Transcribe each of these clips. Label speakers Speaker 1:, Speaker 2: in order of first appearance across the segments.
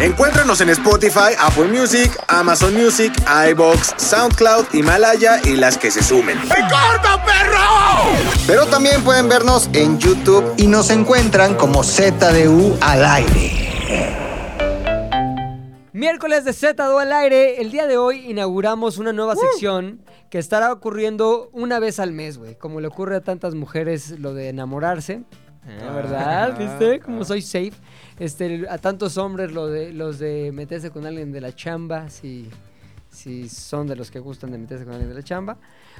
Speaker 1: Encuéntranos en Spotify, Apple Music, Amazon Music, iBox, SoundCloud, Himalaya y las que se sumen.
Speaker 2: Pero también pueden vernos en YouTube
Speaker 3: y nos encuentran como ZDU al aire.
Speaker 4: Miércoles de Z2 al aire, el día de hoy inauguramos una nueva
Speaker 5: Uh.
Speaker 4: sección que estará ocurriendo una vez al mes, güey. Como le ocurre a tantas mujeres lo de enamorarse.
Speaker 5: Ah.
Speaker 4: La ¿Verdad? ¿Viste? Como soy safe. Este, a tantos hombres lo de, los de meterse con alguien de la chamba, si, si son de los que gustan de meterse con alguien de la chamba.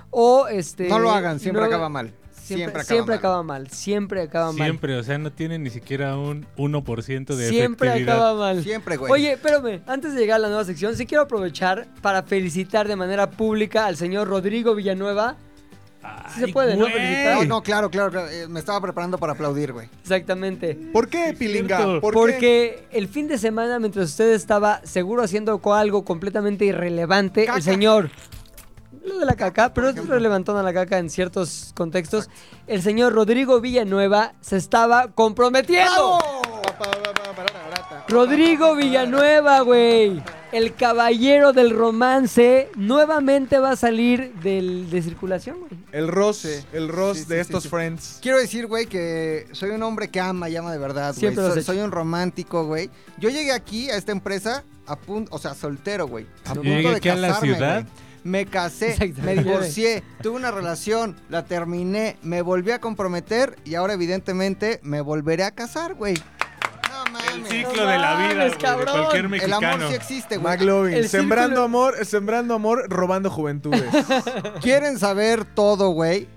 Speaker 4: O este.
Speaker 5: No lo hagan, siempre
Speaker 4: luego-
Speaker 5: acaba mal. Siempre,
Speaker 4: siempre
Speaker 5: acaba
Speaker 4: acaba mal. Siempre acaba mal.
Speaker 6: Siempre, o sea, no tiene ni siquiera un 1% de
Speaker 4: Siempre
Speaker 6: efectividad.
Speaker 4: acaba mal.
Speaker 5: mal. Siempre, güey.
Speaker 4: Oye, espérame, antes de llegar a la nueva sección, sí quiero aprovechar para felicitar de manera pública al señor Rodrigo Villanueva. Sí se
Speaker 6: Ay,
Speaker 4: puede, ¿no?
Speaker 6: güey.
Speaker 4: Felicitar.
Speaker 5: No, no, claro, claro, claro. Eh, me estaba preparando para aplaudir, güey.
Speaker 4: Exactamente.
Speaker 5: ¿Por qué, Pilinga?
Speaker 6: cierto.
Speaker 5: ¿Por qué?
Speaker 4: Porque el fin de semana, mientras usted estaba seguro haciendo co- algo completamente irrelevante,
Speaker 5: Caca.
Speaker 4: el señor. Lo de la caca, pero es relevantona la caca en ciertos contextos. El señor Rodrigo Villanueva se estaba comprometiendo. Rodrigo Villanueva, güey. El caballero del romance nuevamente va a salir del, de circulación, güey.
Speaker 7: El roce,
Speaker 5: Sí.
Speaker 7: el roce
Speaker 5: Sí, sí,
Speaker 7: de
Speaker 5: sí,
Speaker 7: estos
Speaker 5: sí.
Speaker 7: friends.
Speaker 5: Quiero decir, güey, que soy un hombre que ama y ama de verdad, güey.
Speaker 4: Siempre lo has
Speaker 5: Soy,
Speaker 4: hecho.
Speaker 5: soy un romántico, güey. Yo llegué aquí a esta empresa a punto, o sea, soltero, güey. A punto
Speaker 6: llegué
Speaker 5: de
Speaker 6: aquí a la
Speaker 5: casarme,
Speaker 6: ciudad.
Speaker 5: güey. Me casé,
Speaker 4: Exacto.
Speaker 5: me divorcié, tuve una relación, la terminé, me volví a comprometer y ahora evidentemente me volveré a casar, güey. No
Speaker 6: El
Speaker 5: mames.
Speaker 6: ciclo de la vida,
Speaker 4: mames,
Speaker 6: güey, de
Speaker 4: cabrón.
Speaker 6: cualquier
Speaker 5: El
Speaker 6: mexicano.
Speaker 5: amor sí existe, güey.
Speaker 4: El
Speaker 7: McLovin, sembrando
Speaker 4: círculo-
Speaker 7: amor, sembrando amor, robando juventudes.
Speaker 5: Quieren saber todo, güey.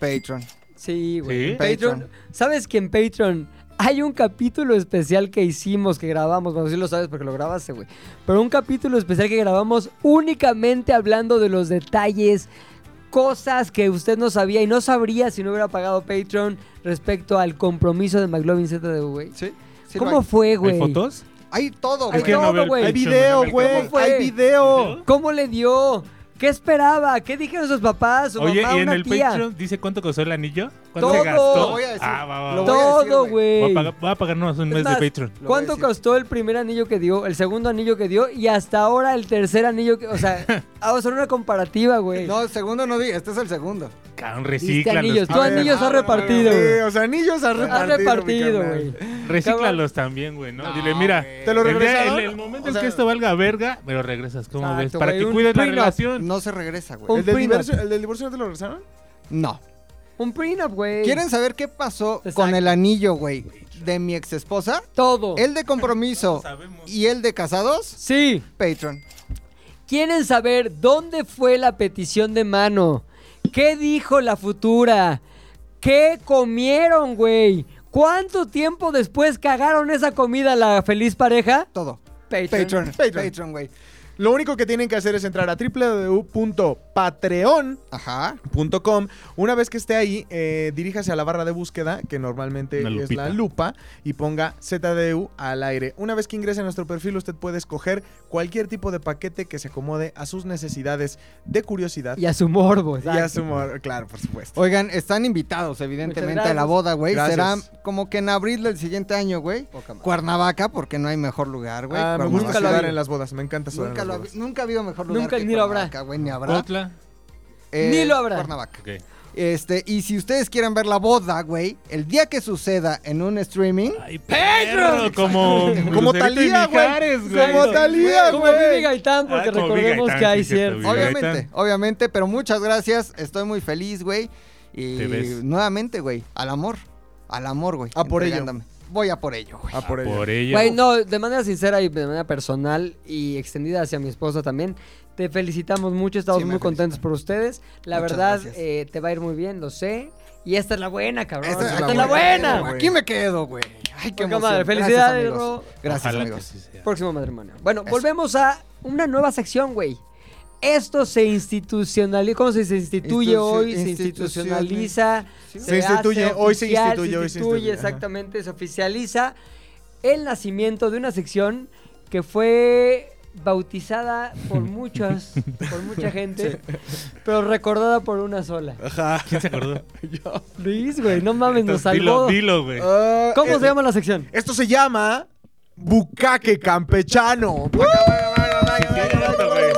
Speaker 5: Patreon.
Speaker 4: Sí, güey.
Speaker 6: ¿Sí?
Speaker 4: En Patreon.
Speaker 5: Patreon.
Speaker 4: ¿Sabes que en Patreon hay un capítulo especial que hicimos, que grabamos? Bueno, sí lo sabes porque lo grabaste, güey. Pero un capítulo especial que grabamos únicamente hablando de los detalles, cosas que usted no sabía y no sabría si no hubiera pagado Patreon respecto al compromiso de McLovin ZDU, güey.
Speaker 5: Sí. sí lo
Speaker 4: ¿Cómo
Speaker 5: hay.
Speaker 4: fue, güey?
Speaker 6: ¿Hay fotos?
Speaker 5: Hay todo,
Speaker 4: Hay
Speaker 5: güey.
Speaker 6: que
Speaker 4: todo,
Speaker 6: veo el
Speaker 4: güey.
Speaker 7: Hay
Speaker 6: caption, no
Speaker 7: video,
Speaker 6: veo el
Speaker 7: güey.
Speaker 4: ¿Cómo fue?
Speaker 7: Hay video.
Speaker 6: ¿Video?
Speaker 4: ¿Cómo le dio? ¿Qué esperaba? ¿Qué dijeron sus papás, su
Speaker 6: Oye,
Speaker 4: mamá,
Speaker 6: y en
Speaker 4: una
Speaker 6: el
Speaker 4: tía?
Speaker 6: Patreon dice cuánto costó el anillo, cuánto
Speaker 4: Todo.
Speaker 6: se gastó.
Speaker 5: Lo voy a decir.
Speaker 6: Ah, va, va,
Speaker 5: Lo voy
Speaker 6: va.
Speaker 5: a decir,
Speaker 4: Todo,
Speaker 5: güey.
Speaker 6: Voy
Speaker 4: güey.
Speaker 6: a, pagar, voy a pagarnos un
Speaker 4: Es
Speaker 6: mes
Speaker 4: más,
Speaker 6: de Patreon.
Speaker 5: Lo voy a
Speaker 4: ¿Cuánto
Speaker 5: decir.
Speaker 4: costó el primer anillo que dio, el segundo anillo que dio y hasta ahora el tercer anillo que, o sea, vamos a hacer una comparativa, güey.
Speaker 5: No, el segundo no diga, este es el segundo.
Speaker 6: Cabrón,
Speaker 4: Diste
Speaker 6: recíclalos.
Speaker 4: anillos, tú
Speaker 7: A ver,
Speaker 4: anillos has
Speaker 7: ah,
Speaker 4: repartido,
Speaker 7: Sí,
Speaker 4: güey.
Speaker 7: o sea, anillos ha repartido.
Speaker 4: Has
Speaker 7: mi
Speaker 4: repartido,
Speaker 7: carnal.
Speaker 4: güey.
Speaker 6: ah, Recíclalos también, güey, ¿no? Dile, mira,
Speaker 7: ¿Te lo
Speaker 6: el, día-
Speaker 7: regresaron?
Speaker 6: el- el momento
Speaker 7: O
Speaker 6: en
Speaker 7: sea-
Speaker 6: que esto valga verga, me lo regresas, ¿cómo
Speaker 4: Exacto,
Speaker 6: ves? Para
Speaker 4: güey,
Speaker 6: que
Speaker 4: un
Speaker 6: cuides la
Speaker 4: prenup.
Speaker 6: relación.
Speaker 5: No se regresa,
Speaker 4: Un-
Speaker 5: güey.
Speaker 7: ¿El del,
Speaker 4: prenup.
Speaker 7: divorcio, ¿El del divorcio no te lo regresaron?
Speaker 5: No.
Speaker 4: Un prenup, güey.
Speaker 5: ¿Quieren saber qué pasó
Speaker 4: Exacto.
Speaker 5: con el anillo, güey, de mi ex esposa?
Speaker 4: todo?
Speaker 5: El de compromiso y el de casados,
Speaker 4: Sí.
Speaker 5: Patreon.
Speaker 4: ¿Quieren saber dónde fue la petición de mano? ¿Qué dijo la futura? ¿Qué comieron, güey? ¿Cuánto tiempo después cagaron esa comida la feliz pareja?
Speaker 5: Todo.
Speaker 4: Patreon.
Speaker 5: Patreon.
Speaker 7: Patreon.
Speaker 5: Patreon, güey.
Speaker 7: Lo único que tienen que hacer es entrar a www.patreon.com.
Speaker 5: Ajá.
Speaker 7: Una vez que esté ahí, eh, diríjase a la barra de búsqueda, que normalmente
Speaker 6: Una
Speaker 7: es
Speaker 6: lupita.
Speaker 7: la lupa, y ponga ZDU al aire. Una vez que ingrese a nuestro perfil, usted puede escoger cualquier tipo de paquete que se acomode a sus necesidades de curiosidad
Speaker 4: Y a su morbo,
Speaker 7: y
Speaker 4: exacto.
Speaker 7: a su humor. Claro, por supuesto.
Speaker 5: Oigan, están invitados, evidentemente,
Speaker 4: Muchas
Speaker 5: a la
Speaker 4: gracias.
Speaker 5: boda, güey.
Speaker 7: Gracias.
Speaker 5: Será como que en abril del siguiente año, güey. Cuernavaca, porque no hay mejor lugar, güey.
Speaker 7: Ah, me
Speaker 5: Cuernavaca.
Speaker 7: gusta
Speaker 4: Nunca lo
Speaker 7: sudar
Speaker 4: vi.
Speaker 7: en las bodas, me encanta sudar
Speaker 5: Nunca,
Speaker 7: en
Speaker 5: lo
Speaker 7: las
Speaker 5: ha,
Speaker 7: bodas.
Speaker 5: nunca ha habido mejor lugar.
Speaker 4: Nunca
Speaker 5: que
Speaker 4: ni lo habrá.
Speaker 5: Cuernavaca, güey, ni habrá.
Speaker 6: Otla.
Speaker 5: Eh,
Speaker 4: Ni lo habrá.
Speaker 5: Cuernavaca.
Speaker 6: Ok.
Speaker 5: Este, y si ustedes quieren ver la boda, güey, el día que suceda en un streaming,
Speaker 6: Ay, perro, como
Speaker 7: Como
Speaker 6: Lucerito y
Speaker 7: Thalía, güey.
Speaker 6: Mijares, güey.
Speaker 7: Como Talía,
Speaker 4: Como
Speaker 7: güey.
Speaker 4: Vivi Gaitán, porque
Speaker 6: Ah, como Vivi
Speaker 4: recordemos
Speaker 6: Gaitán,
Speaker 4: que hay
Speaker 6: sí, cierto,
Speaker 4: cierto.
Speaker 6: Vivi.
Speaker 5: obviamente,
Speaker 6: Gaitán.
Speaker 5: obviamente, pero muchas gracias, estoy muy feliz, güey. Y
Speaker 6: Te ves.
Speaker 5: nuevamente, güey, al amor, al amor, güey.
Speaker 7: A por ello.
Speaker 5: entregándome. Voy a por ello, güey.
Speaker 7: Ah, por ello.
Speaker 6: Por ella.
Speaker 4: Güey, no, de manera sincera y de manera personal y extendida hacia mi esposa también, te felicitamos mucho, estamos
Speaker 5: Sí, me
Speaker 4: muy contentos por ustedes. La
Speaker 5: Muchas
Speaker 4: verdad,
Speaker 5: gracias.
Speaker 4: eh, te va a ir muy bien, lo sé. Y esta es la buena, cabrón.
Speaker 5: Esta
Speaker 4: Esta,
Speaker 5: es
Speaker 4: es pues, la buena.
Speaker 5: güey. Aquí me quedo, güey. Ay, qué
Speaker 4: Poca
Speaker 5: emoción.
Speaker 4: madre,
Speaker 5: Gracias,
Speaker 4: felicidades,
Speaker 5: amigos.
Speaker 4: bro.
Speaker 5: Gracias,
Speaker 6: Ojalá que
Speaker 5: amigos.
Speaker 6: sí sea.
Speaker 4: Próximo matrimonio. Bueno,
Speaker 5: Eso.
Speaker 4: volvemos a una nueva sección, güey. Esto se institucionaliza, ¿cómo se dice? instituye
Speaker 5: Institucio-
Speaker 4: hoy? Se
Speaker 5: instituciones.
Speaker 4: institucionaliza.
Speaker 5: Sí.
Speaker 7: Se instituye,
Speaker 4: hace
Speaker 7: hoy se
Speaker 4: oficial,
Speaker 7: instituye, hoy se instituye, ajá.
Speaker 4: exactamente, se oficializa el nacimiento de una sección que fue bautizada por muchas, por mucha gente, pero recordada por una sola.
Speaker 6: ¿Quién se acordó?
Speaker 4: Luis, güey, no mames, nos
Speaker 6: Entonces, dilo,
Speaker 4: salvó.
Speaker 6: dilo, güey.
Speaker 7: Ah,
Speaker 4: ¿Cómo
Speaker 7: eh,
Speaker 4: se llama la sección?
Speaker 7: Esto se llama Bucaque Campechano.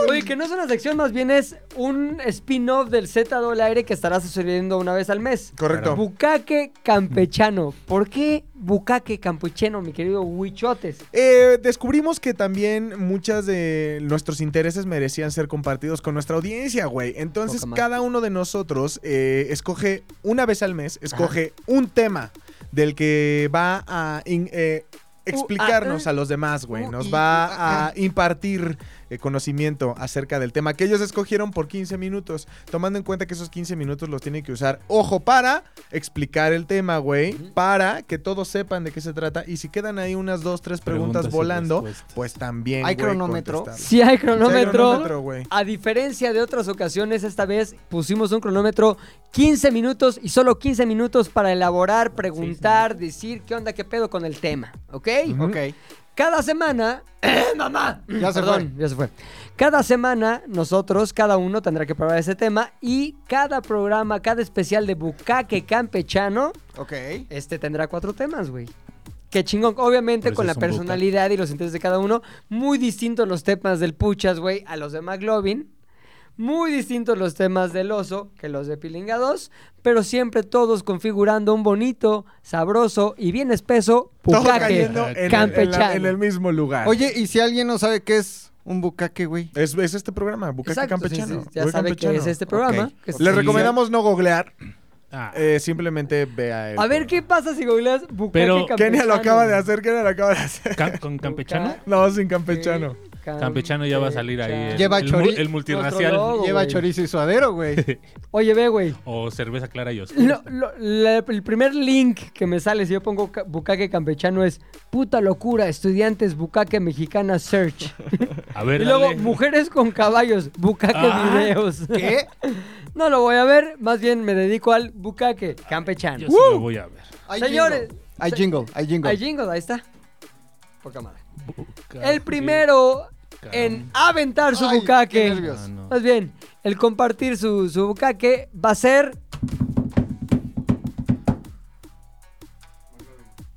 Speaker 4: Oye, que no es una sección, más bien es un spin-off del Z al aire que estará sucediendo una vez al mes.
Speaker 7: Correcto.
Speaker 4: Bucaque campechano. ¿Por qué bucaque campechano, mi querido Huichotes?
Speaker 7: Eh, descubrimos que también muchas de nuestros intereses merecían ser compartidos con nuestra audiencia, güey. Entonces,
Speaker 4: Poca madre.
Speaker 7: cada uno de nosotros eh, escoge una vez al mes, escoge un tema del que va a in- eh, explicarnos a los demás, güey.
Speaker 5: U,
Speaker 7: Nos
Speaker 5: I, U,
Speaker 7: va
Speaker 5: A,
Speaker 7: a impartir eh, conocimiento acerca del tema que ellos escogieron por 15 minutos, tomando en cuenta que esos 15 minutos los tienen que usar, ojo, para explicar el tema, güey, para que todos sepan de qué se trata y si quedan ahí unas dos, tres preguntas,
Speaker 6: Preguntas y
Speaker 7: volando,
Speaker 6: respuestas.
Speaker 7: pues también.
Speaker 5: ¿Hay
Speaker 7: güey,
Speaker 5: cronómetro?
Speaker 7: contestarlas.
Speaker 4: Si hay
Speaker 7: Sí, hay
Speaker 4: cronómetro.
Speaker 7: cronómetro, güey.
Speaker 4: a diferencia de otras ocasiones, esta vez pusimos un cronómetro 15 minutos y solo 15 minutos para elaborar, preguntar, decir qué onda, qué pedo con el tema, ¿ok?
Speaker 5: Ok.
Speaker 4: Cada semana... ¡Mamá!
Speaker 5: Ya se
Speaker 4: Perdón, ya se fue. Cada semana nosotros, cada uno tendrá que probar ese tema y cada programa, cada especial de Bucaque Campechano
Speaker 5: Ok.
Speaker 4: este tendrá cuatro temas, güey. Qué chingón. Obviamente
Speaker 6: Por eso
Speaker 4: con la
Speaker 6: es un
Speaker 4: personalidad y los intereses de cada uno. Muy distintos los temas del Puchas, güey, a los de McLovin. Muy distintos los temas del oso que los de Pilinga 2, pero siempre todos configurando un bonito, sabroso y bien espeso
Speaker 7: Todo
Speaker 4: bucaque
Speaker 7: cayendo en el- en la-
Speaker 4: campechano.
Speaker 7: en el mismo lugar.
Speaker 5: Oye, ¿y si alguien no sabe qué es un bucaque, güey?
Speaker 7: Es, es este programa, Bucaque
Speaker 4: Exacto, sí,
Speaker 7: Campechano.
Speaker 4: sí, ya
Speaker 7: güey,
Speaker 4: sabe que
Speaker 7: campechano.
Speaker 4: es este programa.
Speaker 5: Ok.
Speaker 4: que se
Speaker 7: Les
Speaker 4: inicia-
Speaker 7: recomendamos no googlear,
Speaker 6: Ah,
Speaker 7: eh, simplemente vea el
Speaker 4: A ver
Speaker 7: programa.
Speaker 4: qué pasa si googleas bucaque
Speaker 6: Pero-
Speaker 4: campechano.
Speaker 7: Kenia lo acaba de hacer, Kenia lo acaba de hacer.
Speaker 6: ¿cam- ¿Con campechano?
Speaker 7: No, sin campechano.
Speaker 6: Campechano ya va a salir ahí. eh. El,
Speaker 5: Lleva
Speaker 6: el,
Speaker 5: chori-
Speaker 6: mu- el multirracial.
Speaker 4: nuestro logo.
Speaker 5: Lleva
Speaker 4: güey.
Speaker 5: chorizo y suadero, güey.
Speaker 4: Oye, ve, güey.
Speaker 6: O cerveza clara y oscura.
Speaker 4: Lo- lo- la- el primer link que me sale si yo pongo ca- bucaque campechano es puta locura, estudiantes bucaque mexicana search.
Speaker 6: A ver,
Speaker 4: y luego
Speaker 6: dale.
Speaker 4: mujeres con caballos, bucaque
Speaker 6: Ah,
Speaker 4: videos.
Speaker 5: ¿Qué?
Speaker 4: No lo voy a ver, más bien me dedico al bucaque campechano.
Speaker 6: Yo sí lo voy a ver.
Speaker 5: Hay
Speaker 4: Señores.
Speaker 5: jingle. Hay jingle, hay jingle.
Speaker 4: Ay, jingles, ahí está. Poca madre. El primero en aventar su
Speaker 5: Ay, qué
Speaker 4: bucaque.
Speaker 5: nervios.
Speaker 6: Ah, no.
Speaker 4: Más bien, el compartir su, su bucaque va a ser.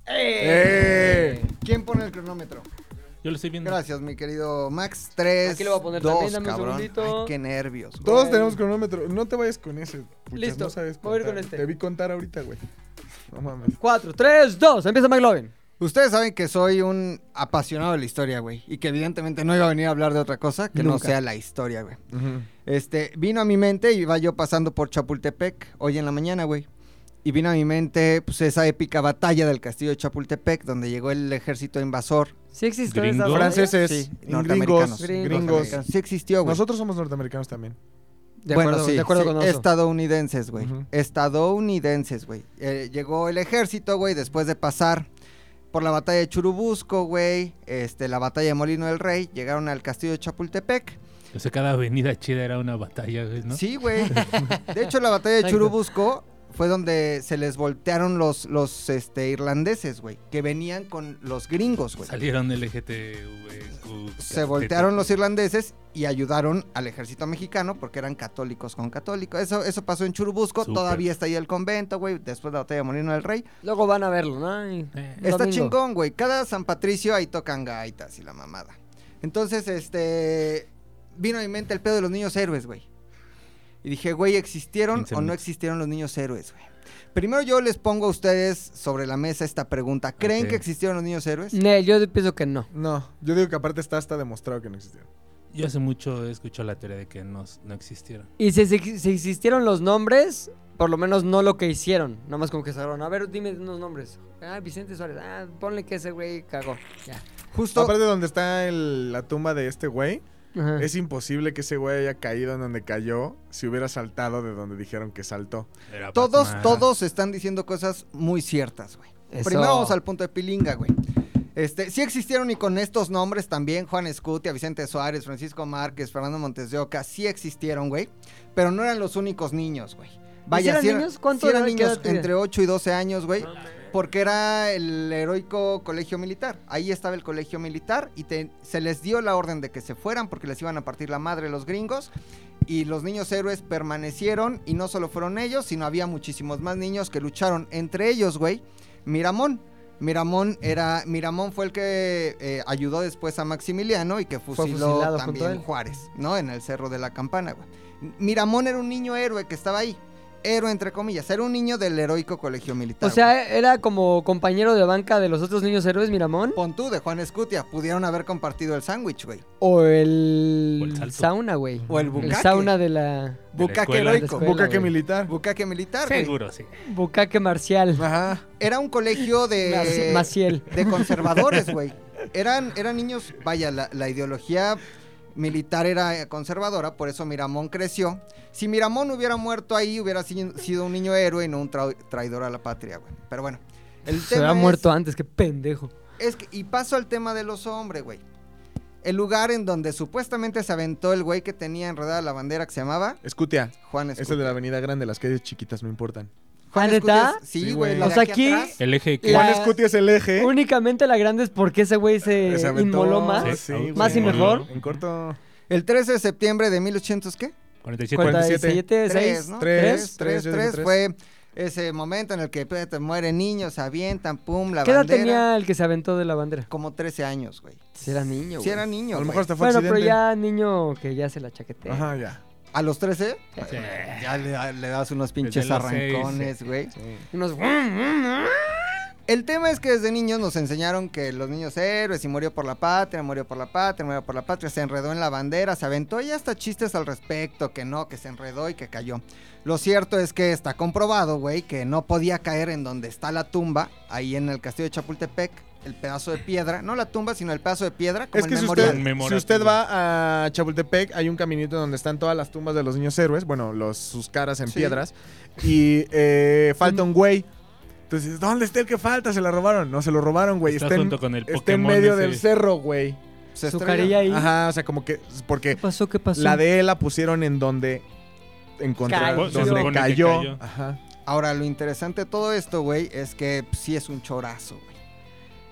Speaker 7: ¡Eh!
Speaker 5: ¿Quién pone el cronómetro?
Speaker 6: Yo lo estoy viendo.
Speaker 5: Gracias, mi querido Max. Tres,
Speaker 4: Aquí lo voy a poner
Speaker 5: dos,
Speaker 4: también, dame un
Speaker 5: cabrón.
Speaker 4: segundito.
Speaker 5: Ay, qué nervios. güey.
Speaker 7: Todos tenemos cronómetro. No te vayas con ese. puchas,
Speaker 4: Listo,
Speaker 7: No sabes
Speaker 4: voy a ir
Speaker 7: contar.
Speaker 4: con este.
Speaker 7: Te vi contar ahorita, güey. No mames.
Speaker 4: 4, 3, 2. Empieza McLovin.
Speaker 5: Ustedes saben que soy un apasionado de la historia, güey. Y que evidentemente no iba a venir a hablar de otra cosa que no
Speaker 4: Nunca.
Speaker 5: sea la historia, güey. Este, vino a mi mente, iba yo pasando por Chapultepec hoy en la mañana, güey. Y vino a mi mente, pues, esa épica batalla del castillo de Chapultepec, donde llegó el ejército invasor.
Speaker 4: Sí existen
Speaker 6: Gringo.
Speaker 4: esas
Speaker 6: ¿Dónde?
Speaker 7: Franceses,
Speaker 5: Sí,
Speaker 7: gringos,
Speaker 5: norteamericanos.
Speaker 7: gringos.
Speaker 4: Norteamericanos.
Speaker 5: Sí existió, güey.
Speaker 7: Nosotros somos norteamericanos también.
Speaker 4: De
Speaker 5: Bueno,
Speaker 4: acuerdo,
Speaker 5: sí,
Speaker 4: de acuerdo
Speaker 5: sí,
Speaker 4: con Oso.
Speaker 5: Estadounidenses, güey.
Speaker 7: Ujú.
Speaker 5: Estadounidenses, güey. Eh, llegó el ejército, güey, después de pasar por la batalla de Churubusco, güey. Este, la batalla de Molino del Rey. Llegaron al castillo de Chapultepec.
Speaker 6: O sea, cada avenida chida era una batalla, güey, ¿no?
Speaker 5: Sí, güey. De hecho, la batalla de
Speaker 4: Exacto.
Speaker 5: Churubusco fue donde se les voltearon los, los este, irlandeses, güey. Que venían con los gringos, güey.
Speaker 6: Salieron LGTBQ.
Speaker 5: pues. Se voltearon
Speaker 6: pues,
Speaker 5: los irlandeses y ayudaron al ejército mexicano porque eran católicos con católicos. Eso, eso pasó en Churubusco,
Speaker 6: Súper.
Speaker 5: todavía está ahí el convento, güey, después de la batalla de Molino del Rey.
Speaker 4: Luego van a verlo, ¿no? Y-
Speaker 6: Eh,
Speaker 4: Un
Speaker 5: Está
Speaker 4: domingo.
Speaker 5: chingón, güey. Cada San Patricio ahí tocan gaitas y la mamada. Entonces, este, vino a mi mente el pedo de los niños héroes, güey. Y dije, güey, ¿existieron
Speaker 6: Quince
Speaker 5: o no
Speaker 6: minutos.
Speaker 5: existieron los niños héroes, güey? Primero yo les pongo a ustedes sobre la mesa esta pregunta. ¿Creen
Speaker 6: Ok.
Speaker 5: que existieron los niños héroes?
Speaker 4: Ne, yo pienso que no.
Speaker 7: No, yo digo que aparte está hasta demostrado que no existieron.
Speaker 6: Yo hace mucho he escuchado la teoría de que no, no existieron.
Speaker 4: Y si, si- si existieron los nombres, por lo menos no lo que hicieron. Nada más como que sacaron. A ver, dime unos nombres. Ah, Vicente Suárez. Ah, ponle que ese güey cagó. Ya.
Speaker 5: Justo
Speaker 7: Aparte donde está el- la tumba de este güey,
Speaker 4: Ajá.
Speaker 7: es imposible que ese güey haya caído en donde cayó si hubiera saltado de donde dijeron que saltó.
Speaker 6: Era
Speaker 5: todos,
Speaker 6: Batman.
Speaker 5: todos están diciendo cosas muy ciertas, güey.
Speaker 4: Eso.
Speaker 5: Primero vamos al punto de pilinga, güey. Este, sí existieron y con estos nombres también, Juan Escutia, Vicente Suárez, Francisco Márquez, Fernando Montes de Oca, sí existieron, güey. Pero no eran los únicos niños, güey. Vaya,
Speaker 4: eran
Speaker 5: sí
Speaker 4: niños? ¿Cuánto
Speaker 5: sí eran
Speaker 4: era- qué
Speaker 5: niños
Speaker 4: edad tenían?
Speaker 5: entre 8 y 12 años, güey. Porque era el heroico colegio militar. Ahí estaba el colegio militar y te- se les dio la orden de que se fueran porque les iban a partir la madre los gringos. Y los niños héroes permanecieron y no solo fueron ellos, sino había muchísimos más niños que lucharon. Entre ellos, güey, Miramón. Miramón era Miramón fue el que eh, ayudó después a Maximiliano y que fusiló
Speaker 4: fusilado junto a
Speaker 5: también
Speaker 4: él.
Speaker 5: Juárez, ¿no? En el Cerro de la Campana, güey. Miramón era un niño héroe que estaba ahí. Héroe entre comillas, era un niño del heroico colegio militar.
Speaker 4: O sea, era como compañero de banca de los otros niños héroes, Miramón.
Speaker 5: Pon tú de Juan Escutia, pudieron haber compartido el sándwich, güey.
Speaker 4: O el,
Speaker 6: O el salto.
Speaker 4: sauna, güey.
Speaker 5: O el bucaque.
Speaker 4: sauna de la
Speaker 5: Bucaque
Speaker 6: escuela,
Speaker 5: heroico.
Speaker 4: de la escuela,
Speaker 7: Boca que
Speaker 4: güey.
Speaker 7: militar.
Speaker 5: Bucaque militar, güey.
Speaker 6: Seguro, sí.
Speaker 4: Bucaque marcial.
Speaker 5: Ajá. Era un colegio de.
Speaker 4: Maci- Maciel.
Speaker 5: de conservadores, güey. Eran, eran niños, vaya, la, la ideología militar era eh, conservadora, por eso Miramón creció. Si Miramón hubiera muerto ahí, hubiera si- sido un niño héroe y no un tra- traidor a la patria, güey. Pero bueno, el
Speaker 4: Se
Speaker 5: tema
Speaker 4: había
Speaker 5: es-
Speaker 4: muerto antes, qué pendejo.
Speaker 5: es que, y paso al tema de los hombres, güey. El lugar en donde supuestamente se aventó el güey que tenía enredada la bandera que se llamaba
Speaker 7: Escutia.
Speaker 5: Juan
Speaker 7: Es el de
Speaker 5: Escutia.
Speaker 7: la Avenida Grande, las calles chiquitas no importan.
Speaker 5: Juan
Speaker 4: ¿Ah, neta?
Speaker 5: Escutia es- Sí,
Speaker 7: Sí,
Speaker 5: güey.
Speaker 7: güey.
Speaker 5: la
Speaker 4: O
Speaker 5: de
Speaker 4: sea, aquí-
Speaker 5: atrás.
Speaker 6: El eje que...
Speaker 4: La-
Speaker 7: Juan Escutia es el eje.
Speaker 4: Únicamente la grande es porque ese güey se,
Speaker 7: ¿Eh? Se aventó.
Speaker 4: inmoló más.
Speaker 7: Sí,
Speaker 6: Sí,
Speaker 7: güey.
Speaker 4: más y mejor.
Speaker 7: En corto.
Speaker 5: El 13 de septiembre de 1800, ¿qué?
Speaker 6: 47.
Speaker 4: 47, 6.
Speaker 5: Tres, ¿no?
Speaker 7: Tres,
Speaker 5: Tres,
Speaker 7: tres,
Speaker 5: tres,
Speaker 7: yo dije
Speaker 5: tres.
Speaker 7: tres.
Speaker 5: Fue ese momento en el que pues, te mueren niños, se avientan, pum, la
Speaker 4: ¿Qué edad
Speaker 5: bandera.
Speaker 4: tenía el que se aventó de la bandera?
Speaker 5: Como 13 años, güey.
Speaker 4: Si era niño,
Speaker 5: Si era niño,
Speaker 7: A lo
Speaker 5: güey.
Speaker 7: mejor hasta fue
Speaker 4: Bueno, pero
Speaker 7: accidente.
Speaker 4: ya niño que ya eh, se la chaquetea.
Speaker 7: Ajá, ya.
Speaker 5: ¿A los 13?
Speaker 6: Sí.
Speaker 5: Ya le, le das unos pinches
Speaker 6: Desde los seis,
Speaker 5: arrancones, güey.
Speaker 4: Unos- "Mm,
Speaker 5: El tema es que desde niños nos enseñaron que los niños héroes y murió por la patria, murió por la patria, murió por la patria, se enredó en la bandera, se aventó y hasta chistes al respecto, que no, que se enredó y que cayó. Lo cierto es que está comprobado, güey, que no podía caer en donde está la tumba, ahí en el castillo de Chapultepec, el pedazo de piedra, no la tumba, sino el pedazo de piedra, como
Speaker 7: Es que
Speaker 5: el
Speaker 7: si
Speaker 5: memorial.
Speaker 7: usted, si
Speaker 6: Memorativo.
Speaker 7: usted va a Chapultepec, hay un caminito donde están todas las tumbas de los niños héroes, bueno, los, sus caras en
Speaker 5: Sí.
Speaker 7: piedras, y eh, falta un güey. Entonces, ¿dónde está el que falta? Se la robaron. No, se lo robaron, güey.
Speaker 6: Está
Speaker 7: en-
Speaker 6: junto con el
Speaker 7: está en
Speaker 6: Pokémon
Speaker 7: medio
Speaker 6: ese.
Speaker 7: del cerro, güey.
Speaker 5: Se
Speaker 4: su
Speaker 5: estrella.
Speaker 4: carilla ahí. Pues
Speaker 7: Ajá, o sea, como que, porque
Speaker 4: ¿Qué pasó? ¿Qué pasó?
Speaker 7: la de él la pusieron en donde encontraron,
Speaker 4: Cayó. Se
Speaker 7: donde
Speaker 6: supone que
Speaker 7: cayó.
Speaker 6: cayó.
Speaker 7: Ajá.
Speaker 5: Ahora, lo interesante de todo esto, güey, es que pues, sí es un chorazo, güey.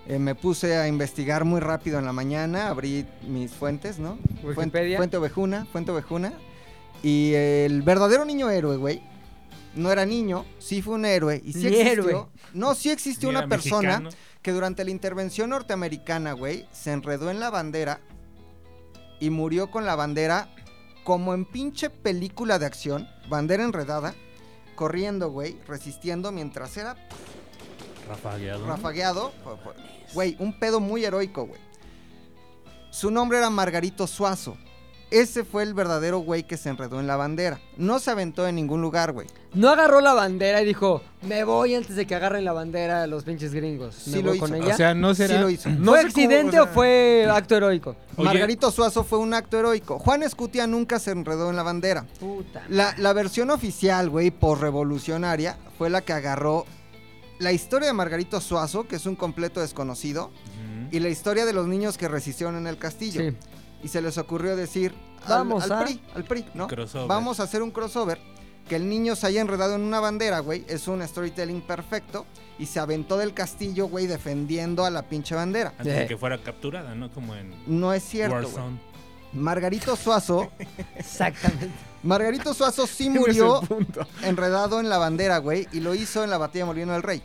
Speaker 5: Eh, me puse a investigar muy rápido en la mañana, abrí mis fuentes, ¿no? Fuente-
Speaker 4: Wikipedia.
Speaker 5: Fuente Ovejuna, Fuente Ovejuna. Y el verdadero niño héroe, güey, no era niño, sí fue un héroe. Y sí
Speaker 4: Ni
Speaker 5: existió.
Speaker 4: héroe.
Speaker 5: No, sí existió
Speaker 6: Mira,
Speaker 5: una persona
Speaker 6: mexicano.
Speaker 5: que durante la intervención norteamericana, güey, se enredó en la bandera y murió con la bandera como en pinche película de acción, bandera enredada, corriendo, güey, resistiendo mientras era
Speaker 6: Rafagueado.
Speaker 5: rafagueado. por- por- Güey, un pedo muy heroico, güey. Su nombre era Margarito Suazo. Ese fue el verdadero güey que se enredó en la bandera. No se aventó en ningún lugar, güey.
Speaker 4: No agarró la bandera y dijo, me voy antes de que agarren la bandera los pinches gringos.
Speaker 5: Sí
Speaker 4: Me
Speaker 5: lo
Speaker 4: voy
Speaker 5: hizo.
Speaker 4: con
Speaker 6: O
Speaker 4: ella.
Speaker 6: sea, no
Speaker 5: Sí
Speaker 6: será...
Speaker 5: lo hizo.
Speaker 7: No
Speaker 4: ¿Fue
Speaker 7: sé cómo,
Speaker 4: accidente
Speaker 7: o
Speaker 4: o,
Speaker 7: sea-
Speaker 4: fue acto heroico?
Speaker 6: Oye.
Speaker 5: Margarito Suazo fue un acto heroico. Juan Escutia nunca se enredó en la bandera.
Speaker 4: Puta.
Speaker 5: La, la versión oficial, güey, por revolucionaria, fue la que agarró la historia de Margarito Suazo, que es un completo desconocido,
Speaker 6: Ujú.
Speaker 5: y la historia de los niños que resistieron en el castillo.
Speaker 4: Sí.
Speaker 5: Y se les ocurrió decir al,
Speaker 4: Vamos
Speaker 5: al
Speaker 4: a-
Speaker 5: PRI, al PRI, ¿no?
Speaker 6: Crossover.
Speaker 5: Vamos a hacer un crossover. Que el niño se haya enredado en una bandera, güey, es un storytelling perfecto. Y se aventó del castillo, güey, defendiendo a la pinche bandera.
Speaker 6: Antes de
Speaker 4: Eh.
Speaker 6: que fuera capturada, ¿no? Como en
Speaker 5: No es cierto, güey.
Speaker 6: Warzone.
Speaker 5: Margarito Suazo,
Speaker 4: Exactamente.
Speaker 5: Margarito Suazo sí
Speaker 7: Tienes el
Speaker 5: murió
Speaker 7: punto.
Speaker 5: enredado en la bandera, güey, y lo hizo en la batalla de Molino del Rey.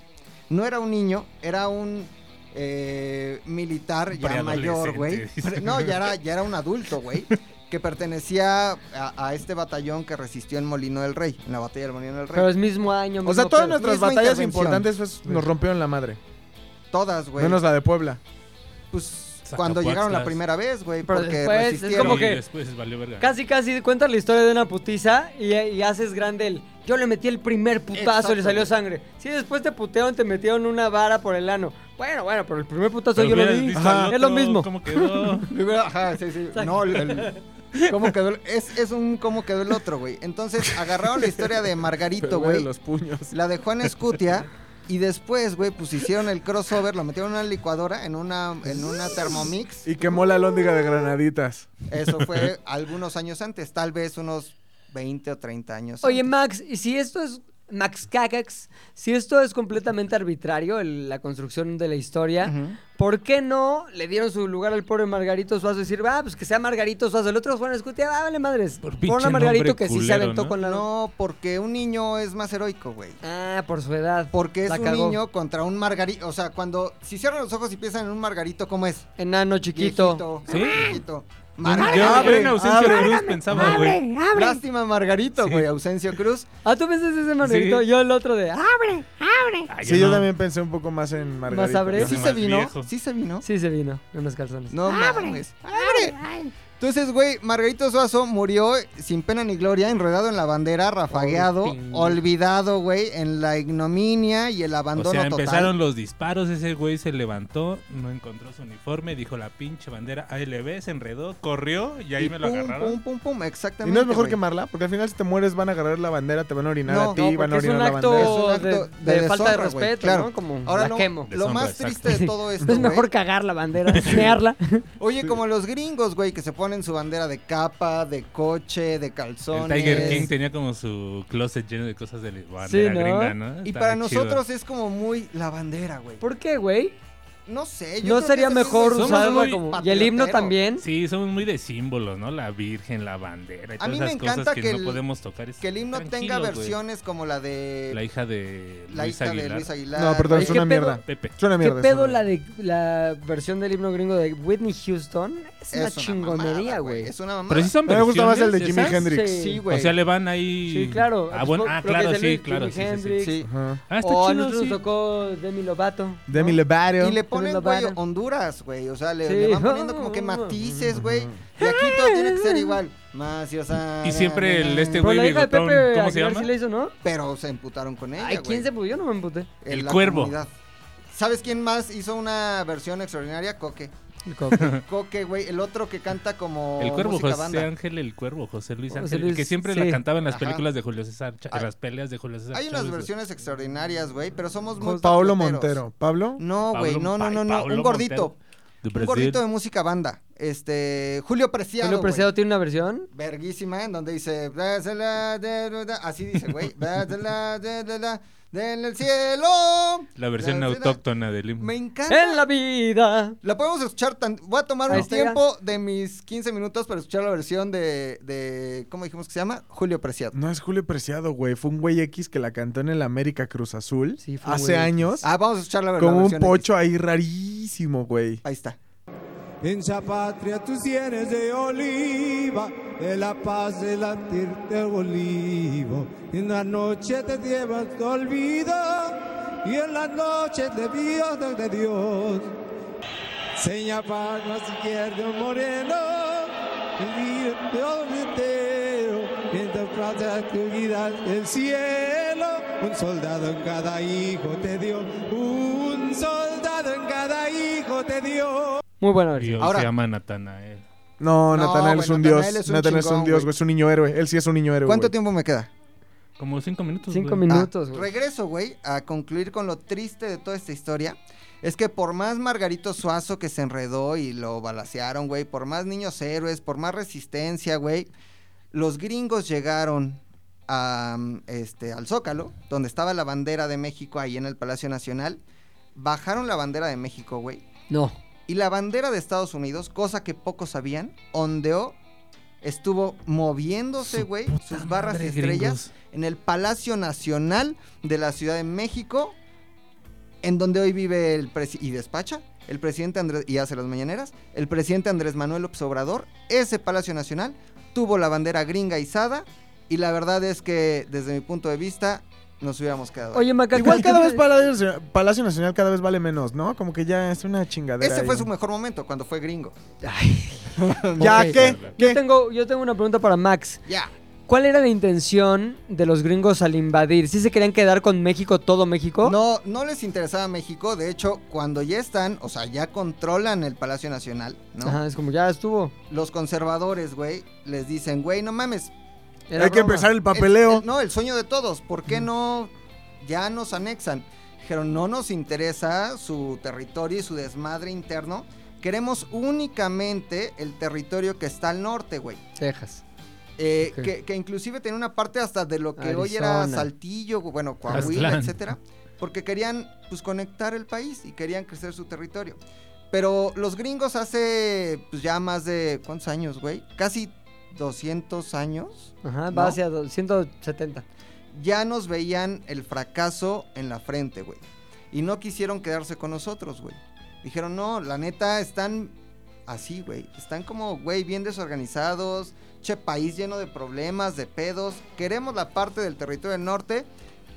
Speaker 5: No era un niño, era un eh, militar ya
Speaker 6: Preadolescente,
Speaker 5: mayor, güey.
Speaker 6: dice.
Speaker 5: Pre- No, ya era, ya era un adulto, güey, que pertenecía a, a este batallón que resistió en Molino del Rey, en la batalla del Molino del Rey.
Speaker 4: Pero es mismo año, mismo
Speaker 7: O sea, todas
Speaker 4: pedo.
Speaker 7: nuestras
Speaker 5: Misma
Speaker 7: batallas
Speaker 5: intervención.
Speaker 7: importantes pues, nos rompieron la madre.
Speaker 5: Todas, güey.
Speaker 7: Menos la de Puebla.
Speaker 5: Pues cuando llegaron la primera vez, güey,
Speaker 4: Pero
Speaker 5: porque
Speaker 4: después es
Speaker 5: resistieron.
Speaker 4: como
Speaker 6: Y
Speaker 4: que-
Speaker 6: después valió verga.
Speaker 4: Casi, casi cuentas la historia de una putiza y, y haces grande el. Yo le metí el primer putazo y le
Speaker 5: Exacto,
Speaker 4: salió
Speaker 5: güey.
Speaker 4: sangre. Sí, después te putearon, te metieron una vara por el ano. Bueno, bueno, pero el primer putazo
Speaker 6: Pero
Speaker 4: yo lo
Speaker 6: hubieras
Speaker 4: di.
Speaker 6: visto al
Speaker 4: Ajá. Es lo
Speaker 6: otro,
Speaker 4: mismo.
Speaker 6: ¿Cómo quedó?
Speaker 5: Ajá, sí, sí. No, el- el- ¿Cómo quedó? el- Es, es un cómo quedó el otro, güey. Entonces agarraron la historia de Margarito,
Speaker 7: Pero ve de
Speaker 5: güey.
Speaker 7: los puños.
Speaker 5: La de Juan Escutia Y después, güey, pues hicieron el crossover, lo metieron en una licuadora, en una, en una Thermomix.
Speaker 7: Y quemó la lóndiga de granaditas.
Speaker 5: Eso fue algunos años antes, tal vez unos 20 o 30 años.
Speaker 4: Oye,
Speaker 5: antes.
Speaker 4: Max, y si esto es. Max Cacax, si esto es completamente arbitrario, el- la construcción de la historia,
Speaker 5: Ujú.
Speaker 4: ¿por qué no le dieron su lugar al pobre Margarito Suazo y decir, ah, pues que sea Margarito Suazo? El otro Juan Escutia, ah, vale madres.
Speaker 6: Por
Speaker 4: Pon a
Speaker 6: pinche
Speaker 4: Margarito
Speaker 6: nombre
Speaker 4: que sí se
Speaker 6: culero,
Speaker 4: aventó
Speaker 6: ¿no?
Speaker 4: con la.
Speaker 5: No, porque un niño es más heroico, güey.
Speaker 4: Ah, por su edad.
Speaker 5: Porque es
Speaker 4: La
Speaker 5: un
Speaker 4: cagó.
Speaker 5: niño contra un margarito. O sea, cuando si cierran los ojos y piensan en un margarito, ¿cómo es?
Speaker 4: Enano chiquito.
Speaker 5: Viejito,
Speaker 6: ¿Sí?
Speaker 5: chiquito.
Speaker 6: Yo
Speaker 5: Margarito.
Speaker 6: en ausencia de Cruz pensaba, güey.
Speaker 5: Lástima, Margarito, güey. Ausencio Cruz.
Speaker 4: Ah, tú pensaste ese Margarito, yo el otro de. ¡Ah!
Speaker 6: Ay,
Speaker 7: Sí, yo
Speaker 6: no.
Speaker 7: también pensé un poco más en Margarita.
Speaker 4: sabré.
Speaker 5: Sí
Speaker 6: más
Speaker 5: se vino.
Speaker 6: viejo.
Speaker 5: Sí se vino.
Speaker 4: Sí se vino en los calzones.
Speaker 5: No mames. ¡Abre! Entonces, güey, Margarito Suazo murió sin pena ni gloria, enredado en la bandera, rafagueado,
Speaker 4: Ping.
Speaker 5: olvidado, güey, en la ignominia y el abandono
Speaker 6: O sea,
Speaker 5: total.
Speaker 6: empezaron los disparos, ese güey se levantó, no encontró su uniforme, dijo la pinche bandera ALB, se enredó, corrió y ahí
Speaker 5: y
Speaker 6: me lo
Speaker 5: pum,
Speaker 6: agarraron.
Speaker 5: Pum, pum, pum,
Speaker 7: ¿Y
Speaker 5: exactamente.
Speaker 7: no es mejor
Speaker 5: güey.
Speaker 7: quemarla? Porque al final si te mueres van a agarrar la bandera, te van a orinar
Speaker 5: No,
Speaker 7: a ti,
Speaker 5: no,
Speaker 7: van a
Speaker 4: es un
Speaker 7: orinar la
Speaker 4: acto,
Speaker 7: bandera.
Speaker 5: Es un
Speaker 4: de,
Speaker 5: acto de
Speaker 4: de falta de
Speaker 5: deshonra, güey,
Speaker 4: respeto,
Speaker 5: claro.
Speaker 4: ¿no? Como
Speaker 5: Ahora
Speaker 4: la
Speaker 5: lo,
Speaker 4: quemo.
Speaker 5: lo más
Speaker 6: Deshonra, exacto.
Speaker 5: triste de todo esto,
Speaker 4: es
Speaker 5: güey,
Speaker 4: mejor cagar la bandera, mearla.
Speaker 5: Oye, como los gringos, güey, que se ponen su bandera de capa, de coche, de
Speaker 6: El
Speaker 5: calzones.
Speaker 6: Tiger King tenía como su closet lleno de cosas de bandera
Speaker 4: Sí, ¿no?
Speaker 6: gringa, ¿no?
Speaker 5: Y
Speaker 6: Estaba
Speaker 5: para
Speaker 6: chido.
Speaker 5: nosotros es como muy la bandera, güey.
Speaker 4: ¿Por qué, güey?
Speaker 5: No sé. yo
Speaker 4: ¿No
Speaker 5: creo que
Speaker 4: sería
Speaker 5: ese sí es
Speaker 4: mejor
Speaker 5: el-
Speaker 6: somos
Speaker 4: usarla
Speaker 6: muy
Speaker 4: como... Y el himno
Speaker 5: patriotero.
Speaker 4: también.
Speaker 6: Sí, somos muy de símbolos, ¿no? La Virgen, la bandera y
Speaker 5: A
Speaker 6: todas
Speaker 5: mí me
Speaker 6: esas
Speaker 5: encanta
Speaker 6: cosas que,
Speaker 5: que
Speaker 6: no
Speaker 5: el-
Speaker 6: podemos tocar. Es
Speaker 5: Que el himno tenga
Speaker 6: tranquilo, güey.
Speaker 5: versiones como la de
Speaker 6: La hija de
Speaker 5: la
Speaker 6: Luis
Speaker 5: hija de
Speaker 6: Aguilar.
Speaker 5: Luis Aguilar.
Speaker 7: No, perdón,
Speaker 5: güey.
Speaker 7: es
Speaker 4: ¿qué
Speaker 7: una
Speaker 4: pedo?
Speaker 7: mierda.
Speaker 6: Pepe.
Speaker 7: Es una
Speaker 4: ¿Qué
Speaker 7: mierda. es
Speaker 4: pedo
Speaker 7: una
Speaker 4: la de la versión del himno gringo de Whitney Houston? Es una
Speaker 5: mamada,
Speaker 4: chingonería, güey.
Speaker 5: Es una mamada.
Speaker 6: Pero sí son
Speaker 7: mierda. Me gusta más el de Jimi
Speaker 6: versiones esas.
Speaker 7: Hendrix.
Speaker 5: Sí,
Speaker 4: Sí,
Speaker 5: güey.
Speaker 6: O sea, le van ahí...
Speaker 4: Sí, claro.
Speaker 6: Ah, bueno,
Speaker 4: Pues,
Speaker 6: ah,
Speaker 4: lo que
Speaker 6: claro,
Speaker 4: es de
Speaker 6: sí,
Speaker 4: Luis,
Speaker 6: claro.
Speaker 4: Jimi
Speaker 6: sí, sí, sí.
Speaker 4: Hendrix.
Speaker 5: Sí.
Speaker 7: Ajá.
Speaker 4: O
Speaker 6: Ah, está
Speaker 4: a
Speaker 6: chido,
Speaker 4: Oh, nosotros
Speaker 6: sí.
Speaker 4: nos tocó Demi Lovato.
Speaker 7: Demi Lovato.
Speaker 5: Y le ponen,
Speaker 4: la
Speaker 5: güey,
Speaker 4: vara.
Speaker 5: Honduras, güey. O sea, le,
Speaker 4: Sí.
Speaker 5: le van poniendo como que matices, güey. Y aquí todo tiene que ser igual. Más y o sea,
Speaker 6: Y siempre el
Speaker 4: Pero
Speaker 6: este güey
Speaker 4: la hija de
Speaker 6: bigotón,
Speaker 4: Pepe
Speaker 6: ¿cómo se
Speaker 4: Aguilar
Speaker 6: llama?
Speaker 4: sí la hizo, ¿no?
Speaker 5: Pero se emputaron con ella,
Speaker 4: Ay,
Speaker 5: güey.
Speaker 4: ¿quién se pudo? Yo no me emputé.
Speaker 5: en
Speaker 6: El
Speaker 5: la
Speaker 6: cuervo.
Speaker 5: comunidad. ¿Sabes quién más hizo una versión extraordinaria? Coque. Coque, güey. El otro que canta como
Speaker 6: El cuervo
Speaker 5: música
Speaker 6: José
Speaker 5: banda.
Speaker 6: Ángel, el cuervo José Luis
Speaker 4: José
Speaker 6: Ángel, el
Speaker 4: Luis,
Speaker 6: que siempre
Speaker 4: sí.
Speaker 6: la cantaba en las
Speaker 5: Ajá.
Speaker 6: películas de Julio César, Cha-
Speaker 5: Hay-
Speaker 6: en las peleas de Julio César.
Speaker 5: Hay unas
Speaker 6: Chávez.
Speaker 5: versiones extraordinarias, güey, pero somos muy
Speaker 7: Pablo
Speaker 5: patrioteros.
Speaker 7: Montero. ¿Pablo?
Speaker 5: No, güey, no,
Speaker 6: Pablo-
Speaker 5: no, no, no.
Speaker 6: Pablo
Speaker 5: un gordito.
Speaker 6: Montero. De
Speaker 5: Un
Speaker 6: Brasil.
Speaker 5: gordito de música banda. Este. Julio Preciado.
Speaker 4: Julio
Speaker 5: güey.
Speaker 4: Preciado tiene una versión.
Speaker 5: Verguísima, en donde dice. "Bla, bla, bla, bla, bla, bla", Así dice, güey. "Bla, bla, bla, bla, bla, bla, Del cielo.
Speaker 6: La versión
Speaker 5: Bla, bla, bla.
Speaker 6: autóctona del himno.
Speaker 5: Me
Speaker 7: Ah,
Speaker 5: encanta.
Speaker 4: En la vida.
Speaker 5: La podemos escuchar tan... Voy a tomar
Speaker 4: Ahí
Speaker 5: un
Speaker 4: está.
Speaker 5: tiempo de mis 15 minutos para escuchar la versión de... de ¿Cómo dijimos que se llama? Julio
Speaker 4: Mm.
Speaker 5: Preciado.
Speaker 7: No es Julio Preciado, güey. Fue un güey X que la cantó en el América Cruz Azul
Speaker 4: Sí, fue un
Speaker 7: hace
Speaker 4: güey X.
Speaker 7: años.
Speaker 5: Ah, vamos a escuchar la, la
Speaker 7: Como un
Speaker 5: versión X.
Speaker 7: pocho ahí rarísimo, güey.
Speaker 5: Ahí está.
Speaker 8: Hincha patria, tus sienes de oliva, de la paz de latir de olivo. En la noche te llevas tu olvido, y en la noche te violas de Dios. Seña palmas izquierdo moreno, todo entero, mientras plata guía del cielo. Un soldado en cada hijo te dio, un soldado en cada hijo te dio.
Speaker 4: Muy buena
Speaker 6: Y
Speaker 4: versión.
Speaker 6: hoy
Speaker 5: Ahora-
Speaker 6: se llama Natanael.
Speaker 7: No,
Speaker 5: No,
Speaker 7: Natanael
Speaker 5: güey,
Speaker 7: es un
Speaker 5: Natanael
Speaker 7: dios.
Speaker 5: es un
Speaker 7: Natanael es
Speaker 5: chingón,
Speaker 7: un dios,
Speaker 5: güey.
Speaker 7: güey. Es un niño héroe. Él sí es un niño héroe.
Speaker 5: ¿Cuánto
Speaker 7: güey.
Speaker 5: tiempo me queda?
Speaker 6: Como cinco minutos.
Speaker 4: Cinco
Speaker 6: güey.
Speaker 4: minutos,
Speaker 5: Ah,
Speaker 4: güey.
Speaker 5: regreso, güey, a concluir con lo triste de toda esta historia. Es que por más Margarito Suazo que se enredó y lo balacearon, güey, por más niños héroes, por más resistencia, güey, los gringos llegaron a, mm, este, al Zócalo, donde estaba la bandera de México ahí en el Palacio Nacional, bajaron la bandera de México, güey,
Speaker 4: No.
Speaker 5: y la bandera de Estados Unidos, cosa que pocos sabían, ondeó, estuvo moviéndose,
Speaker 6: Su
Speaker 5: güey,
Speaker 6: puta
Speaker 5: sus barras y
Speaker 6: madre,
Speaker 5: estrellas
Speaker 6: gringos.
Speaker 5: en el Palacio Nacional de la Ciudad de México, en donde hoy vive el presi- y despacha el presidente Andrés y hace las mañaneras, el presidente Andrés Manuel López Obrador, ese Palacio Nacional tuvo la bandera gringa izada y la verdad es que desde mi punto de vista nos hubiéramos quedado. ahí.
Speaker 4: Oye, Maca,
Speaker 7: Igual cada vez
Speaker 4: ¿qué-
Speaker 7: Palacio, Palacio Nacional cada vez vale menos, ¿no? Como que ya es una chingadera.
Speaker 5: ese fue
Speaker 7: ahí.
Speaker 5: su mejor momento cuando fue gringo.
Speaker 7: ¿Ya
Speaker 4: Ok.
Speaker 7: qué?
Speaker 4: Yo
Speaker 7: ¿Qué?
Speaker 4: tengo, yo tengo una pregunta para Max.
Speaker 5: Ya.
Speaker 4: ¿Cuál era la intención de los gringos al invadir? ¿Sí se querían quedar con México, todo México?
Speaker 5: No, no les interesaba México, de hecho, cuando ya están, o sea, ya controlan el Palacio Nacional, ¿no?
Speaker 4: Ajá, es como ya estuvo.
Speaker 5: Los conservadores, güey, les dicen, "Güey, no mames,
Speaker 4: Era
Speaker 7: Hay que
Speaker 4: broma.
Speaker 7: empezar el papeleo.
Speaker 5: El- el- no, el sueño de todos. ¿Por qué no ya nos anexan? Dijeron, no nos interesa su territorio y su desmadre interno. Queremos únicamente el territorio que está al norte, güey.
Speaker 4: Texas.
Speaker 5: Eh,
Speaker 4: Ok.
Speaker 5: que, que inclusive tenía una parte hasta de lo que hoy era
Speaker 4: Arizona.
Speaker 5: Saltillo, bueno, Coahuila,
Speaker 6: Aztlán.
Speaker 5: etcétera, porque querían pues conectar el país y querían crecer su territorio. Pero los gringos hace pues ya más de ¿cuántos años, güey? Casi 200 años
Speaker 4: Ajá, va
Speaker 5: ¿No?
Speaker 4: hacia do- 170.
Speaker 5: ya nos veían el fracaso en la frente, güey. Y no quisieron quedarse con nosotros, güey. Dijeron, no, la neta, están así, güey. Están como, güey, bien desorganizados. Che, país lleno de problemas, de pedos. Queremos la parte del territorio del norte.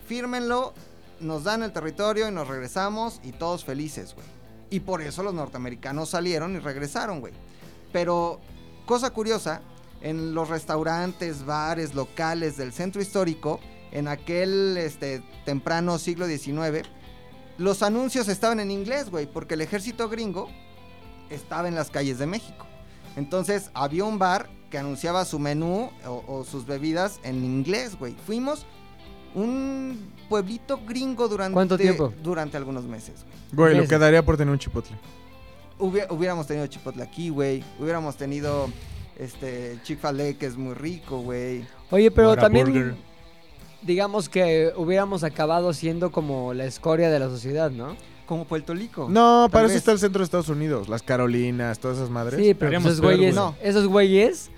Speaker 5: Fírmenlo, nos dan el territorio y nos regresamos y todos felices, güey. Y por eso los norteamericanos salieron y regresaron, güey. Pero, cosa curiosa, en los restaurantes, bares, locales del centro histórico, en aquel este, temprano siglo XIX, los anuncios estaban en inglés, güey, porque el ejército gringo estaba en las calles de México. Entonces había un bar que anunciaba su menú o, o sus bebidas en inglés, güey. Fuimos un pueblito gringo durante,
Speaker 4: ¿Cuánto tiempo?
Speaker 5: durante algunos meses, güey.
Speaker 7: Güey, lo
Speaker 4: Ese.
Speaker 7: quedaría por tener un chipotle.
Speaker 5: Hubi- hubiéramos tenido chipotle aquí, güey. Hubiéramos tenido este Chick-fil-A que es muy rico, güey.
Speaker 4: Oye, pero
Speaker 6: Whataburger.
Speaker 4: también digamos que hubiéramos acabado siendo como la escoria de la sociedad, ¿no?
Speaker 5: Como Puerto Rico.
Speaker 7: No,
Speaker 5: Tal
Speaker 7: para eso
Speaker 5: vez.
Speaker 7: está el centro de Estados Unidos, las Carolinas, todas esas madres.
Speaker 4: Sí, pero pues
Speaker 6: Estaríamos
Speaker 4: esos
Speaker 6: peor,
Speaker 4: güeyes,
Speaker 6: güey.
Speaker 4: esos güeyes,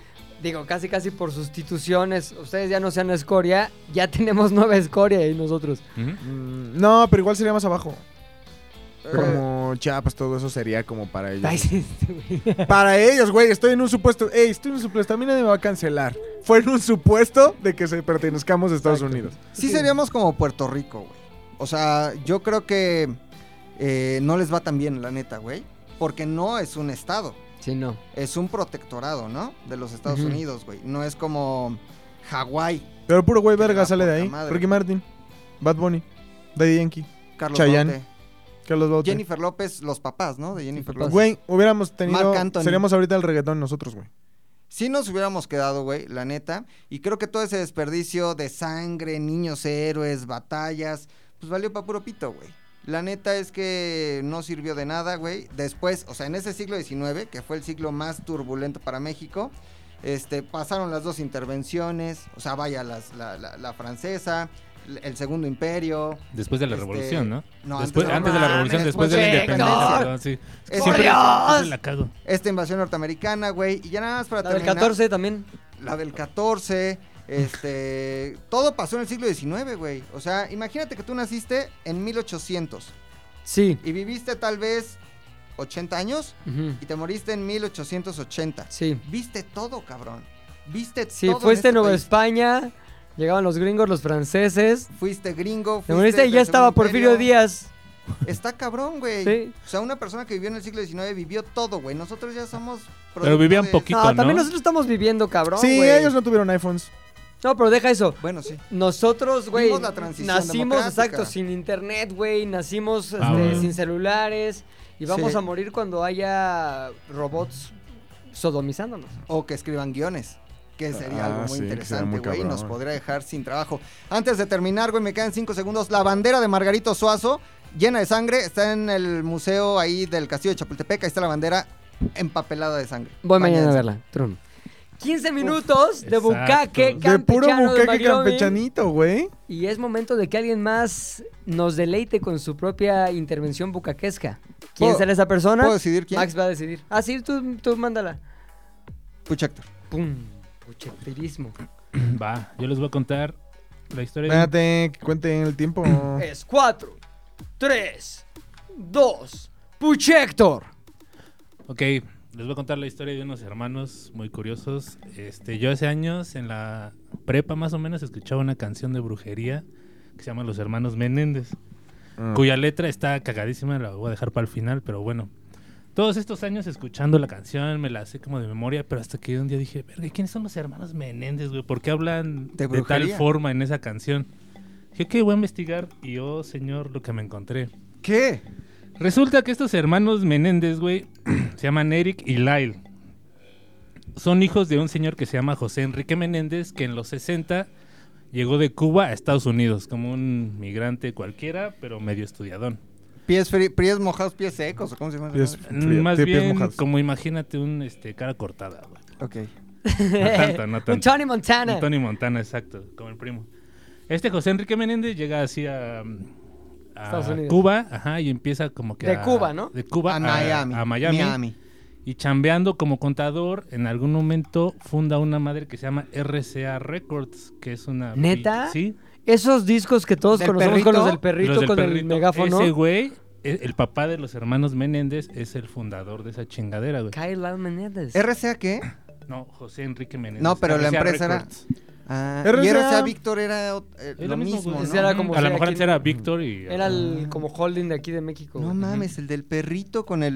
Speaker 4: digo, casi casi por sustituciones, ustedes ya no sean escoria, ya tenemos nueva escoria y nosotros.
Speaker 6: Ujú.
Speaker 7: Mm, no, pero igual sería más abajo.
Speaker 5: Eh,
Speaker 7: Como Chiapas, todo eso sería como para ellos.
Speaker 4: Ay, sí, este güey.
Speaker 7: Para ellos, güey, estoy en un supuesto. Ey, estoy en un supuesto. A mí nadie me va a cancelar. Fue en un supuesto de que se pertenezcamos a Estados Unidos.
Speaker 5: Sí seríamos como Puerto Rico, güey. O sea, yo creo que eh, no les va tan bien, la neta, güey. Porque no es un estado.
Speaker 4: Sí, no.
Speaker 5: Es un protectorado, ¿no? De los Estados
Speaker 4: Ujú.
Speaker 5: Unidos, güey. No es como Hawái,
Speaker 7: Pero puro güey verga
Speaker 5: Ah,
Speaker 7: sale de
Speaker 5: poca
Speaker 7: ahí.
Speaker 5: madre.
Speaker 7: Ricky Martin, Bad Bunny, Daddy Yankee,
Speaker 5: Carlos
Speaker 7: Chayanne.
Speaker 5: Baute.
Speaker 7: Carlos Baute.
Speaker 5: Jennifer López, los papás, ¿no? De Jennifer
Speaker 4: Papás.
Speaker 5: López.
Speaker 7: Güey, hubiéramos tenido.
Speaker 5: Marc Anthony.
Speaker 7: Seríamos ahorita el reggaetón nosotros, güey.
Speaker 5: Si nos hubiéramos quedado, güey, la neta. Y creo que todo ese desperdicio de sangre, niños héroes, batallas, pues valió para puro pito, güey. La neta es que no sirvió de nada, güey. Después, o sea, en ese siglo XIX, que fue el siglo más turbulento para México, este, pasaron las dos intervenciones, o sea, vaya, las- la, la- la francesa, el Segundo Imperio.
Speaker 6: Después de la
Speaker 5: Este,
Speaker 6: revolución, ¿no?
Speaker 5: no,
Speaker 6: después,
Speaker 5: antes-
Speaker 6: antes de
Speaker 5: no
Speaker 6: la
Speaker 5: mames,
Speaker 6: revolución, después de la
Speaker 5: güey,
Speaker 6: independencia.
Speaker 5: no.
Speaker 6: ¿no? Sí.
Speaker 5: Es-
Speaker 6: Siempre, siempre la cago.
Speaker 5: Esta invasión norteamericana, güey. Y ya nada más para
Speaker 4: La del
Speaker 5: terminar.
Speaker 4: 14 también.
Speaker 5: la del 14, este, todo pasó en el siglo XIX, güey. O sea, imagínate que tú naciste en 1800
Speaker 4: Sí.
Speaker 5: y viviste tal vez 80 años
Speaker 4: Ujú.
Speaker 5: y te moriste en 1880.
Speaker 4: Sí.
Speaker 5: Viste todo, cabrón. Viste
Speaker 4: Sí,
Speaker 5: todo. en
Speaker 4: fuiste
Speaker 5: este
Speaker 4: Nueva
Speaker 5: país.
Speaker 4: España, llegaban los gringos, los franceses.
Speaker 5: Fuiste gringo. Fuiste
Speaker 4: Te moriste y
Speaker 5: del
Speaker 4: ya estaba
Speaker 5: Segundo
Speaker 4: Porfirio
Speaker 5: Imperio.
Speaker 4: Díaz.
Speaker 5: Está cabrón, güey.
Speaker 4: Sí.
Speaker 5: O sea, una persona que vivió en el siglo XIX vivió todo, güey. Nosotros ya somos.
Speaker 6: Pero vivían
Speaker 5: producto de-
Speaker 6: poquito,
Speaker 4: No, Ah, también
Speaker 6: ¿no?
Speaker 4: nosotros estamos viviendo, cabrón.
Speaker 7: sí,
Speaker 4: güey.
Speaker 7: ellos no tuvieron iPhones.
Speaker 4: No, pero deja eso.
Speaker 5: Bueno, sí.
Speaker 4: Nosotros, güey,
Speaker 5: Vimos la transición
Speaker 4: nacimos,
Speaker 5: democrática.
Speaker 4: exacto, sin internet, güey, nacimos
Speaker 6: Ah,
Speaker 4: este,
Speaker 6: bueno.
Speaker 4: sin celulares y vamos
Speaker 5: Sí.
Speaker 4: a morir cuando haya robots sodomizándonos.
Speaker 5: o que escriban guiones. Que sería
Speaker 7: Ah,
Speaker 5: algo muy
Speaker 7: sí, que sería
Speaker 5: interesante,
Speaker 7: muy
Speaker 5: güey. y Nos
Speaker 7: cabrón.
Speaker 5: podría dejar sin trabajo. Antes de terminar, güey, me quedan cinco segundos. La bandera de Margarito Suazo, llena de sangre, está en el museo ahí del Castillo de Chapultepec. Ahí está la bandera empapelada de sangre.
Speaker 4: Voy mañana a
Speaker 5: Bañense.
Speaker 4: verla, Trun. 15 minutos de
Speaker 6: exacto.
Speaker 4: bucaque
Speaker 7: De puro
Speaker 4: campechano de
Speaker 7: bucaque
Speaker 4: Maglovin.
Speaker 7: campechanito, güey.
Speaker 4: Y es momento de que alguien más nos deleite con su propia intervención bucaquesca. ¿Quién
Speaker 5: ¿Puedo-
Speaker 4: será esa persona?
Speaker 5: ¿Puedo decidir quién?
Speaker 4: Max va a decidir. Ah, sí, tú, tú mándala.
Speaker 5: Puch Héctor.
Speaker 4: Pum, pucheterismo.
Speaker 6: Va, yo les voy a contar la historia de un
Speaker 7: Espérate, que cuenten el tiempo.
Speaker 4: es 4, 3, 2, Puchector.
Speaker 6: Ok, les voy a contar la historia de unos hermanos muy curiosos. Este, yo hace años en la prepa más o menos escuchaba una canción de brujería que se llama Los Hermanos Menéndez,
Speaker 7: Mm.
Speaker 6: cuya letra está cagadísima, la voy a dejar para el final, pero bueno. Todos estos años escuchando la canción, me la sé como de memoria, pero hasta que un día dije, verga, ¿quiénes son los hermanos Menéndez, güey? ¿Por qué hablan
Speaker 5: De
Speaker 6: de, tal
Speaker 5: brujería.
Speaker 6: forma en esa canción? Dije, ok, voy a investigar y oh, señor, lo que me encontré.
Speaker 5: ¿Qué?
Speaker 6: Resulta que estos hermanos Menéndez, güey, se llaman Eric y Lyle. Son hijos de un señor que se llama José Enrique Menéndez, que en los 60 Llegó de Cuba a Estados Unidos, como un migrante cualquiera, pero medio estudiadón.
Speaker 5: Pies, fri- pies mojados, pies secos, ¿o ¿cómo se llama?
Speaker 7: Pies-
Speaker 6: Mm, Más
Speaker 7: Sí, pies
Speaker 6: bien,
Speaker 7: mojados.
Speaker 6: como imagínate un este, cara cortada, güey.
Speaker 5: Ok.
Speaker 6: No tanto, no
Speaker 4: Un
Speaker 6: tanto.
Speaker 4: Tony Montana.
Speaker 6: Un Tony Montana, exacto, como el primo. Este José Enrique Menéndez llega así a, a
Speaker 4: Estados Unidos.
Speaker 6: Cuba, ajá, y empieza como que
Speaker 4: De
Speaker 6: a-
Speaker 4: Cuba, ¿no?
Speaker 6: De Cuba
Speaker 5: A Miami.
Speaker 6: a Miami.
Speaker 5: Miami.
Speaker 6: Y chambeando como contador, en algún momento funda una madre que se llama RCA Records, que es una...
Speaker 4: ¿Neta?
Speaker 6: Sí.
Speaker 4: Esos discos que todos
Speaker 5: ¿Del
Speaker 4: conocemos
Speaker 5: perrito?
Speaker 4: con los del
Speaker 6: Los
Speaker 4: perrito,
Speaker 6: del
Speaker 4: con el
Speaker 6: perrito.
Speaker 4: megáfono.
Speaker 6: Ese güey, e- el papá de los hermanos Menéndez, es el fundador de esa chingadera, güey.
Speaker 4: Kyle Al Menéndez.
Speaker 5: ¿RCA qué?
Speaker 6: No, José Enrique Menéndez.
Speaker 5: No, pero la
Speaker 6: RCA
Speaker 5: empresa era-
Speaker 6: Records.
Speaker 5: Ah,
Speaker 7: RCA.
Speaker 5: Y RCA Víctor era ot- eh,
Speaker 6: Es
Speaker 5: lo
Speaker 6: mismo,
Speaker 5: mismo,
Speaker 6: güey.
Speaker 5: ¿no?
Speaker 4: Ese era como-
Speaker 6: a
Speaker 4: sea,
Speaker 6: lo mejor
Speaker 4: aquí-
Speaker 6: antes era Víctor y...
Speaker 4: Era el como holding de aquí de México.
Speaker 5: No
Speaker 4: güey.
Speaker 5: mames, el del perrito con el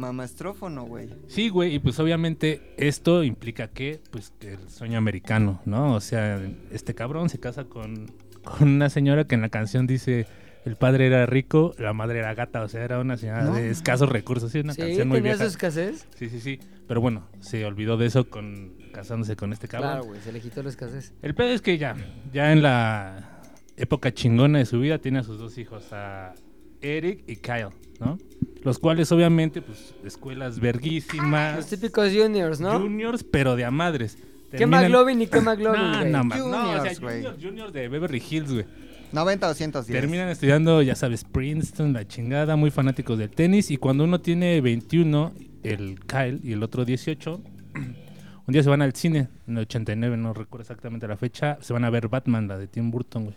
Speaker 5: mamastrófono, güey.
Speaker 6: Sí, güey, y pues obviamente esto implica que, pues, que el sueño americano, ¿no? O sea, este cabrón se casa con, con una señora que en la canción dice el padre era rico, la madre era gata, o sea, era una señora
Speaker 5: No.
Speaker 6: de escasos recursos, sí, una
Speaker 4: sí,
Speaker 6: canción muy
Speaker 4: tenía
Speaker 6: vieja.
Speaker 4: su escasez.
Speaker 6: Sí, sí, sí, pero bueno, se olvidó de eso con casándose con este cabrón.
Speaker 4: Claro, güey, se le quitó la escasez.
Speaker 6: El pedo es que ya, ya en la época chingona de su vida tiene a sus dos hijos, a Eric y Kyle, ¿no? Los cuales obviamente, pues, escuelas
Speaker 4: Los
Speaker 6: verguísimas,
Speaker 4: típicos juniors, ¿no?
Speaker 6: juniors, pero de a madres.
Speaker 4: ¿Qué McLovin y qué McLovin,
Speaker 6: No,
Speaker 4: güey?
Speaker 6: no, ma- no, o sea,
Speaker 5: Juniors, güey.
Speaker 6: juniors, juniors de Beverly Hills, güey.
Speaker 5: 90 210.
Speaker 6: Terminan estudiando, ya sabes, Princeton, la chingada, muy fanáticos del tenis. Y cuando uno tiene 21, el Kyle y el otro 18, un día se van al cine, en el 89, no recuerdo exactamente la fecha, se van a ver Batman, la de Tim Burton, güey.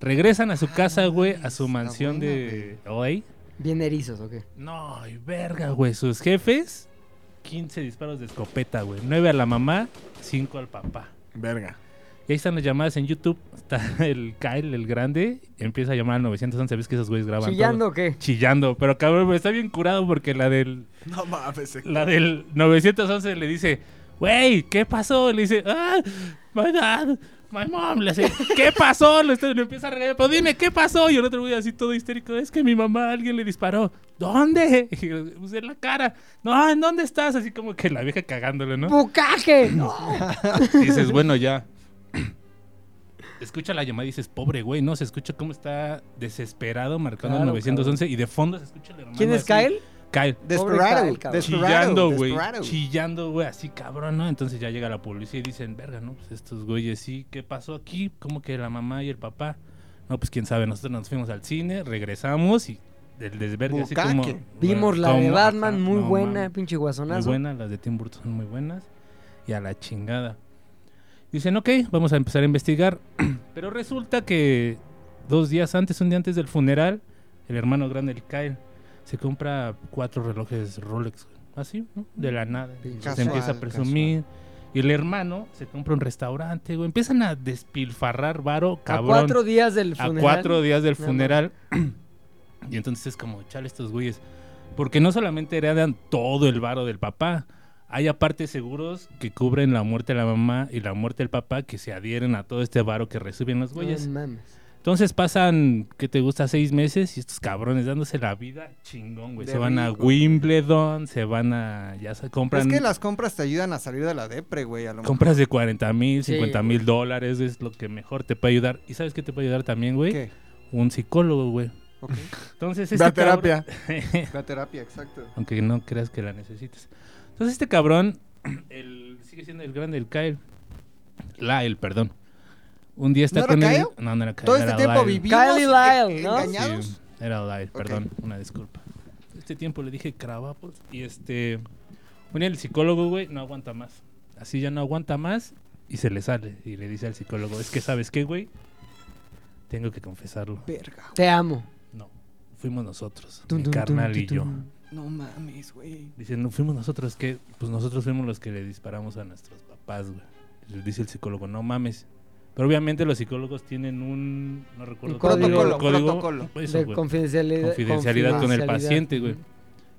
Speaker 6: Regresan a su casa, güey, a su mansión
Speaker 5: buena,
Speaker 6: de hoy.
Speaker 4: Bien erizos, ¿o qué?
Speaker 6: No, y verga, güey. Sus jefes, 15 disparos de escopeta, güey. 9 a la mamá, 5 al papá.
Speaker 7: Verga.
Speaker 6: Y ahí están las llamadas en YouTube. Está el Kyle, el grande. Empieza a llamar al 911. ¿Ves que esos güeyes graban? todo?
Speaker 4: ¿Chillando o qué?
Speaker 6: Chillando. Pero cabrón, está bien curado porque la del,
Speaker 7: No mames. eh.
Speaker 6: la del 911 le dice, güey, ¿qué pasó? Le dice, ah, my dad, my mom. Le dice, ¿qué pasó? Le, está- le empieza a regañar. Pero dime, ¿qué pasó? Y el otro güey así todo histérico. Es que mi mamá, alguien le disparó. ¿Dónde? Y yo, "Pues en la cara. No, ¿en dónde estás? Así como que la vieja cagándole, ¿no?
Speaker 4: ¡Bucaje!
Speaker 6: dices, bueno, ya. Escucha la llamada y dices, pobre güey, no, se escucha cómo está desesperado marcando el
Speaker 4: Claro,
Speaker 6: 911 y de fondo se escucha el hermano.
Speaker 4: ¿Quién es
Speaker 6: así,
Speaker 4: Kyle?
Speaker 6: Kyle.
Speaker 4: Pobre
Speaker 5: Desperado,
Speaker 4: Kyle, cabrón.
Speaker 5: desperado,
Speaker 6: Chillando, güey.
Speaker 5: desperado.
Speaker 6: Chillando, güey, así cabrón, ¿no? Entonces ya llega la policía y dicen, verga, ¿no? Pues estos güeyes sí, ¿qué pasó aquí? ¿Cómo que la mamá y el papá? No, pues quién sabe, nosotros nos fuimos al cine, regresamos y del desvergue así
Speaker 5: Bucaque.
Speaker 6: como...
Speaker 4: Vimos la de
Speaker 6: como-
Speaker 4: Batman,
Speaker 6: ajá,
Speaker 4: muy
Speaker 6: no
Speaker 4: buena,
Speaker 6: mames.
Speaker 4: pinche
Speaker 6: Muy
Speaker 4: guasonazo.
Speaker 6: buenas, las de Tim Burton son muy buenas. Y a la chingada. Dicen, ok, vamos a empezar a investigar. Pero resulta que dos días antes, un día antes del funeral, el hermano grande, el Kyle, se compra cuatro relojes Rolex. güey. Así, ¿no? De la nada.
Speaker 5: Casual,
Speaker 6: se empieza a presumir. Y el hermano se compra un restaurante, güey. Empiezan a despilfarrar varo,
Speaker 4: A
Speaker 6: cabrón
Speaker 4: cuatro días del
Speaker 6: a
Speaker 4: funeral.
Speaker 6: cuatro días del
Speaker 4: No
Speaker 6: funeral. y entonces es como, chale estos güeyes. Porque no solamente heredan todo el varo del papá, hay aparte seguros que cubren la muerte de la mamá y la muerte del papá que se adhieren a todo este varo que reciben los
Speaker 4: No
Speaker 6: güeyes.
Speaker 4: mames.
Speaker 6: Entonces pasan, ¿qué te gusta? Seis meses y estos cabrones dándose la vida chingón, güey.
Speaker 5: De
Speaker 6: Se van a
Speaker 5: rico.
Speaker 6: Wimbledon, se van a. Ya se
Speaker 5: Es
Speaker 6: compran.
Speaker 5: que las compras te ayudan a salir de la depre, güey, a lo mejor.
Speaker 6: Compras de 40 mil,
Speaker 4: Sí,
Speaker 6: 50
Speaker 4: güey.
Speaker 6: mil dólares es lo que mejor te puede ayudar. ¿Y sabes qué te puede ayudar también, güey?
Speaker 5: ¿Qué?
Speaker 6: Un psicólogo, güey.
Speaker 5: Ok.
Speaker 6: Entonces, este
Speaker 7: Da
Speaker 6: cabrón-
Speaker 7: terapia.
Speaker 5: La terapia, exacto.
Speaker 6: aunque no creas que la necesites. Entonces, este cabrón, el, sigue siendo el grande, el Kyle. Lyle, perdón. Un día está
Speaker 5: ¿No era
Speaker 6: con él.
Speaker 5: Kyle?
Speaker 6: No, no era Kyle.
Speaker 5: Todo este
Speaker 6: era
Speaker 5: tiempo
Speaker 6: Lyle.
Speaker 5: vivimos
Speaker 4: Kyle y Lyle,
Speaker 5: e-
Speaker 4: ¿no?
Speaker 5: engañados.
Speaker 6: Sí, era Lyle,
Speaker 5: Ok.
Speaker 6: perdón, una disculpa. Este tiempo le dije cravapos y este... Un día el psicólogo, güey, no aguanta más. Así ya no aguanta más y se le sale. Y le dice al psicólogo, es que ¿sabes qué, güey? Tengo que confesarlo.
Speaker 5: Verga.
Speaker 4: Te amo.
Speaker 6: No, fuimos nosotros,
Speaker 4: Tun,
Speaker 6: mi
Speaker 4: tun, tun,
Speaker 6: carnal y
Speaker 4: tun,
Speaker 6: yo.
Speaker 4: tun.
Speaker 5: No mames, güey.
Speaker 6: Dicen, no fuimos nosotros que, pues nosotros fuimos los que le disparamos a nuestros papás, güey. Les dice el psicólogo, no mames. Pero obviamente los psicólogos tienen un, no recuerdo,
Speaker 4: Un
Speaker 6: cómo se llama,
Speaker 4: código.
Speaker 6: un
Speaker 5: Protocolo,
Speaker 6: pues, eso,
Speaker 4: de
Speaker 6: güey.
Speaker 4: confidencialidad,
Speaker 6: Confidencialidad con el
Speaker 4: confidencialidad.
Speaker 6: paciente, güey.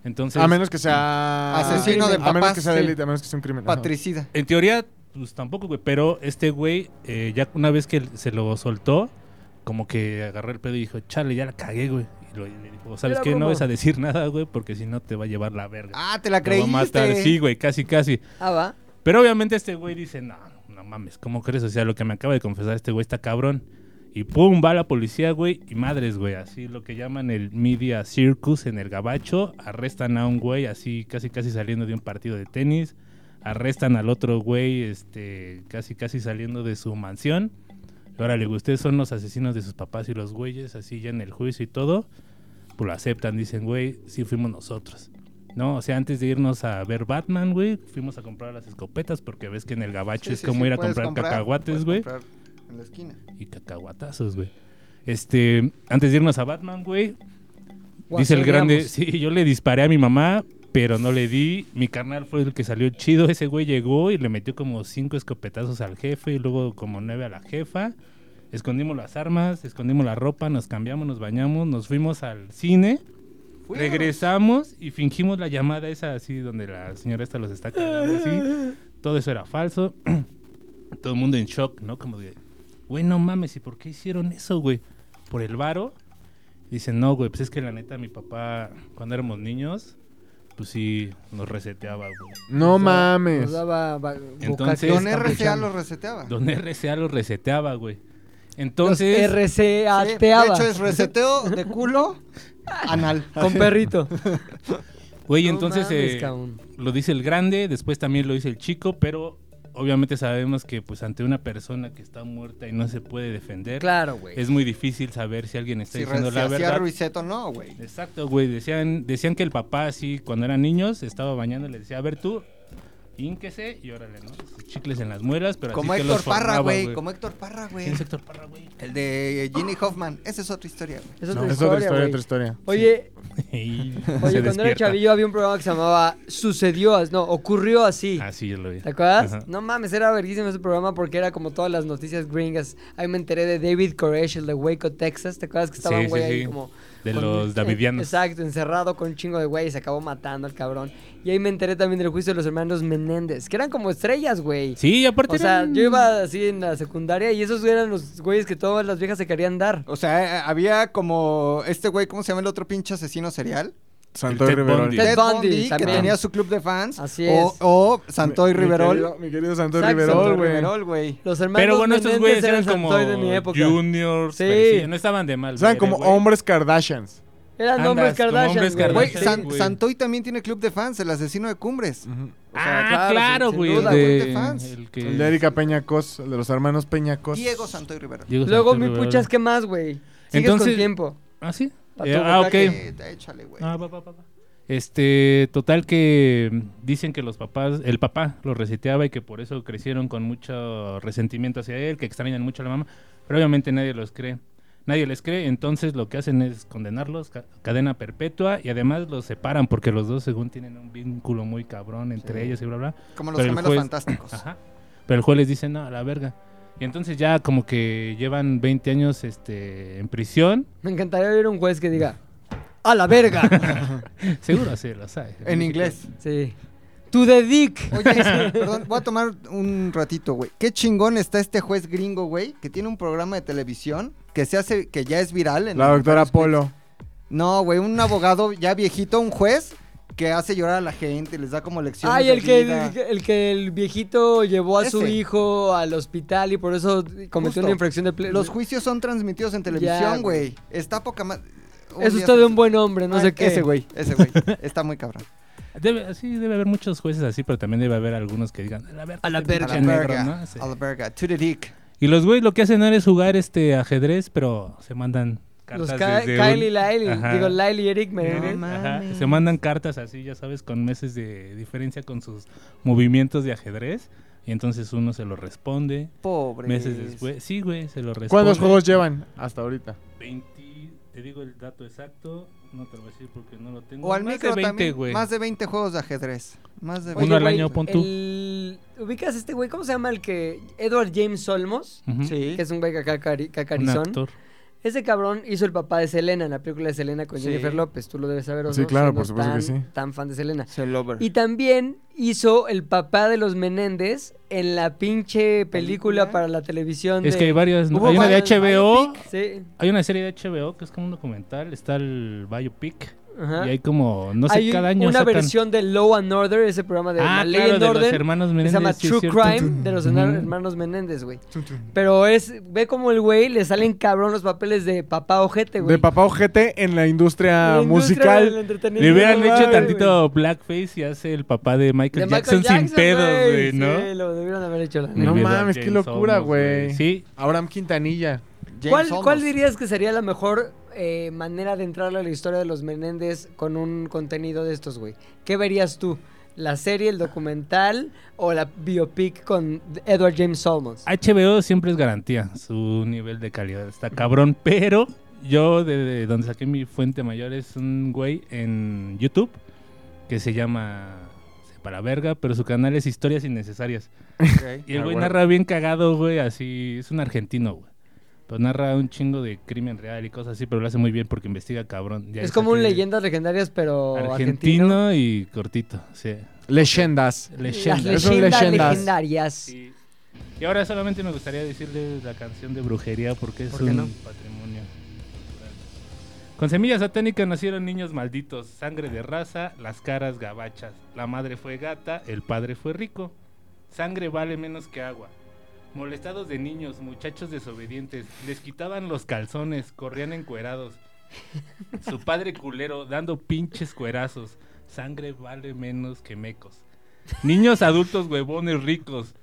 Speaker 6: Entonces,
Speaker 7: A menos que sea.
Speaker 5: Asesino de
Speaker 7: A menos
Speaker 5: papás,
Speaker 7: que sea
Speaker 5: sí.
Speaker 7: delito, a menos que sea un crimen. Ajá.
Speaker 5: Patricida.
Speaker 6: en teoría, pues tampoco, güey. Pero este güey, eh, ya una vez que se lo soltó, como que agarró el pedo y dijo, chale, ya la cagué, güey. Y lo- y le dijo, ¿sabes
Speaker 4: Era
Speaker 6: qué? No
Speaker 4: broma.
Speaker 6: vas a decir nada, güey, porque si no te va a llevar la verga.
Speaker 5: Ah, te la
Speaker 6: Te va
Speaker 5: creíste.
Speaker 6: a matar, sí, güey, casi, casi.
Speaker 4: Ah, va.
Speaker 6: Pero obviamente este güey dice, no, no, no mames, ¿cómo crees? O sea, lo que me acaba de confesar este güey está cabrón. Y pum, va la policía, güey, y madres, güey, así lo que llaman el media circus en el gabacho, arrestan a un güey así casi casi saliendo de un partido de tenis, arrestan al otro güey, este, casi casi saliendo de su mansión. Y órale, güey, ustedes son los asesinos de sus papás y los güeyes, así ya en el juicio y todo, pues lo aceptan, dicen, güey, sí fuimos nosotros. No, o sea, antes de irnos a ver Batman, güey, fuimos a comprar las escopetas porque ves que en el gabacho es como ir a comprar cacahuates, güey
Speaker 5: En la esquina.
Speaker 6: y cacahuatazos, güey. Este, antes de irnos a Batman, güey, dice el
Speaker 4: Guacareamos.
Speaker 6: grande, sí, yo le disparé a mi mamá, pero no le di. Mi carnal fue el que salió chido, ese güey llegó y le metió como cinco escopetazos al jefe y luego como nueve a la jefa. Escondimos las armas, escondimos la ropa, nos cambiamos, nos bañamos, nos fuimos al cine. Regresamos y fingimos la llamada esa así donde la señora esta los está cagando así. Todo eso era falso. Todo el mundo en shock, ¿no? Como de, güey, no mames, ¿y por qué hicieron eso, güey? ¿Por el varo? Dicen, no, güey, pues es que la neta mi papá, cuando éramos niños, pues sí, nos reseteaba, güey.
Speaker 7: No mames.
Speaker 4: Nos daba va-
Speaker 6: Entonces-
Speaker 4: vocación.
Speaker 5: Con
Speaker 6: Está
Speaker 5: RCA
Speaker 6: escuchando.
Speaker 5: lo reseteaba.
Speaker 6: Don RCA lo reseteaba, güey.
Speaker 4: Los
Speaker 6: Entonces...
Speaker 5: Sí,
Speaker 4: RCAteaba
Speaker 5: de hecho, es reseteo de culo anal.
Speaker 4: con perrito.
Speaker 6: Güey,
Speaker 4: No
Speaker 6: entonces
Speaker 4: mames,
Speaker 6: eh,
Speaker 4: cabrón.
Speaker 6: lo dice el grande, después también lo dice el chico, pero obviamente sabemos que pues ante una persona que está muerta y no se puede defender,
Speaker 4: Claro, güey.
Speaker 6: es muy difícil saber si alguien está
Speaker 5: Si, re-
Speaker 6: diciendo
Speaker 5: si
Speaker 6: la
Speaker 5: hacía
Speaker 6: verdad.
Speaker 5: Ruiseto, no, güey.
Speaker 6: Exacto, güey, decían decían que el papá así cuando eran niños estaba bañando le decía, "A ver tú, ínquese y órale, ¿no? Sus Chicles en las muelas, pero
Speaker 5: Como
Speaker 6: así que
Speaker 5: Héctor,
Speaker 6: los formaba,
Speaker 5: Parra, güey.
Speaker 6: güey.
Speaker 5: Como Héctor Parra, güey.
Speaker 6: ¿Quién es Héctor Parra, güey?
Speaker 5: El de Ginny Hoffman. Esa es otra historia, güey.
Speaker 4: Es otra
Speaker 7: No, es
Speaker 4: historia,
Speaker 7: otra historia,
Speaker 4: güey.
Speaker 7: otra historia.
Speaker 4: Oye,
Speaker 6: Y
Speaker 4: oye
Speaker 6: se
Speaker 4: cuando era
Speaker 6: despierta.
Speaker 4: chavillo había un programa que se llamaba Sucedió, as- no, ocurrió así.
Speaker 6: Ah, sí, yo lo vi.
Speaker 4: ¿Te acuerdas?
Speaker 6: Ajá.
Speaker 4: No mames, era verguísimo ese programa porque era como todas las noticias gringas. Ahí me enteré de David Koresh, el de Waco, Texas. ¿Te acuerdas que estaba
Speaker 6: Sí,
Speaker 4: un güey
Speaker 6: sí,
Speaker 4: ahí
Speaker 6: sí.
Speaker 4: como...
Speaker 6: De
Speaker 4: con-
Speaker 6: los
Speaker 4: eh,
Speaker 6: Davidianos.
Speaker 4: Exacto, encerrado con un chingo de güey y se acabó matando al cabrón. Y ahí me enteré también del juicio de los hermanos Menéndez, que eran como estrellas, güey.
Speaker 6: Sí, y aparte
Speaker 4: O sea,
Speaker 6: eran-
Speaker 4: yo iba así en la secundaria y esos eran los güeyes que todas las viejas se querían dar.
Speaker 5: O sea, eh, había como este güey, ¿cómo se llama el otro pinche asesino serial?
Speaker 7: Santoy
Speaker 6: Ted
Speaker 7: Riverol.
Speaker 6: Bundy.
Speaker 4: Ted Bundy,
Speaker 5: que
Speaker 4: también.
Speaker 5: tenía su club de fans.
Speaker 4: Así
Speaker 5: o,
Speaker 4: es.
Speaker 5: O Santoy
Speaker 7: Mi- mi
Speaker 5: Riverol.
Speaker 7: querido- Mi querido Santoy
Speaker 4: Exacto,
Speaker 7: Riverol,
Speaker 5: Santoy
Speaker 7: güey.
Speaker 5: Riverol, güey.
Speaker 4: Los hermanos
Speaker 6: Pero bueno, estos
Speaker 4: Menéndez
Speaker 6: güey eran como
Speaker 4: Santoy de mi época.
Speaker 6: juniors,
Speaker 4: Sí.
Speaker 6: pero sí, no estaban de mal.
Speaker 7: Saben
Speaker 6: ver,
Speaker 7: como
Speaker 6: güey.
Speaker 7: hombres Kardashians.
Speaker 4: Eran
Speaker 6: Andas
Speaker 4: hombres
Speaker 6: como
Speaker 4: Kardashian.
Speaker 6: hombres
Speaker 4: güey.
Speaker 5: Güey,
Speaker 6: Sí,
Speaker 5: San-
Speaker 6: güey.
Speaker 5: Santoy también tiene club de fans, el asesino de cumbres.
Speaker 6: ah, claro,
Speaker 5: sin- sin
Speaker 6: güey.
Speaker 5: duda,
Speaker 6: el
Speaker 5: güey,
Speaker 6: de-
Speaker 5: de fans.
Speaker 6: el que-
Speaker 7: El de Erika Peña Cos, el de los hermanos Peña Cos.
Speaker 5: Diego Santoy Riverol.
Speaker 6: Diego
Speaker 4: Luego,
Speaker 6: Santos
Speaker 4: mi
Speaker 6: Rivera.
Speaker 4: puchas, ¿qué más, güey? Sigues
Speaker 6: Entonces-
Speaker 4: con tiempo.
Speaker 6: Ah, sí.
Speaker 5: Tato
Speaker 6: Eh, ah, ok.
Speaker 5: Butaque, eh, Échale, güey.
Speaker 6: Ah, va, va, va, va. Este, total que mm, dicen que los papás, el papá lo reseteaba y que por eso crecieron con mucho resentimiento hacia él, que extrañan mucho a la mamá, pero obviamente nadie los cree. Nadie les cree, entonces lo que hacen es condenarlos, ca- cadena perpetua, y además los separan porque los dos según tienen un vínculo muy cabrón entre ellos y bla, bla.
Speaker 5: como los
Speaker 6: Pero el
Speaker 5: gemelos
Speaker 6: juez-
Speaker 5: fantásticos.
Speaker 6: Ajá. Pero el juez les dice, no, a la verga. Y entonces ya como que llevan 20 años este, en prisión.
Speaker 4: Me encantaría oír un juez que diga, ¡a la verga!
Speaker 6: Seguro sí, lo sabe.
Speaker 5: En inglés.
Speaker 4: sí. ¡To the dick!
Speaker 5: Oye, sí, perdón, voy a tomar un ratito, güey. Qué chingón está este juez gringo, güey, que tiene un programa de televisión que se hace, que ya es viral. En
Speaker 7: La doctora Polo.
Speaker 5: No, güey, un abogado ya viejito, un juez que hace llorar a la gente, les da como lecciones.
Speaker 4: Ay,
Speaker 5: de
Speaker 4: el que,
Speaker 5: vida.
Speaker 4: el que el viejito llevó a su
Speaker 5: Ese.
Speaker 4: hijo al hospital y por eso cometió
Speaker 5: Justo.
Speaker 4: una infracción de... ple-
Speaker 5: Los juicios son transmitidos en televisión, güey. Está poca más.
Speaker 4: es usted un buen hombre, no sé qué.
Speaker 5: Ah, Ese güey, ese güey. Está muy cabrón.
Speaker 6: Debe, sí, debe haber muchos jueces así, pero también debe haber algunos que digan, a la verga.
Speaker 4: A la
Speaker 6: este
Speaker 4: verga.
Speaker 5: A
Speaker 6: pinche
Speaker 5: la
Speaker 6: negro",
Speaker 5: verga,
Speaker 6: ¿no? Sí.
Speaker 5: a la verga, to the dick.
Speaker 6: Y los güeyes lo que hacen no es jugar este ajedrez, pero se mandan cartas
Speaker 4: Los Ka-
Speaker 6: desde
Speaker 4: Kylie
Speaker 6: un-
Speaker 4: Lyle,
Speaker 6: Ajá.
Speaker 4: digo Lyle y Eric
Speaker 6: Ajá,
Speaker 4: Menéndez.
Speaker 5: mames.
Speaker 6: Se mandan cartas así, ya sabes, con meses de diferencia con sus movimientos de ajedrez. Y entonces uno se lo responde.
Speaker 5: Pobre.
Speaker 6: Meses después. Sí, güey, se lo responde.
Speaker 7: ¿Cuántos juegos llevan hasta ahorita?
Speaker 6: 20, te digo el dato exacto, no te lo voy a decir porque no lo tengo.
Speaker 5: O al
Speaker 6: Más
Speaker 5: micro
Speaker 6: de 20,
Speaker 5: también.
Speaker 6: güey.
Speaker 5: Más de 20 juegos de ajedrez. Más de
Speaker 6: Uno
Speaker 5: 20.
Speaker 6: al
Speaker 4: güey,
Speaker 6: año, pon tú.
Speaker 4: el- ¿Ubicas este güey? ¿Cómo se llama el que...? Edward James Solmos,
Speaker 6: Ujú.
Speaker 5: Sí.
Speaker 4: que es un güey acá cacari-
Speaker 6: Un
Speaker 4: cacarizón.
Speaker 6: actor.
Speaker 4: Ese cabrón hizo el papá de Selena en la película de Selena con
Speaker 5: Sí.
Speaker 4: Jennifer López. Tú lo debes saber, ¿o
Speaker 7: Sí,
Speaker 4: no?
Speaker 7: claro,
Speaker 4: Siendo
Speaker 7: por supuesto que
Speaker 4: tan-
Speaker 7: sí.
Speaker 4: Tan fan de Selena.
Speaker 5: Es el lover.
Speaker 4: Y también hizo el papá de los Menéndez en la pinche película
Speaker 5: ¿Película?
Speaker 4: para la televisión.
Speaker 6: Es
Speaker 4: de-
Speaker 6: que hay varias. ¿no?
Speaker 4: Hubo
Speaker 6: Hay una de
Speaker 4: varias-
Speaker 6: HBO.
Speaker 4: Sí.
Speaker 6: Hay una serie de HBO que es como un documental. Está el Biopic.
Speaker 4: Ajá.
Speaker 6: Y hay como, no sé,
Speaker 4: Hay
Speaker 6: cada año
Speaker 4: una
Speaker 6: sacan-
Speaker 4: versión de Law and Order, ese programa de
Speaker 6: Ah,
Speaker 4: la Ley
Speaker 6: claro,
Speaker 4: and
Speaker 6: de los
Speaker 4: Orden,
Speaker 6: hermanos
Speaker 4: que
Speaker 6: Menéndez.
Speaker 4: se llama
Speaker 6: sí, es
Speaker 4: True
Speaker 6: cierto.
Speaker 4: Crime de los
Speaker 6: Ujú.
Speaker 4: hermanos Menéndez, güey. Pero es, ve como el güey le salen cabrón los papeles de papá ojete, güey.
Speaker 7: De papá ojete en la industria,
Speaker 4: La industria del
Speaker 7: musical.
Speaker 4: entretenimiento,
Speaker 6: Le hubieran
Speaker 4: güey.
Speaker 6: hecho tantito blackface y hace el papá de
Speaker 4: De
Speaker 6: Michael,
Speaker 4: Michael
Speaker 6: Jackson, sin pedos, güey, ¿no?
Speaker 4: Sí, lo debieron haber hecho la neta.
Speaker 7: No
Speaker 6: Olvida
Speaker 7: mames, qué
Speaker 6: James
Speaker 7: locura,
Speaker 6: Olmos,
Speaker 7: güey.
Speaker 6: Sí,
Speaker 7: Abraham Quintanilla.
Speaker 4: ¿Cuál, cuál dirías que sería la mejor eh, manera de entrarle a la historia de los Menéndez con un contenido de estos, güey? ¿Qué verías tú? ¿La serie, el documental o la biopic con Edward James Solomons?
Speaker 6: HBO siempre es garantía. Su nivel de calidad está cabrón. Pero yo, de, de donde saqué mi fuente mayor, es un güey en YouTube que se llama Para Verga, pero su canal es Historias Innecesarias. Y el güey
Speaker 7: Ah, bueno.
Speaker 6: narra bien cagado, güey, así. Es un argentino, güey. Pero narra un chingo de crimen real y cosas así, pero lo hace muy bien porque investiga cabrón. Ya
Speaker 4: Es como un
Speaker 6: saqué
Speaker 4: leyendas legendarias, pero
Speaker 6: Argentino,
Speaker 4: argentino.
Speaker 6: y cortito, sí.
Speaker 7: Leyendas.
Speaker 4: Las
Speaker 6: Leyenda.
Speaker 7: Leyendas.
Speaker 4: leyendas
Speaker 7: Son leyendas.
Speaker 4: legendarias.
Speaker 6: Sí. Y ahora solamente me gustaría decirles la canción de brujería porque es
Speaker 4: ¿Por qué
Speaker 6: un
Speaker 4: no?
Speaker 6: patrimonio. cultural. Con semillas satánicas nacieron niños malditos, sangre de raza, las caras gabachas. La madre fue gata, el padre fue rico. Sangre vale menos que agua. Molestados de niños, muchachos desobedientes, les quitaban los calzones, corrían encuerados. Su padre culero dando pinches cuerazos. Sangre vale menos que mecos. Niños adultos huevones ricos.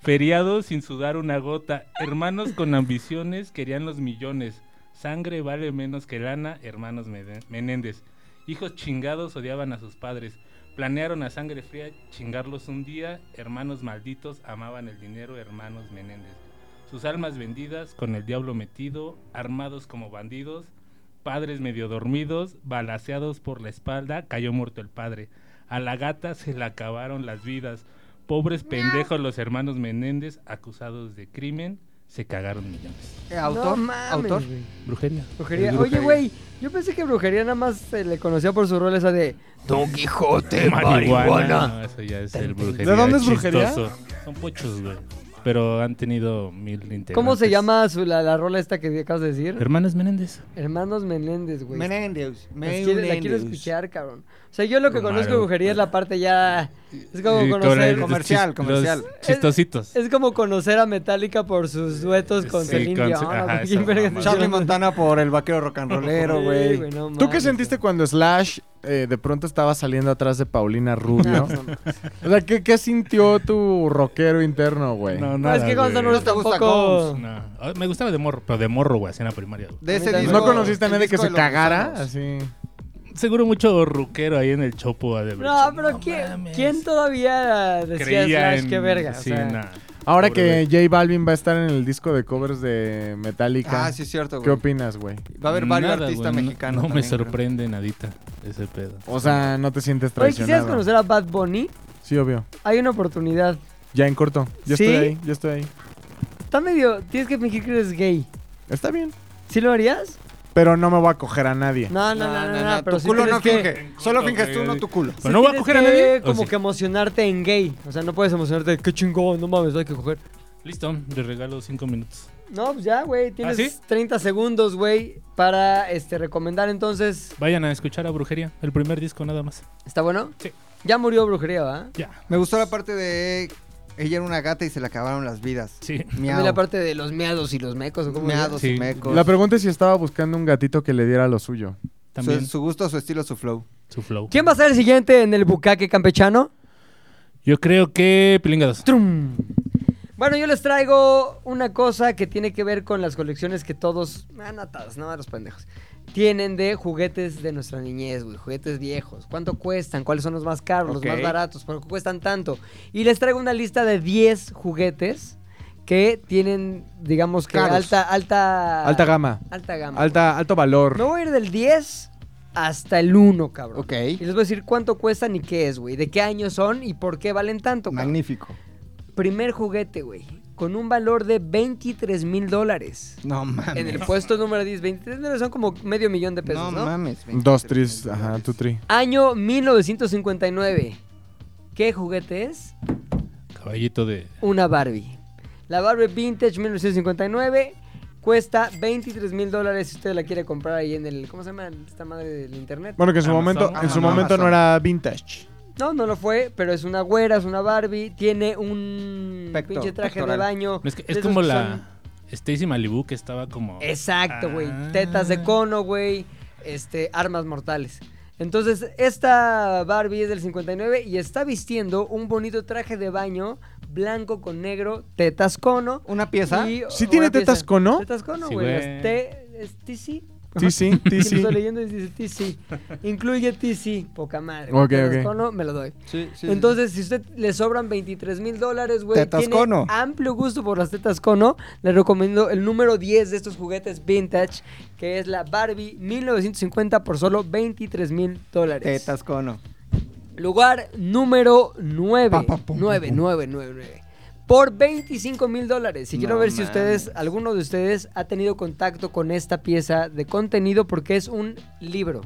Speaker 6: Feriados sin sudar una gota. Hermanos con ambiciones querían los millones. Sangre vale menos que lana, hermanos Mene- Menéndez. Hijos chingados odiaban a sus padres. Planearon a sangre fría chingarlos un día. Hermanos malditos amaban el dinero, hermanos Menéndez. Sus almas vendidas, con el diablo metido, armados como bandidos. Padres medio dormidos, balaseados por la espalda, cayó muerto el padre. A la gata se le acabaron las vidas. Pobres pendejos los hermanos Menéndez, acusados de crimen, se cagaron millones.
Speaker 5: ¿Eh,
Speaker 4: No
Speaker 5: ¿Autor?
Speaker 4: mames,
Speaker 5: ¿Autor?
Speaker 4: güey.
Speaker 6: Brujería.
Speaker 4: Brujería. Oye, güey, yo pensé que brujería nada más se le conocía por su rol esa de Don Quijote, marihuana.
Speaker 6: No, eso ya es el brujería.
Speaker 7: ¿De dónde es brujería?
Speaker 6: chistoso. Son pochos, güey. Pero han tenido mil integrantes.
Speaker 4: ¿Cómo se llama su- la, la rola esta que acabas de decir?
Speaker 6: Hermanos Menéndez.
Speaker 4: Hermanos Menéndez, güey.
Speaker 5: Menéndez.
Speaker 4: Las quiero- la quiero escuchar, cabrón. O sea, yo lo que conozco de
Speaker 6: Claro.
Speaker 4: brujería es la parte ya. Es como
Speaker 6: Y con
Speaker 4: conocer.
Speaker 6: el- los
Speaker 5: Comercial,
Speaker 6: chis-
Speaker 5: comercial.
Speaker 6: los chistositos.
Speaker 4: Es como conocer a Metallica por sus duetos con
Speaker 6: Sí,
Speaker 4: Celine
Speaker 6: con-
Speaker 4: Dion.
Speaker 6: ajá,
Speaker 4: güey.
Speaker 6: esa
Speaker 4: ¿Qué verga
Speaker 6: mamada.
Speaker 4: te
Speaker 5: Charlie
Speaker 4: llamas?
Speaker 5: Montana por el vaquero rock and rollero,
Speaker 4: Sí,
Speaker 5: güey.
Speaker 4: güey, no
Speaker 7: ¿Tú qué
Speaker 4: mames,
Speaker 7: sentiste
Speaker 4: güey.
Speaker 7: cuando Slash eh, de pronto estaba saliendo atrás de Paulina
Speaker 4: No,
Speaker 7: Rubio?
Speaker 4: pues, no.
Speaker 7: o sea, ¿qué, qué sintió tu rockero interno, güey?
Speaker 6: No,
Speaker 4: No,
Speaker 6: nada,
Speaker 4: es que Gonzalo
Speaker 6: güey.
Speaker 4: no
Speaker 5: ¿Te gusta
Speaker 4: tampoco.
Speaker 6: No. Ah, Me gustaba de morro, pero de morro, güey, así en la primaria. güey.
Speaker 4: A mí
Speaker 5: De ese
Speaker 4: también.
Speaker 5: disco,
Speaker 7: ¿No conociste a
Speaker 5: el
Speaker 7: nadie que
Speaker 5: disco de
Speaker 7: se
Speaker 5: los
Speaker 7: cagara?
Speaker 5: gusanos.
Speaker 7: Así.
Speaker 6: Seguro mucho ruquero ahí en el chopo. ha de haber
Speaker 4: No,
Speaker 6: dicho,
Speaker 4: pero ¿quién, ¿quién todavía decía
Speaker 6: Creía
Speaker 4: Slash? Qué
Speaker 6: en-
Speaker 4: verga.
Speaker 6: Sí,
Speaker 4: o sea,
Speaker 6: nah.
Speaker 7: Ahora
Speaker 6: Pobre
Speaker 7: que J Balvin va a estar en el disco de covers de Metallica,
Speaker 5: Ah, sí, es cierto,
Speaker 7: ¿qué
Speaker 5: güey.
Speaker 7: opinas, güey?
Speaker 5: Va a haber varios
Speaker 6: Nada,
Speaker 5: artistas
Speaker 6: güey, no-
Speaker 5: mexicanos.
Speaker 6: No, me
Speaker 5: también, creo.
Speaker 6: sorprende nadita ese pedo.
Speaker 7: O sea, ¿no te sientes
Speaker 4: Oye, ¿quisieras
Speaker 7: traicionado?
Speaker 4: conocer a Bad Bunny?
Speaker 7: Sí, obvio.
Speaker 4: Hay una oportunidad.
Speaker 7: Ya en corto. Yo
Speaker 4: ¿Sí?
Speaker 7: estoy ahí, yo estoy ahí.
Speaker 4: Está medio. Tienes que fingir que eres gay.
Speaker 7: Está bien.
Speaker 4: ¿Sí lo harías?
Speaker 7: Pero no me voy a coger a nadie.
Speaker 4: No, no, no, no. no,
Speaker 5: no,
Speaker 4: pero
Speaker 5: tu
Speaker 4: sí
Speaker 5: culo no
Speaker 4: tienes que-
Speaker 5: finge. Solo finges tú, no tu culo.
Speaker 6: Pero no voy a
Speaker 4: tienes
Speaker 6: coger a
Speaker 4: que
Speaker 6: nadie.
Speaker 4: Como
Speaker 6: ¿O sí?
Speaker 4: que emocionarte en gay. O sea, no puedes emocionarte de qué chingón, no mames, hay que coger.
Speaker 6: Listo, le regalo cinco minutos.
Speaker 4: No, pues ya, güey. Tienes
Speaker 6: ¿Ah, sí?
Speaker 4: 30 segundos, güey, para este, recomendar entonces.
Speaker 6: Vayan a escuchar a Brujería, el primer disco nada más.
Speaker 4: ¿Está bueno?
Speaker 6: Sí.
Speaker 4: Ya murió brujería, ¿va?
Speaker 6: Ya,
Speaker 5: Me gustó la parte de ella era una gata y se le acabaron las vidas.
Speaker 6: sí.
Speaker 5: Miau.
Speaker 4: También la parte de los meados y los mecos. ¿o cómo
Speaker 5: Meados
Speaker 6: Sí.
Speaker 5: y mecos.
Speaker 7: La pregunta es si estaba buscando un gatito que le diera lo suyo.
Speaker 6: También
Speaker 5: Su,
Speaker 6: su,
Speaker 5: su gusto, su estilo, su flow.
Speaker 6: flow.
Speaker 4: se llama? ¿Quién va a ser el siguiente en el bucaque campechano?
Speaker 6: Yo creo que Pilinga 2.
Speaker 4: ¡Trum! Bueno, yo les traigo una cosa que tiene que ver con las colecciones que todos, ah, no todos, no los pendejos, tienen de juguetes de nuestra niñez, güey, juguetes viejos. ¿Cuánto cuestan? ¿Cuáles son los más caros, los más baratos? ¿Por qué cuestan tanto? Y les traigo una lista de 10 juguetes que tienen, digamos que
Speaker 5: Caros.
Speaker 4: alta, alta...
Speaker 7: Alta gama.
Speaker 4: Alta gama.
Speaker 7: Alta, alto valor.
Speaker 4: Me voy a ir del 10 hasta el 1, cabrón.
Speaker 5: Ok.
Speaker 4: Y les voy a decir cuánto cuestan y qué es, güey. De qué año son y por qué valen tanto, cabrón.
Speaker 5: Magnífico.
Speaker 4: Primer juguete, güey. Con un valor de 23 mil dólares.
Speaker 5: No mames.
Speaker 4: En el puesto número 10, 23 dólares son como medio millón de pesos,
Speaker 5: no,
Speaker 4: ¿no?
Speaker 5: mames.
Speaker 7: Dos, tres, ajá, tu tri.
Speaker 4: Año 1959. ¿Qué juguete es?
Speaker 6: Caballito de.
Speaker 4: Una Barbie. La Barbie Vintage 1959 Cuesta 23 mil dólares si usted la quiere comprar ahí en el. ¿Cómo se llama esta madre del internet?
Speaker 7: Bueno, que en su
Speaker 6: Amazon.
Speaker 7: momento, en su
Speaker 5: Amazon.
Speaker 7: momento no era vintage.
Speaker 4: No, no lo fue, pero es una güera, es una Barbie. Tiene un
Speaker 5: Pecto-
Speaker 4: pinche traje de
Speaker 5: pectoral.
Speaker 4: baño.
Speaker 6: No, es, que-
Speaker 4: de
Speaker 6: es
Speaker 4: esos
Speaker 6: como
Speaker 4: que
Speaker 6: la Stacy Malibu que estaba como.
Speaker 4: son- Exacto, güey.
Speaker 6: Ah.
Speaker 4: Tetas de cono, güey. Este, armas mortales. Entonces, esta Barbie es del 59 y está vistiendo un bonito traje de baño blanco con negro, tetas cono.
Speaker 5: Una pieza.
Speaker 4: Y-
Speaker 7: ¿Sí tiene
Speaker 4: una pieza.
Speaker 7: tetas cono?
Speaker 4: Tetas cono,
Speaker 6: Sí,
Speaker 4: güey.
Speaker 6: güey.
Speaker 4: Las T- es TC.
Speaker 7: Sí, sí, sí,
Speaker 4: Sí.
Speaker 7: sí.
Speaker 4: Estoy leyendo y dice TC. Incluye TC. Poca madre.
Speaker 7: Ok,
Speaker 4: Tetas
Speaker 7: ok.
Speaker 4: cono, me lo doy.
Speaker 5: Sí, sí, sí.
Speaker 4: Entonces, si usted le sobran 23 mil dólares, güey,
Speaker 5: Tetas
Speaker 4: tiene
Speaker 5: cono.
Speaker 4: amplio gusto por las tetas cono, le recomiendo el número 10 de estos juguetes vintage, que es la Barbie 1950 por solo 23 mil dólares.
Speaker 5: Tetas cono.
Speaker 4: Lugar número 9.
Speaker 5: Pa, pa, pum,
Speaker 4: 9,
Speaker 5: pum, pum.
Speaker 4: 9, 9, 9. Por 25 mil dólares. Y quiero
Speaker 5: No
Speaker 4: ver si ustedes,
Speaker 5: mames.
Speaker 4: alguno de ustedes, ha tenido contacto con esta pieza de contenido porque es un libro.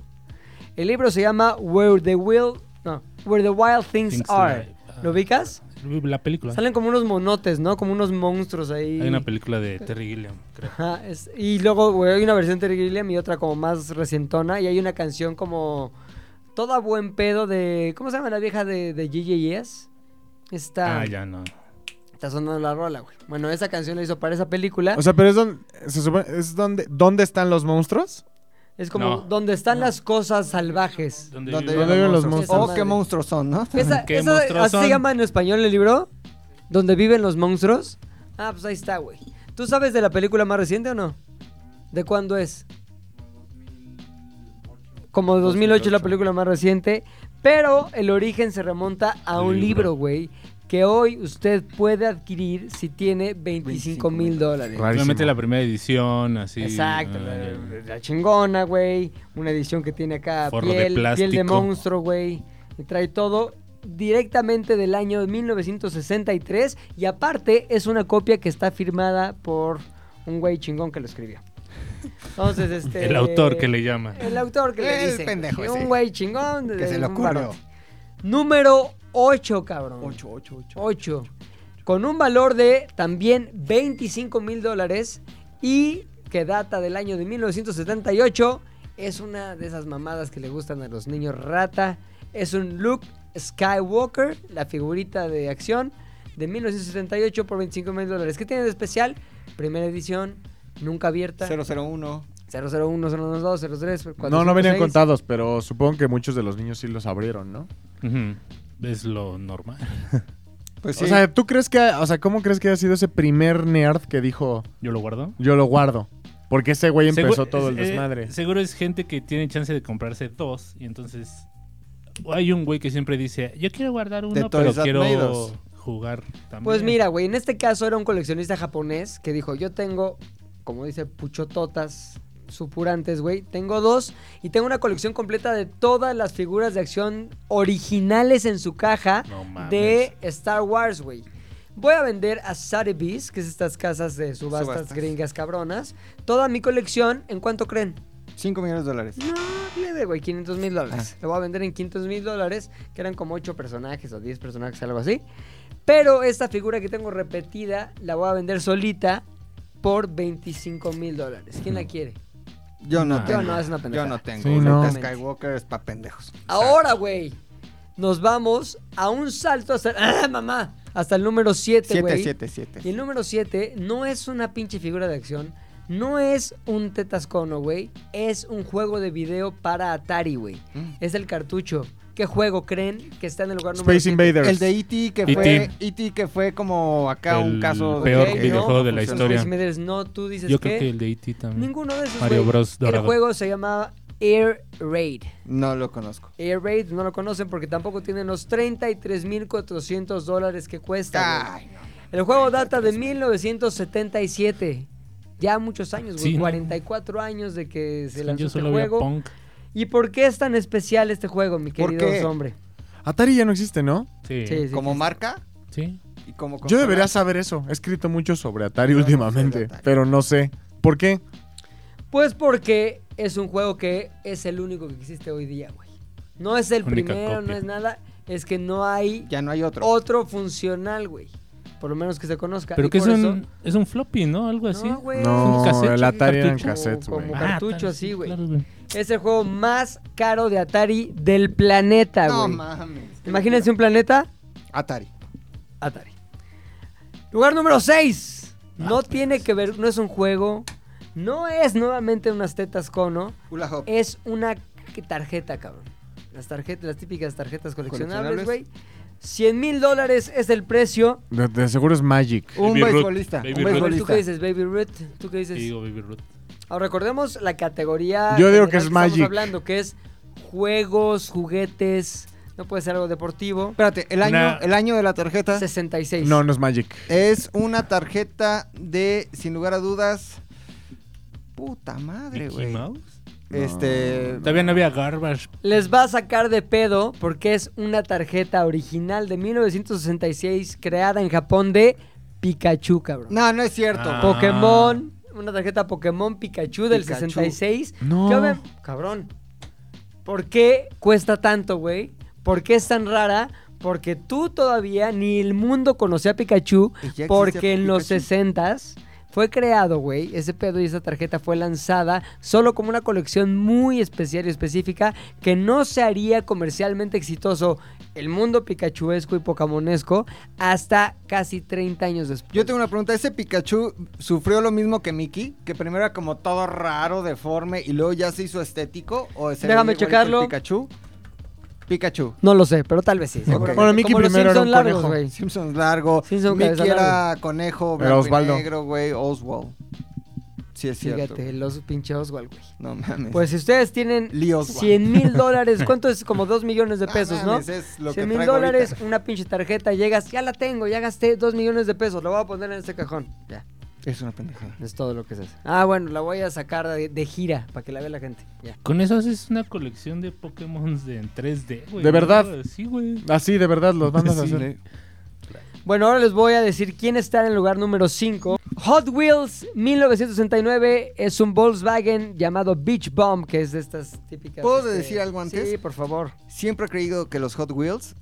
Speaker 4: El libro se llama Where the Will, no, Where the Wild Things,
Speaker 6: Things
Speaker 4: Are.
Speaker 6: Lie. Ah.
Speaker 4: ¿Lo ubicas?
Speaker 6: La película.
Speaker 4: Salen como unos monotes, ¿no? Como unos monstruos ahí.
Speaker 6: Hay una película de Terry Gilliam, creo.
Speaker 4: Ajá, es- y luego, güey, hay una versión de Terry Gilliam y otra como más recientona. Y hay una canción como toda buen pedo de. ¿Cómo se llama la vieja de, de GJS? Está,
Speaker 6: Ah, ya no.
Speaker 4: está sonando la rola, güey. Bueno, esa canción la hizo para esa película.
Speaker 7: O sea, pero es donde, se supone- es donde, ¿dónde están los monstruos?
Speaker 4: es como
Speaker 6: no.
Speaker 4: donde están las cosas salvajes.
Speaker 6: ¿Dónde
Speaker 5: ¿Dónde
Speaker 6: vive?
Speaker 7: viven
Speaker 5: viven
Speaker 7: los
Speaker 5: los
Speaker 4: monstruos?
Speaker 5: monstruos?
Speaker 4: Esa
Speaker 5: Oh, qué
Speaker 4: madre.
Speaker 5: monstruos son, ¿no?
Speaker 4: Esa,
Speaker 6: ¿Qué
Speaker 4: esa-
Speaker 6: monstruos
Speaker 4: ¿Así se
Speaker 6: son?
Speaker 4: llama en español el libro? ¿Donde viven los monstruos? Ah, pues ahí está, güey. ¿Tú sabes de la película más reciente o no? ¿De cuándo es? Como 2008 es la película más reciente, pero el origen se remonta a
Speaker 6: Al
Speaker 4: un
Speaker 6: libro.
Speaker 4: libro, güey, que hoy usted puede adquirir si tiene 25 mil dólares.
Speaker 6: Realmente la primera edición, así.
Speaker 4: Exacto,
Speaker 6: ah,
Speaker 4: la,
Speaker 6: ya, ya.
Speaker 4: la chingona, güey. Una edición que tiene acá
Speaker 6: Forro de
Speaker 4: piel, piel de
Speaker 6: plástico.
Speaker 4: monstruo, güey. Y trae todo directamente del año 1963. Y aparte es una copia que está firmada por un güey chingón que lo escribió. Entonces, este...
Speaker 6: El autor que le llama.
Speaker 4: El autor que le
Speaker 5: El
Speaker 4: dice.
Speaker 5: pendejo
Speaker 4: güey,
Speaker 5: ese.
Speaker 4: Un güey chingón. de-
Speaker 5: Que se
Speaker 4: de
Speaker 5: le
Speaker 4: un
Speaker 5: ocurrió.
Speaker 4: barote. Número 8, cabrón.
Speaker 5: 8, 8.
Speaker 4: 8. Con un valor de también 25 mil dólares y que data del año de 1978. Es una de esas mamadas que le gustan a los niños rata. Es un Luke Skywalker, la figurita de acción de 1978 por 25 mil dólares. ¿Qué tiene de especial? Primera edición, nunca abierta.
Speaker 5: 001.
Speaker 4: 001, 012, 03,
Speaker 7: No, no
Speaker 4: 456.
Speaker 7: venían contados, pero supongo que muchos de los niños sí los abrieron, ¿no?
Speaker 6: Ujú. Es lo normal.
Speaker 5: Pues
Speaker 7: O sea, ¿tú crees que, o sea, cómo crees que haya sido ese primer nerd que dijo,
Speaker 6: Yo lo guardo.
Speaker 7: yo lo guardo? Porque ese güey empezó
Speaker 6: Segu-
Speaker 7: todo el
Speaker 6: eh,
Speaker 7: desmadre.
Speaker 6: seguro es gente que tiene chance de comprarse dos y entonces hay un güey que siempre dice, yo quiero guardar uno, pero
Speaker 5: Toys That Made
Speaker 6: quiero
Speaker 5: Us".
Speaker 6: jugar también.
Speaker 4: Pues mira, güey, en este caso era un coleccionista japonés que dijo, yo tengo, como dice, puchototas supurantes, güey, tengo dos y tengo una colección completa de todas las figuras de acción originales en su caja
Speaker 6: No mames.
Speaker 4: de Star Wars, güey. Voy a vender a Sotheby's, que es estas casas de subastas,
Speaker 5: Subastas.
Speaker 4: gringas cabronas, toda mi colección, ¿en cuánto creen?
Speaker 5: 5 millones de dólares.
Speaker 4: No, leve, güey, 500 mil dólares. Lo voy a vender en 500 mil dólares, que eran como 8 personajes o 10 personajes, algo así. Pero esta figura que tengo repetida la voy a vender solita por 25 mil dólares. ¿Quién la quiere?
Speaker 5: Yo no
Speaker 6: No.
Speaker 5: tengo.
Speaker 4: Yo no, es una pendejada.
Speaker 5: Yo no tengo.
Speaker 7: Sí, no.
Speaker 5: Ahorita Skywalker es pa' pendejos.
Speaker 4: Ahora, güey, nos vamos a un salto hasta... ¡Ah, mamá! Hasta el número 7,
Speaker 5: 7,
Speaker 4: Este güey.
Speaker 5: 7,
Speaker 4: Y
Speaker 5: 7.
Speaker 4: el número 7 no es una pinche figura de acción. No es un tetascono, güey. Es un juego de video para Atari, güey.
Speaker 5: Mm.
Speaker 4: Es el cartucho. ¿Qué juego creen que está en el lugar número
Speaker 7: Space
Speaker 4: siete?
Speaker 7: Invaders.
Speaker 5: El de E.T. que
Speaker 6: E.T..
Speaker 5: fue E.T. que fue como acá
Speaker 6: E El
Speaker 5: un caso
Speaker 6: peor
Speaker 5: que-
Speaker 6: videojuego
Speaker 5: no
Speaker 6: de la
Speaker 5: funcionó.
Speaker 6: historia.
Speaker 4: pues, Space Invaders, no, tú dices
Speaker 6: Yo
Speaker 4: pues que...
Speaker 6: creo que el de E.T. también.
Speaker 4: Ninguno de esos,
Speaker 6: Mario
Speaker 4: güey.
Speaker 6: Bros.
Speaker 4: El
Speaker 6: dorado.
Speaker 4: juego se llamaba Air Raid.
Speaker 5: No lo conozco.
Speaker 4: Air Raid no lo conocen porque tampoco tienen los 33.400 dólares que cuesta, güey.
Speaker 5: Ay, no.
Speaker 4: El juego data de 1977. Ya muchos años, güey.
Speaker 6: Sí, ¿no?
Speaker 4: 44 años de que se
Speaker 6: Sí,
Speaker 4: lanzó
Speaker 6: Yo
Speaker 4: este
Speaker 6: solo veía
Speaker 4: juego.
Speaker 6: Punk.
Speaker 4: ¿Y por qué es tan especial este juego, mi
Speaker 5: ¿Por
Speaker 4: querido
Speaker 5: qué?
Speaker 4: hombre?
Speaker 7: Atari ya no existe, ¿no?
Speaker 6: Sí.
Speaker 4: Sí, sí,
Speaker 5: Como
Speaker 4: sí.
Speaker 5: marca
Speaker 6: Sí.
Speaker 5: y como
Speaker 7: Yo
Speaker 5: consola.
Speaker 7: debería saber eso. He escrito mucho sobre Atari
Speaker 5: Yo no sé de
Speaker 7: últimamente,
Speaker 5: Atari.
Speaker 7: pero no sé. ¿Por qué?
Speaker 4: Pues porque es un juego que es el único que existe hoy día, güey. No es el
Speaker 6: Única
Speaker 4: primero, no
Speaker 6: copia.
Speaker 4: es nada. Es que no hay
Speaker 5: Ya no hay otro.
Speaker 4: otro funcional, güey. por lo menos que se conozca.
Speaker 6: Pero
Speaker 4: Y
Speaker 6: que es
Speaker 4: por
Speaker 6: un, es un floppy, ¿no? Algo
Speaker 4: eso-
Speaker 6: así.
Speaker 4: No, güey.
Speaker 6: ¿Es
Speaker 7: No,
Speaker 6: un cassette?
Speaker 7: el Atari era en
Speaker 6: ¿Cartucho?
Speaker 7: cassette,
Speaker 4: Como-
Speaker 7: güey.
Speaker 4: como-
Speaker 6: Ah,
Speaker 4: cartucho
Speaker 6: tal-
Speaker 4: así, güey.
Speaker 6: claro, güey.
Speaker 4: Es el juego más caro de Atari del planeta,
Speaker 5: No
Speaker 4: güey.
Speaker 5: mames.
Speaker 4: Imagínense un planeta
Speaker 5: Atari.
Speaker 4: Atari. Lugar número 6.
Speaker 7: Ah,
Speaker 4: No tiene
Speaker 7: pues.
Speaker 4: que ver, no es un juego, no es nuevamente unas tetas cono,
Speaker 5: Hula Hop.
Speaker 4: es una c- tarjeta, cabrón. Las tarjetas, las típicas tarjetas coleccionables, güey. 100 mil dólares es el precio.
Speaker 7: De, de seguro es Magic.
Speaker 5: un
Speaker 6: Baby Ruth.
Speaker 5: beisbolista.
Speaker 6: Baby
Speaker 5: Un
Speaker 4: A
Speaker 6: Ruth.
Speaker 4: ver, ¿Tú qué
Speaker 5: beisbolista.
Speaker 4: dices, Baby Ruth? ¿Tú qué dices?
Speaker 6: Sí, digo Baby Ruth.
Speaker 4: Ahora recordemos la categoría.
Speaker 7: Yo digo
Speaker 4: general
Speaker 7: que es
Speaker 4: estamos
Speaker 7: Magic.
Speaker 4: hablando que es juegos, juguetes, no puede ser algo deportivo.
Speaker 5: Espérate, el año,
Speaker 6: Una-
Speaker 5: el año de la tarjeta
Speaker 4: 66.
Speaker 7: No, no es Magic.
Speaker 5: es una tarjeta de, sin lugar a dudas. Puta madre,
Speaker 6: Mickey
Speaker 5: güey.
Speaker 6: Mouse.
Speaker 5: Este.
Speaker 6: Todavía no había Garbage.
Speaker 4: Les va a sacar de pedo porque es una tarjeta original de 1966 creada en Japón de Pikachu, cabrón.
Speaker 5: No, no es cierto.
Speaker 6: Ah.
Speaker 4: Pokémon, una tarjeta Pokémon Pikachu del
Speaker 5: Pikachu.
Speaker 4: 66.
Speaker 7: No.
Speaker 4: ¿Qué obvia- cabrón. ¿Por qué cuesta tanto, güey? ¿Por qué es tan rara? Porque tú todavía ni el mundo conocía a Pikachu
Speaker 5: Y ya existía
Speaker 4: porque en los
Speaker 5: Pikachu.
Speaker 4: 60s fue creado, güey, ese pedo y esa tarjeta fue lanzada solo como una colección muy especial y específica que no se haría comercialmente exitoso el mundo pikachuesco y pocamonesco hasta casi 30 años después.
Speaker 5: Yo tengo una pregunta. ¿Ese Pikachu sufrió lo mismo que Mickey? Que primero era como todo raro, deforme y luego ya se hizo estético. ¿O se
Speaker 4: Déjame
Speaker 5: veía igualito el
Speaker 4: checarlo.
Speaker 5: Pikachu? Pikachu.
Speaker 4: No lo sé, pero tal vez sí. seguramente.
Speaker 7: Bueno, Mickey
Speaker 4: Como los
Speaker 7: primero era
Speaker 4: Simpson
Speaker 7: un
Speaker 4: largos,
Speaker 7: conejo.
Speaker 4: güey.
Speaker 5: Simpsons largo.
Speaker 4: Simpson cabeza
Speaker 5: Mickey
Speaker 4: larga.
Speaker 5: era conejo,
Speaker 7: Era
Speaker 5: blanco y
Speaker 7: Osvaldo.
Speaker 5: negro, güey. Oswald. Sí, es cierto.
Speaker 4: Fíjate, los pinche Oswald, güey.
Speaker 5: No mames.
Speaker 4: Pues si ustedes tienen
Speaker 5: Lee Oswald.
Speaker 4: 100 mil dólares, ¿cuánto es? Como 2 millones de pesos, ¿no?
Speaker 5: mames, es lo que
Speaker 4: 100 mil
Speaker 5: traigo ahorita.
Speaker 4: dólares, una pinche tarjeta, llegas, ya la tengo, ya gasté 2 millones de pesos, la voy a poner en este cajón. Ya,
Speaker 5: Es una pendejada.
Speaker 4: es todo lo que se hace. Ah, bueno, la voy a sacar de, de gira para que la vea la gente. Ya.
Speaker 6: Con eso haces una colección de Pokémon de- en 3D, güey.
Speaker 7: ¿De
Speaker 6: ¿no?
Speaker 7: verdad?
Speaker 6: Sí, güey.
Speaker 7: Así, de verdad, los mandas a
Speaker 6: Sí.
Speaker 7: hacer.
Speaker 4: Bueno, ahora les voy a decir quién está en el lugar número 5. Hot Wheels 1969 es un Volkswagen llamado Beach Bomb, que es de estas típicas. este,
Speaker 5: ¿Puedo decir algo antes?
Speaker 4: Sí, por favor.
Speaker 5: Siempre he creído que los Hot Wheels,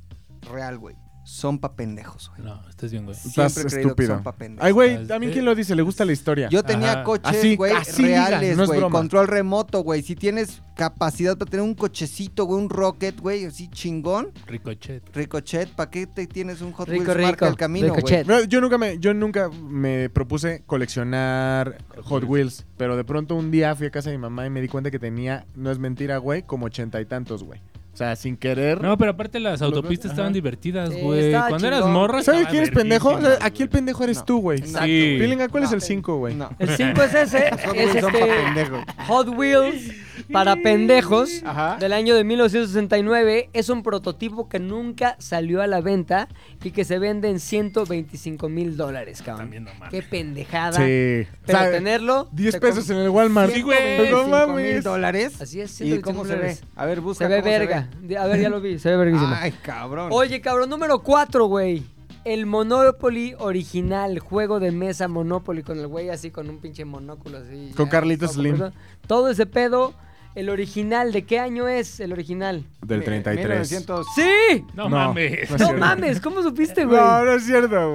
Speaker 5: real, güey, son pa' pendejos, güey.
Speaker 6: No, estás bien, güey.
Speaker 7: Estás
Speaker 5: Siempre he creído que
Speaker 7: estúpido.
Speaker 5: son pa' pendejos.
Speaker 7: Ay, güey,
Speaker 6: Estás-
Speaker 7: también quién lo dice, le gusta la historia.
Speaker 5: Yo tenía
Speaker 6: Ajá.
Speaker 5: coches,
Speaker 7: Así-
Speaker 5: güey,
Speaker 7: así digan,
Speaker 5: reales,
Speaker 7: no es
Speaker 5: güey.
Speaker 7: broma.
Speaker 5: control remoto, güey. Si tienes capacidad para tener un cochecito, güey, un rocket, güey, así chingón,
Speaker 6: Ricochet.
Speaker 5: ricochet, ¿para qué te tienes un Hot
Speaker 4: Rico,
Speaker 5: Wheels
Speaker 4: rico.
Speaker 5: marca el camino, güey?
Speaker 4: Ricochet.
Speaker 7: Mira, Yo nunca me, yo nunca me propuse coleccionar Hot Wheels, pero de pronto un día fui a casa de mi mamá y me di cuenta que tenía, no es mentira, güey, como ochenta y tantos, güey. O sea, sin querer.
Speaker 6: No, pero aparte las
Speaker 7: Los
Speaker 6: autopistas
Speaker 7: dos-
Speaker 6: estaban
Speaker 7: ajá.
Speaker 6: divertidas,
Speaker 4: Sí,
Speaker 6: güey.
Speaker 4: estaba
Speaker 6: Cuando eras
Speaker 4: chingón.
Speaker 6: morra
Speaker 7: ¿Sabes
Speaker 6: estaban
Speaker 7: quién es pendejo? O sea,
Speaker 6: verguísimas,
Speaker 7: aquí el
Speaker 6: güey.
Speaker 7: pendejo eres
Speaker 5: No.
Speaker 7: tú, güey.
Speaker 6: Sí.
Speaker 7: Pilinga, ¿cuál es
Speaker 5: No.
Speaker 7: el 5, güey?
Speaker 5: No.
Speaker 4: El 5 es ese, es
Speaker 5: Hot Wheels son pa'
Speaker 4: este
Speaker 5: pendejos.
Speaker 4: Hot Wheels para pendejos
Speaker 5: Ajá.
Speaker 4: del año de 1969. Es un prototipo que nunca salió a la venta y que se vende en 125 mil dólares, cabrón.
Speaker 6: También no mames.
Speaker 4: Qué pendejada.
Speaker 7: Sí.
Speaker 4: Pero
Speaker 7: O sea,
Speaker 4: tenerlo.
Speaker 7: 10
Speaker 4: te
Speaker 7: pesos
Speaker 4: com-
Speaker 7: en el Walmart.
Speaker 6: Sí, güey.
Speaker 7: Pues
Speaker 5: 5
Speaker 7: No
Speaker 5: mil
Speaker 7: mames.
Speaker 5: dólares.
Speaker 4: este, Así es,
Speaker 5: ¿Y cómo se ve?
Speaker 4: 125
Speaker 5: A ver, busca
Speaker 4: Se ve
Speaker 5: cómo
Speaker 4: verga. Di- A ver, ya lo vi. Se ve verguísimo.
Speaker 5: Ay, cabrón.
Speaker 4: Oye, cabrón, número 4, güey. El Monopoly original, juego de mesa Monopoly con el güey así con un pinche monóculo así.
Speaker 7: Con
Speaker 4: ya,
Speaker 7: Carlitos
Speaker 4: todo
Speaker 7: Slim.
Speaker 4: completo. Todo ese pedo, el original, ¿de qué año es el original?
Speaker 7: Del 33.
Speaker 5: 1900.
Speaker 4: ¡Sí!
Speaker 6: No,
Speaker 7: No,
Speaker 6: mames.
Speaker 7: no es
Speaker 4: No
Speaker 7: cierto.
Speaker 4: mames, ¿cómo supiste, güey?
Speaker 7: No, no es cierto,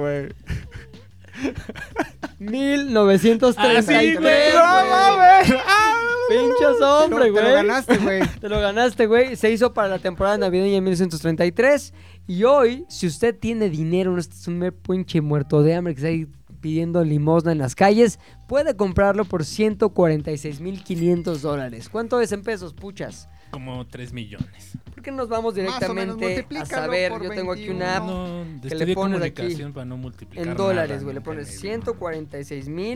Speaker 7: güey.
Speaker 4: 1933.
Speaker 6: Así, güey.
Speaker 4: güey.
Speaker 6: No
Speaker 7: mames.
Speaker 4: Pinches hombre,
Speaker 5: Te lo-
Speaker 4: güey.
Speaker 5: Te lo ganaste, güey.
Speaker 4: Te lo ganaste, güey. Se hizo para la temporada navideña de 1933. Y hoy, si usted tiene dinero, no es un mero pinche muerto de hambre que está ahí pidiendo limosna en las calles, puede comprarlo por 146.500 dólares. ¿Cuánto es en pesos, puchas?
Speaker 6: Como 3 millones.
Speaker 4: ¿Por qué nos vamos
Speaker 5: menos
Speaker 4: directamente a
Speaker 5: multiplícalo
Speaker 4: saber?
Speaker 5: por
Speaker 4: Yo tengo aquí
Speaker 5: 21.
Speaker 4: una app
Speaker 6: No,
Speaker 4: Ah,
Speaker 6: este
Speaker 4: que
Speaker 6: estudié
Speaker 4: le pones aquí
Speaker 6: comunicación para no multiplicar.
Speaker 4: en dólares,
Speaker 6: nada,
Speaker 4: güey. Le
Speaker 6: nunca
Speaker 4: pones
Speaker 6: me-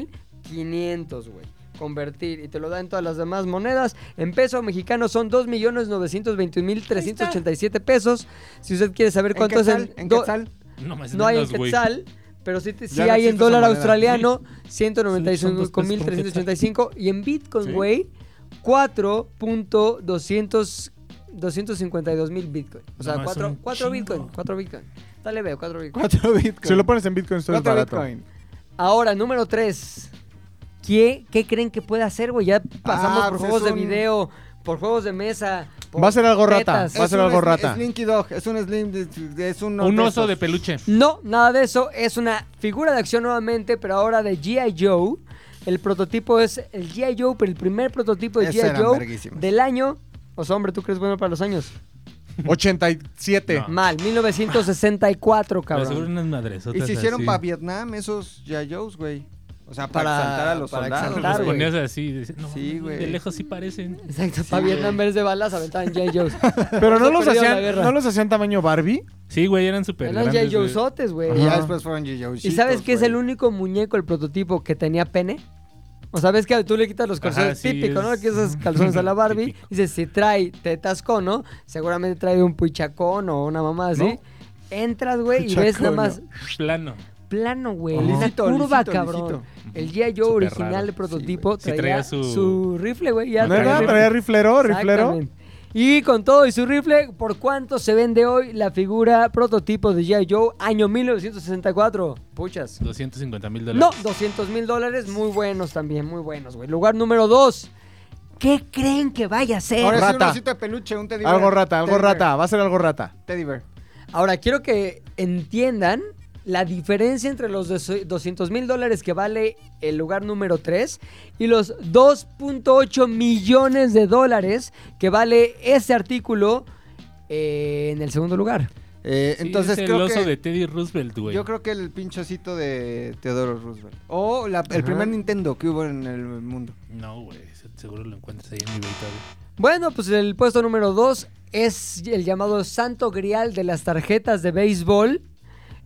Speaker 4: 146.500, güey. Convertir y te lo dan todas las demás monedas. En peso mexicano son 2.921.387 pesos. Si usted quiere saber
Speaker 5: ¿En
Speaker 4: cuánto es
Speaker 5: quetzal?
Speaker 4: en,
Speaker 5: ¿En
Speaker 4: do-
Speaker 5: quetzal?
Speaker 6: No, más
Speaker 4: no hay en
Speaker 6: menos, güey.
Speaker 4: quetzal, pero sí, te- sí
Speaker 5: Ya no
Speaker 4: hay en
Speaker 5: existe esa
Speaker 4: dólar
Speaker 5: moneda.
Speaker 4: australiano
Speaker 6: Son dos pesos por
Speaker 4: 195.385 y en bitcoin,
Speaker 7: Sí.
Speaker 4: güey, 4.200 252 mil bitcoin. O sea,
Speaker 6: No, es
Speaker 4: 4,
Speaker 6: un chingo.
Speaker 4: bitcoin. 4 bitcoin. Dale, veo, 4 bitcoin.
Speaker 5: 4 bitcoins.
Speaker 7: Si lo pones en Bitcoin, esto es
Speaker 5: Cuatro
Speaker 7: barato.
Speaker 5: bitcoin.
Speaker 4: Ahora, número 3. ¿Qué, ¿Qué creen que puede hacer, güey? Ya pasamos
Speaker 5: Ah,
Speaker 4: por
Speaker 5: pues
Speaker 4: juegos
Speaker 5: es
Speaker 4: de
Speaker 5: un-
Speaker 4: video, por juegos de mesa. por
Speaker 7: Va a ser algo rata.
Speaker 4: tetas.
Speaker 7: Va a ser algo rata.
Speaker 5: Slinky Dog, es un Slim, de- es un...
Speaker 6: Un oso
Speaker 5: esos.
Speaker 6: de peluche.
Speaker 4: No, nada de eso. Es una figura de acción nuevamente, pero ahora de G.I. Joe. El prototipo es el G.I. Joe, pero el primer prototipo de
Speaker 5: Esos
Speaker 4: G.I.
Speaker 5: eran
Speaker 4: Joe
Speaker 5: verguísimos.
Speaker 4: del año. O sea, hombre, ¿tú crees bueno para los años?
Speaker 7: 87.
Speaker 6: No.
Speaker 4: Mal, 1964,
Speaker 6: Ah. Pero seguro
Speaker 4: cabrón.
Speaker 6: unas madresotas
Speaker 5: Y se hicieron
Speaker 6: así.
Speaker 5: para Vietnam esos Yayos, güey. O sea, para,
Speaker 4: Para-
Speaker 5: exaltar a los
Speaker 4: para
Speaker 5: soldados.
Speaker 4: exaltar,
Speaker 6: Los
Speaker 5: güey.
Speaker 6: ponías así. y dices, no,
Speaker 5: Sí, güey.
Speaker 6: de lejos sí parecen.
Speaker 4: Exacto, para Vietnam verdes de balas aventaban G.I. Joes.
Speaker 7: Pero no
Speaker 4: Se
Speaker 7: los,
Speaker 4: perdió la
Speaker 7: hacían,
Speaker 4: guerra.
Speaker 7: ¿no los hacían tamaño Barbie.
Speaker 6: Sí, güey, eran súper
Speaker 4: Eran
Speaker 6: grandes.
Speaker 4: G.I.
Speaker 6: güey.
Speaker 4: Joesotes, güey.
Speaker 5: Y ya después fueron Yayos.
Speaker 4: ¿Y sabes que es el único muñeco, el prototipo, que tenía pene? O sabes que tú le quitas los
Speaker 6: Ajá,
Speaker 4: calzones,
Speaker 6: sí,
Speaker 4: típico, ¿no?
Speaker 6: es-
Speaker 4: Que esos calzones a la Barbie.
Speaker 6: Típico.
Speaker 4: Dices, si trae tetas cono, seguramente trae un puchacón o una mamá así.
Speaker 7: ¿No?
Speaker 4: Entras, güey, y ves nada más
Speaker 6: Plano.
Speaker 4: plano, güey.
Speaker 5: Ajá.
Speaker 4: Una
Speaker 5: Lisito,
Speaker 4: curva,
Speaker 5: lisito,
Speaker 4: cabrón.
Speaker 5: lisito.
Speaker 4: El G.I. Joe
Speaker 6: Súper
Speaker 4: original,
Speaker 6: raro.
Speaker 4: el prototipo,
Speaker 6: Sí,
Speaker 4: traía,
Speaker 6: traía
Speaker 4: su...
Speaker 6: su-
Speaker 4: rifle, güey. Ya
Speaker 7: ¿No
Speaker 4: traía
Speaker 7: era?
Speaker 4: rifle.
Speaker 7: Traía riflero, riflero.
Speaker 4: Exactamente. Y con todo y su rifle, ¿por cuánto se vende hoy la figura prototipo de G.I. Joe año 1964? Puchas.
Speaker 6: 250 mil
Speaker 4: No,
Speaker 6: dólares.
Speaker 4: 200 mil dólares, muy buenos también, muy buenos, güey. Lugar número dos. ¿Qué creen que vaya a ser?
Speaker 5: Ahora
Speaker 4: Ahora,
Speaker 5: es un
Speaker 7: Rata.
Speaker 5: osito de peluche, un teddy bear.
Speaker 7: Algo rata, algo
Speaker 5: Teddy bear,
Speaker 7: rata. Va a ser algo rata.
Speaker 5: Teddy bear.
Speaker 4: quiero que entiendan la diferencia entre los 200 mil dólares que vale el lugar número 3 y los 2.8 millones de dólares que vale ese artículo eh, en el segundo lugar.
Speaker 5: Eh,
Speaker 6: Sí,
Speaker 5: entonces
Speaker 6: es el
Speaker 5: creo
Speaker 6: oso
Speaker 5: que...
Speaker 6: de Teddy Roosevelt, güey.
Speaker 5: Yo creo que el pinchocito de Teodoro Roosevelt. O la- el
Speaker 4: Ajá.
Speaker 5: primer Nintendo que hubo en el mundo.
Speaker 6: No, güey, se- seguro lo encuentras ahí en mi beta, güey.
Speaker 4: Bueno, pues el puesto número 2 es el llamado santo grial de las tarjetas de béisbol.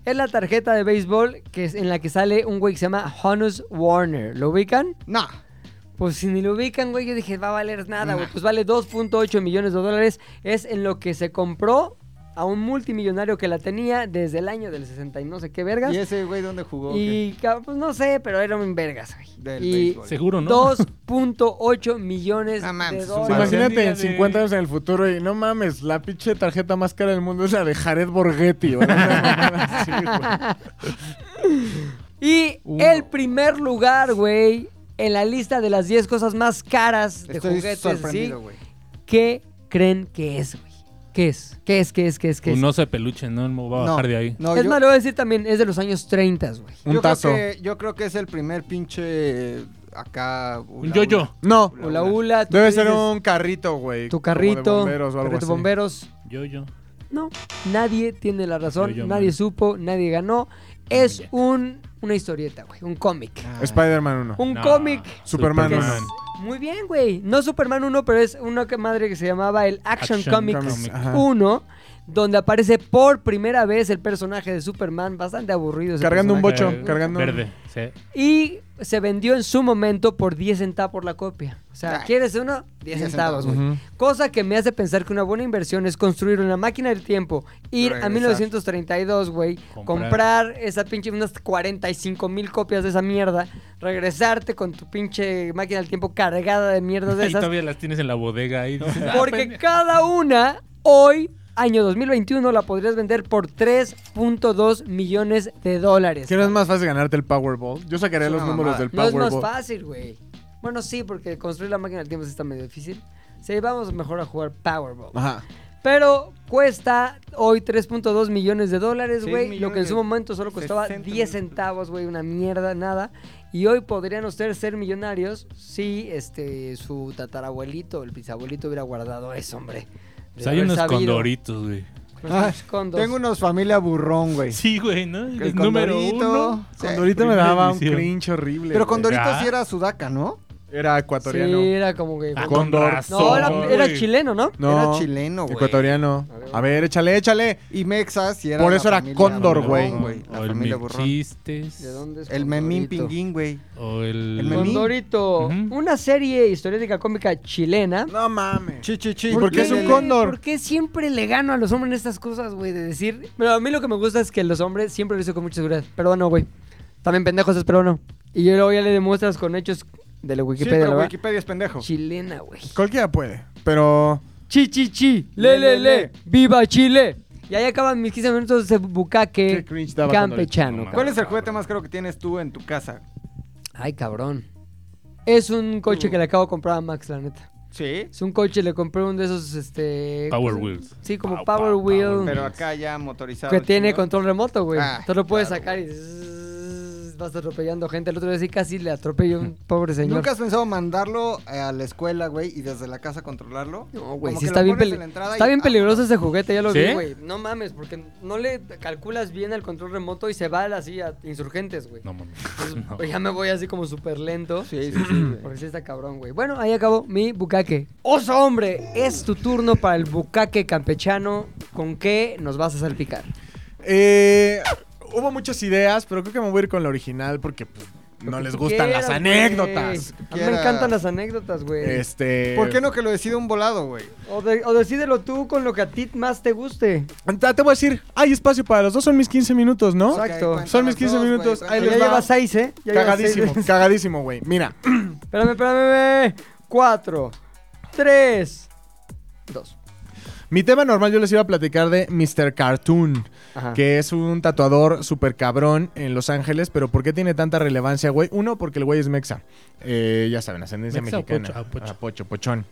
Speaker 4: Es la tarjeta de béisbol que es en la que sale un güey que se llama Honus Warner. ¿Lo ubican?
Speaker 5: No.
Speaker 4: Pues si ni lo ubican, güey, yo dije, va a valer nada, güey. Pues vale 2.8 millones de dólares. Es en lo que se compró a un multimillonario que la tenía desde el año del 60 y no sé qué vergas.
Speaker 5: ¿Y ese güey dónde jugó? o qué?
Speaker 4: Y ca- pues no sé, pero era un vergas, güey.
Speaker 5: Del
Speaker 4: y
Speaker 5: béisbol.
Speaker 6: Seguro, ¿no?
Speaker 4: 2.8 millones
Speaker 5: No mames,
Speaker 4: de
Speaker 5: es un
Speaker 7: Sí,
Speaker 4: dólares.
Speaker 6: Parecía el
Speaker 7: Imagínate
Speaker 6: día
Speaker 7: en
Speaker 6: de-
Speaker 7: 50 años en el futuro y no mames, la pinche tarjeta más cara del mundo es la de Jared Borghetti. ¿verdad? Una mamada así, güey.
Speaker 4: Y
Speaker 7: Uno.
Speaker 4: el primer lugar, güey, en la lista de las 10 cosas más caras de
Speaker 5: Estoy
Speaker 4: juguetes, ¿sí?
Speaker 5: sorprendido, güey.
Speaker 4: ¿Qué creen que es, güey? ¿Qué es? ¿Qué es? ¿Qué es? ¿Qué es? ¿Qué es?
Speaker 6: Un oso de peluche, Pues no me voy a bajar de ahí.
Speaker 5: No,
Speaker 4: es
Speaker 5: yo,
Speaker 4: más, lo voy a decir también, es de los años 30, güey.
Speaker 5: yo
Speaker 7: Un tazo.
Speaker 5: Creo que, yo creo que es el primer pinche eh, acá.
Speaker 6: Un
Speaker 5: hula,
Speaker 6: yo-yo.
Speaker 5: hula.
Speaker 7: No,
Speaker 4: Ula Ula. tú
Speaker 7: debe
Speaker 4: dices
Speaker 7: ser un carrito, güey.
Speaker 4: Tu
Speaker 7: como de
Speaker 4: carrito,
Speaker 7: bomberos o algo
Speaker 4: carrito
Speaker 7: así.
Speaker 4: bomberos.
Speaker 6: Yo-yo.
Speaker 4: No, nadie tiene la razón,
Speaker 6: Yo-Yo
Speaker 4: nadie
Speaker 6: Man.
Speaker 4: supo, nadie ganó. Es un, una historieta, güey, un cómic.
Speaker 7: Ah, Spider-Man 1.
Speaker 4: Un
Speaker 6: No,
Speaker 4: cómic.
Speaker 7: Superman.
Speaker 4: Que es-
Speaker 7: Man.
Speaker 4: Muy bien, güey. No Superman 1, pero es una que madre que se llamaba el Action,
Speaker 6: Action
Speaker 4: Comics
Speaker 6: Comics,
Speaker 7: ajá.
Speaker 4: 1, donde aparece por primera vez el personaje de Superman, bastante aburrido. ese
Speaker 7: Cargando un
Speaker 4: personaje.
Speaker 7: bocho,
Speaker 6: Eh,
Speaker 7: cargando un-
Speaker 6: Verde, sí.
Speaker 4: Y se vendió en su momento por 10 centavos por la copia. O sea,
Speaker 5: Ah.
Speaker 4: ¿quieres uno? 10
Speaker 5: 10
Speaker 4: centavos,
Speaker 5: centavos,
Speaker 4: güey.
Speaker 7: Ujú.
Speaker 4: Cosa que me hace pensar que una buena inversión es construir una máquina del tiempo, ir a
Speaker 5: Regresar.
Speaker 4: 1932, güey, comprar.
Speaker 6: Comprar.
Speaker 4: esa pinche, unas 45 mil copias de esa mierda, regresarte con tu pinche máquina del tiempo cargada de mierdas de
Speaker 6: Ahí
Speaker 4: esas.
Speaker 6: todavía las tienes en la bodega ahí. dices, ah,
Speaker 4: Porque
Speaker 6: pendejo.
Speaker 4: cada una, hoy, año 2021, la podrías vender por 3.2 millones de dólares.
Speaker 7: ¿Qué no es más fácil ganarte el Powerball? Yo sacaría
Speaker 5: Es
Speaker 7: los
Speaker 5: una
Speaker 7: números
Speaker 5: mamada.
Speaker 7: del
Speaker 4: No es más
Speaker 7: Powerball.
Speaker 4: fácil, güey. Bueno, sí, porque construir la máquina del tiempo sí está medio difícil. Sí, vamos mejor a jugar Powerball.
Speaker 6: Ah.
Speaker 7: Ajá.
Speaker 4: Pero cuesta hoy 3.2 millones de dólares,
Speaker 5: Seis
Speaker 4: güey. Lo que en su
Speaker 5: millones de
Speaker 4: momento solo costaba
Speaker 5: 60
Speaker 4: 10
Speaker 5: millones.
Speaker 4: centavos, güey. Una mierda, nada. Y hoy podrían ustedes ser millonarios si este su tatarabuelito, el bisabuelito hubiera guardado eso, hombre.
Speaker 6: O
Speaker 4: De
Speaker 6: sea, pues hay
Speaker 4: haber
Speaker 6: unos
Speaker 4: sabido.
Speaker 6: condoritos, güey.
Speaker 5: Ah,
Speaker 4: Unos condos.
Speaker 5: Tengo unos familia burrón, güey.
Speaker 6: Sí, güey, ¿no?
Speaker 5: Que
Speaker 6: El
Speaker 5: el
Speaker 6: número
Speaker 5: condorito.
Speaker 6: uno.
Speaker 5: Sí.
Speaker 7: Condorito me
Speaker 6: Primera
Speaker 7: daba un
Speaker 6: división.
Speaker 7: cringe horrible.
Speaker 5: Pero
Speaker 7: güey.
Speaker 5: con Doritos
Speaker 6: Ah.
Speaker 5: sí era sudaca, ¿no?
Speaker 7: Era ecuatoriano.
Speaker 4: Sí, era como que.
Speaker 6: Ah,
Speaker 7: Condor.
Speaker 6: con
Speaker 4: no,
Speaker 6: razón,
Speaker 4: era,
Speaker 6: güey.
Speaker 4: era chileno, ¿no?
Speaker 7: No,
Speaker 5: Era chileno, güey.
Speaker 7: ecuatoriano. A ver, échale, échale.
Speaker 5: Y Mexas sí era.
Speaker 7: Por
Speaker 5: la
Speaker 7: eso era
Speaker 5: familia
Speaker 7: Cóndor,
Speaker 5: burrón,
Speaker 7: güey.
Speaker 5: La
Speaker 6: O el
Speaker 5: familia
Speaker 6: mil
Speaker 5: burrón.
Speaker 6: chistes.
Speaker 4: ¿De dónde es
Speaker 5: El memín
Speaker 4: Condorito?
Speaker 5: pinguín, güey.
Speaker 6: O el...
Speaker 5: El memín.
Speaker 4: Condorito,
Speaker 6: Ujú.
Speaker 4: una serie historiática cómica chilena.
Speaker 7: No mames.
Speaker 5: Chi, chi, chi.
Speaker 7: ¿Por qué es un cóndor?
Speaker 4: ¿Por qué siempre le gano a los hombres en estas cosas, güey? De decir. Pero a mí lo que me gusta es que los hombres siempre lo hizo con mucha seguridad. Pero no, güey. También pendejos es peruano. Y yo luego ya le demuestras con hechos de la
Speaker 5: Sí,
Speaker 4: Wikipedia,
Speaker 5: pero
Speaker 4: la verdad.
Speaker 5: Wikipedia es pendejo.
Speaker 4: Chilena, güey.
Speaker 7: Cualquiera puede, pero...
Speaker 4: Chi, chi, chi. Le, le, le. ¡Viva Chile! Y ahí acaban mis 15 minutos de bucaque
Speaker 7: Qué cringe daba cuando le-
Speaker 4: campechano.
Speaker 6: No,
Speaker 5: ¿Cuál
Speaker 4: cabrón.
Speaker 5: es el juguete más caro que tienes tú en tu casa?
Speaker 4: Ay, cabrón. Es un coche que le acabo de comprar a Max, la neta.
Speaker 5: Sí.
Speaker 4: Es un coche, le compré uno de esos, este...
Speaker 6: Power
Speaker 4: ¿cómo se-
Speaker 6: Wheels.
Speaker 4: Sí, como
Speaker 6: Pow,
Speaker 4: Power
Speaker 6: pow,
Speaker 4: Wheel.
Speaker 5: Pero acá ya motorizado.
Speaker 4: Que tiene
Speaker 5: chingón.
Speaker 4: control remoto, güey.
Speaker 5: Ah,
Speaker 4: Tú lo puedes sacar y zzzz, vas atropellando gente. El otro día sí casi le atropelló un pobre señor.
Speaker 5: ¿Nunca has pensado mandarlo eh, a la escuela, güey, y desde la casa controlarlo?
Speaker 4: No, güey,
Speaker 5: Como
Speaker 4: sí
Speaker 5: que
Speaker 4: está
Speaker 5: lo
Speaker 4: bien,
Speaker 5: pones
Speaker 4: peli-
Speaker 5: en la entrada
Speaker 4: está
Speaker 5: y- ah,
Speaker 4: bien peligroso ese juguete, ya lo
Speaker 6: ¿Sí?
Speaker 4: vi, güey. No mames, porque no le calculas bien el control remoto y se va así a insurgentes, güey.
Speaker 6: No mames.
Speaker 4: Entonces,
Speaker 6: No.
Speaker 4: pues, ya me voy así como súper lento.
Speaker 5: Sí, sí, sí, güey.
Speaker 4: Porque sí está cabrón, güey. Bueno, ahí acabó mi bucaque. Oso, hombre, es tu turno para el bucaque campechano. ¿Con qué nos vas a salpicar?
Speaker 7: Eh, hubo muchas ideas, pero creo que me voy a ir con la original porque pues, no les gustan las
Speaker 4: A
Speaker 7: anécdotas.
Speaker 4: mí me
Speaker 5: Quieras.
Speaker 4: encantan las anécdotas, güey.
Speaker 7: Este.
Speaker 5: ¿Por qué no que lo decida un volado, güey?
Speaker 4: O, de- o decídelo tú con lo que a ti más te guste.
Speaker 7: Ah, Te voy a decir, hay espacio para los dos, son mis 15 minutos, ¿no?
Speaker 4: Exacto.
Speaker 5: Ok, cuenta
Speaker 7: Son mis
Speaker 5: las
Speaker 7: 15
Speaker 5: dos,
Speaker 7: minutos,
Speaker 5: güey,
Speaker 4: Ya
Speaker 7: ahí les
Speaker 5: cuenta
Speaker 7: va.
Speaker 4: lleva seis, ¿eh? Ya lleva
Speaker 7: cagadísimo,
Speaker 4: seis.
Speaker 7: cagadísimo, güey. Mira,
Speaker 4: Espérame, espérame, espérame. Cuatro, tres, dos.
Speaker 7: mi tema normal yo les iba a platicar de Mr. Cartoon,
Speaker 4: Ajá.
Speaker 7: que es un tatuador súper cabrón en Los Ángeles, pero ¿por qué tiene tanta relevancia, güey? Uno, porque el güey es mexa. Eh, ya saben, ascendencia
Speaker 6: ¿Mexa o
Speaker 7: mexicana.
Speaker 6: pocho? Ah, pocho.
Speaker 7: Ah, pocho, pochón.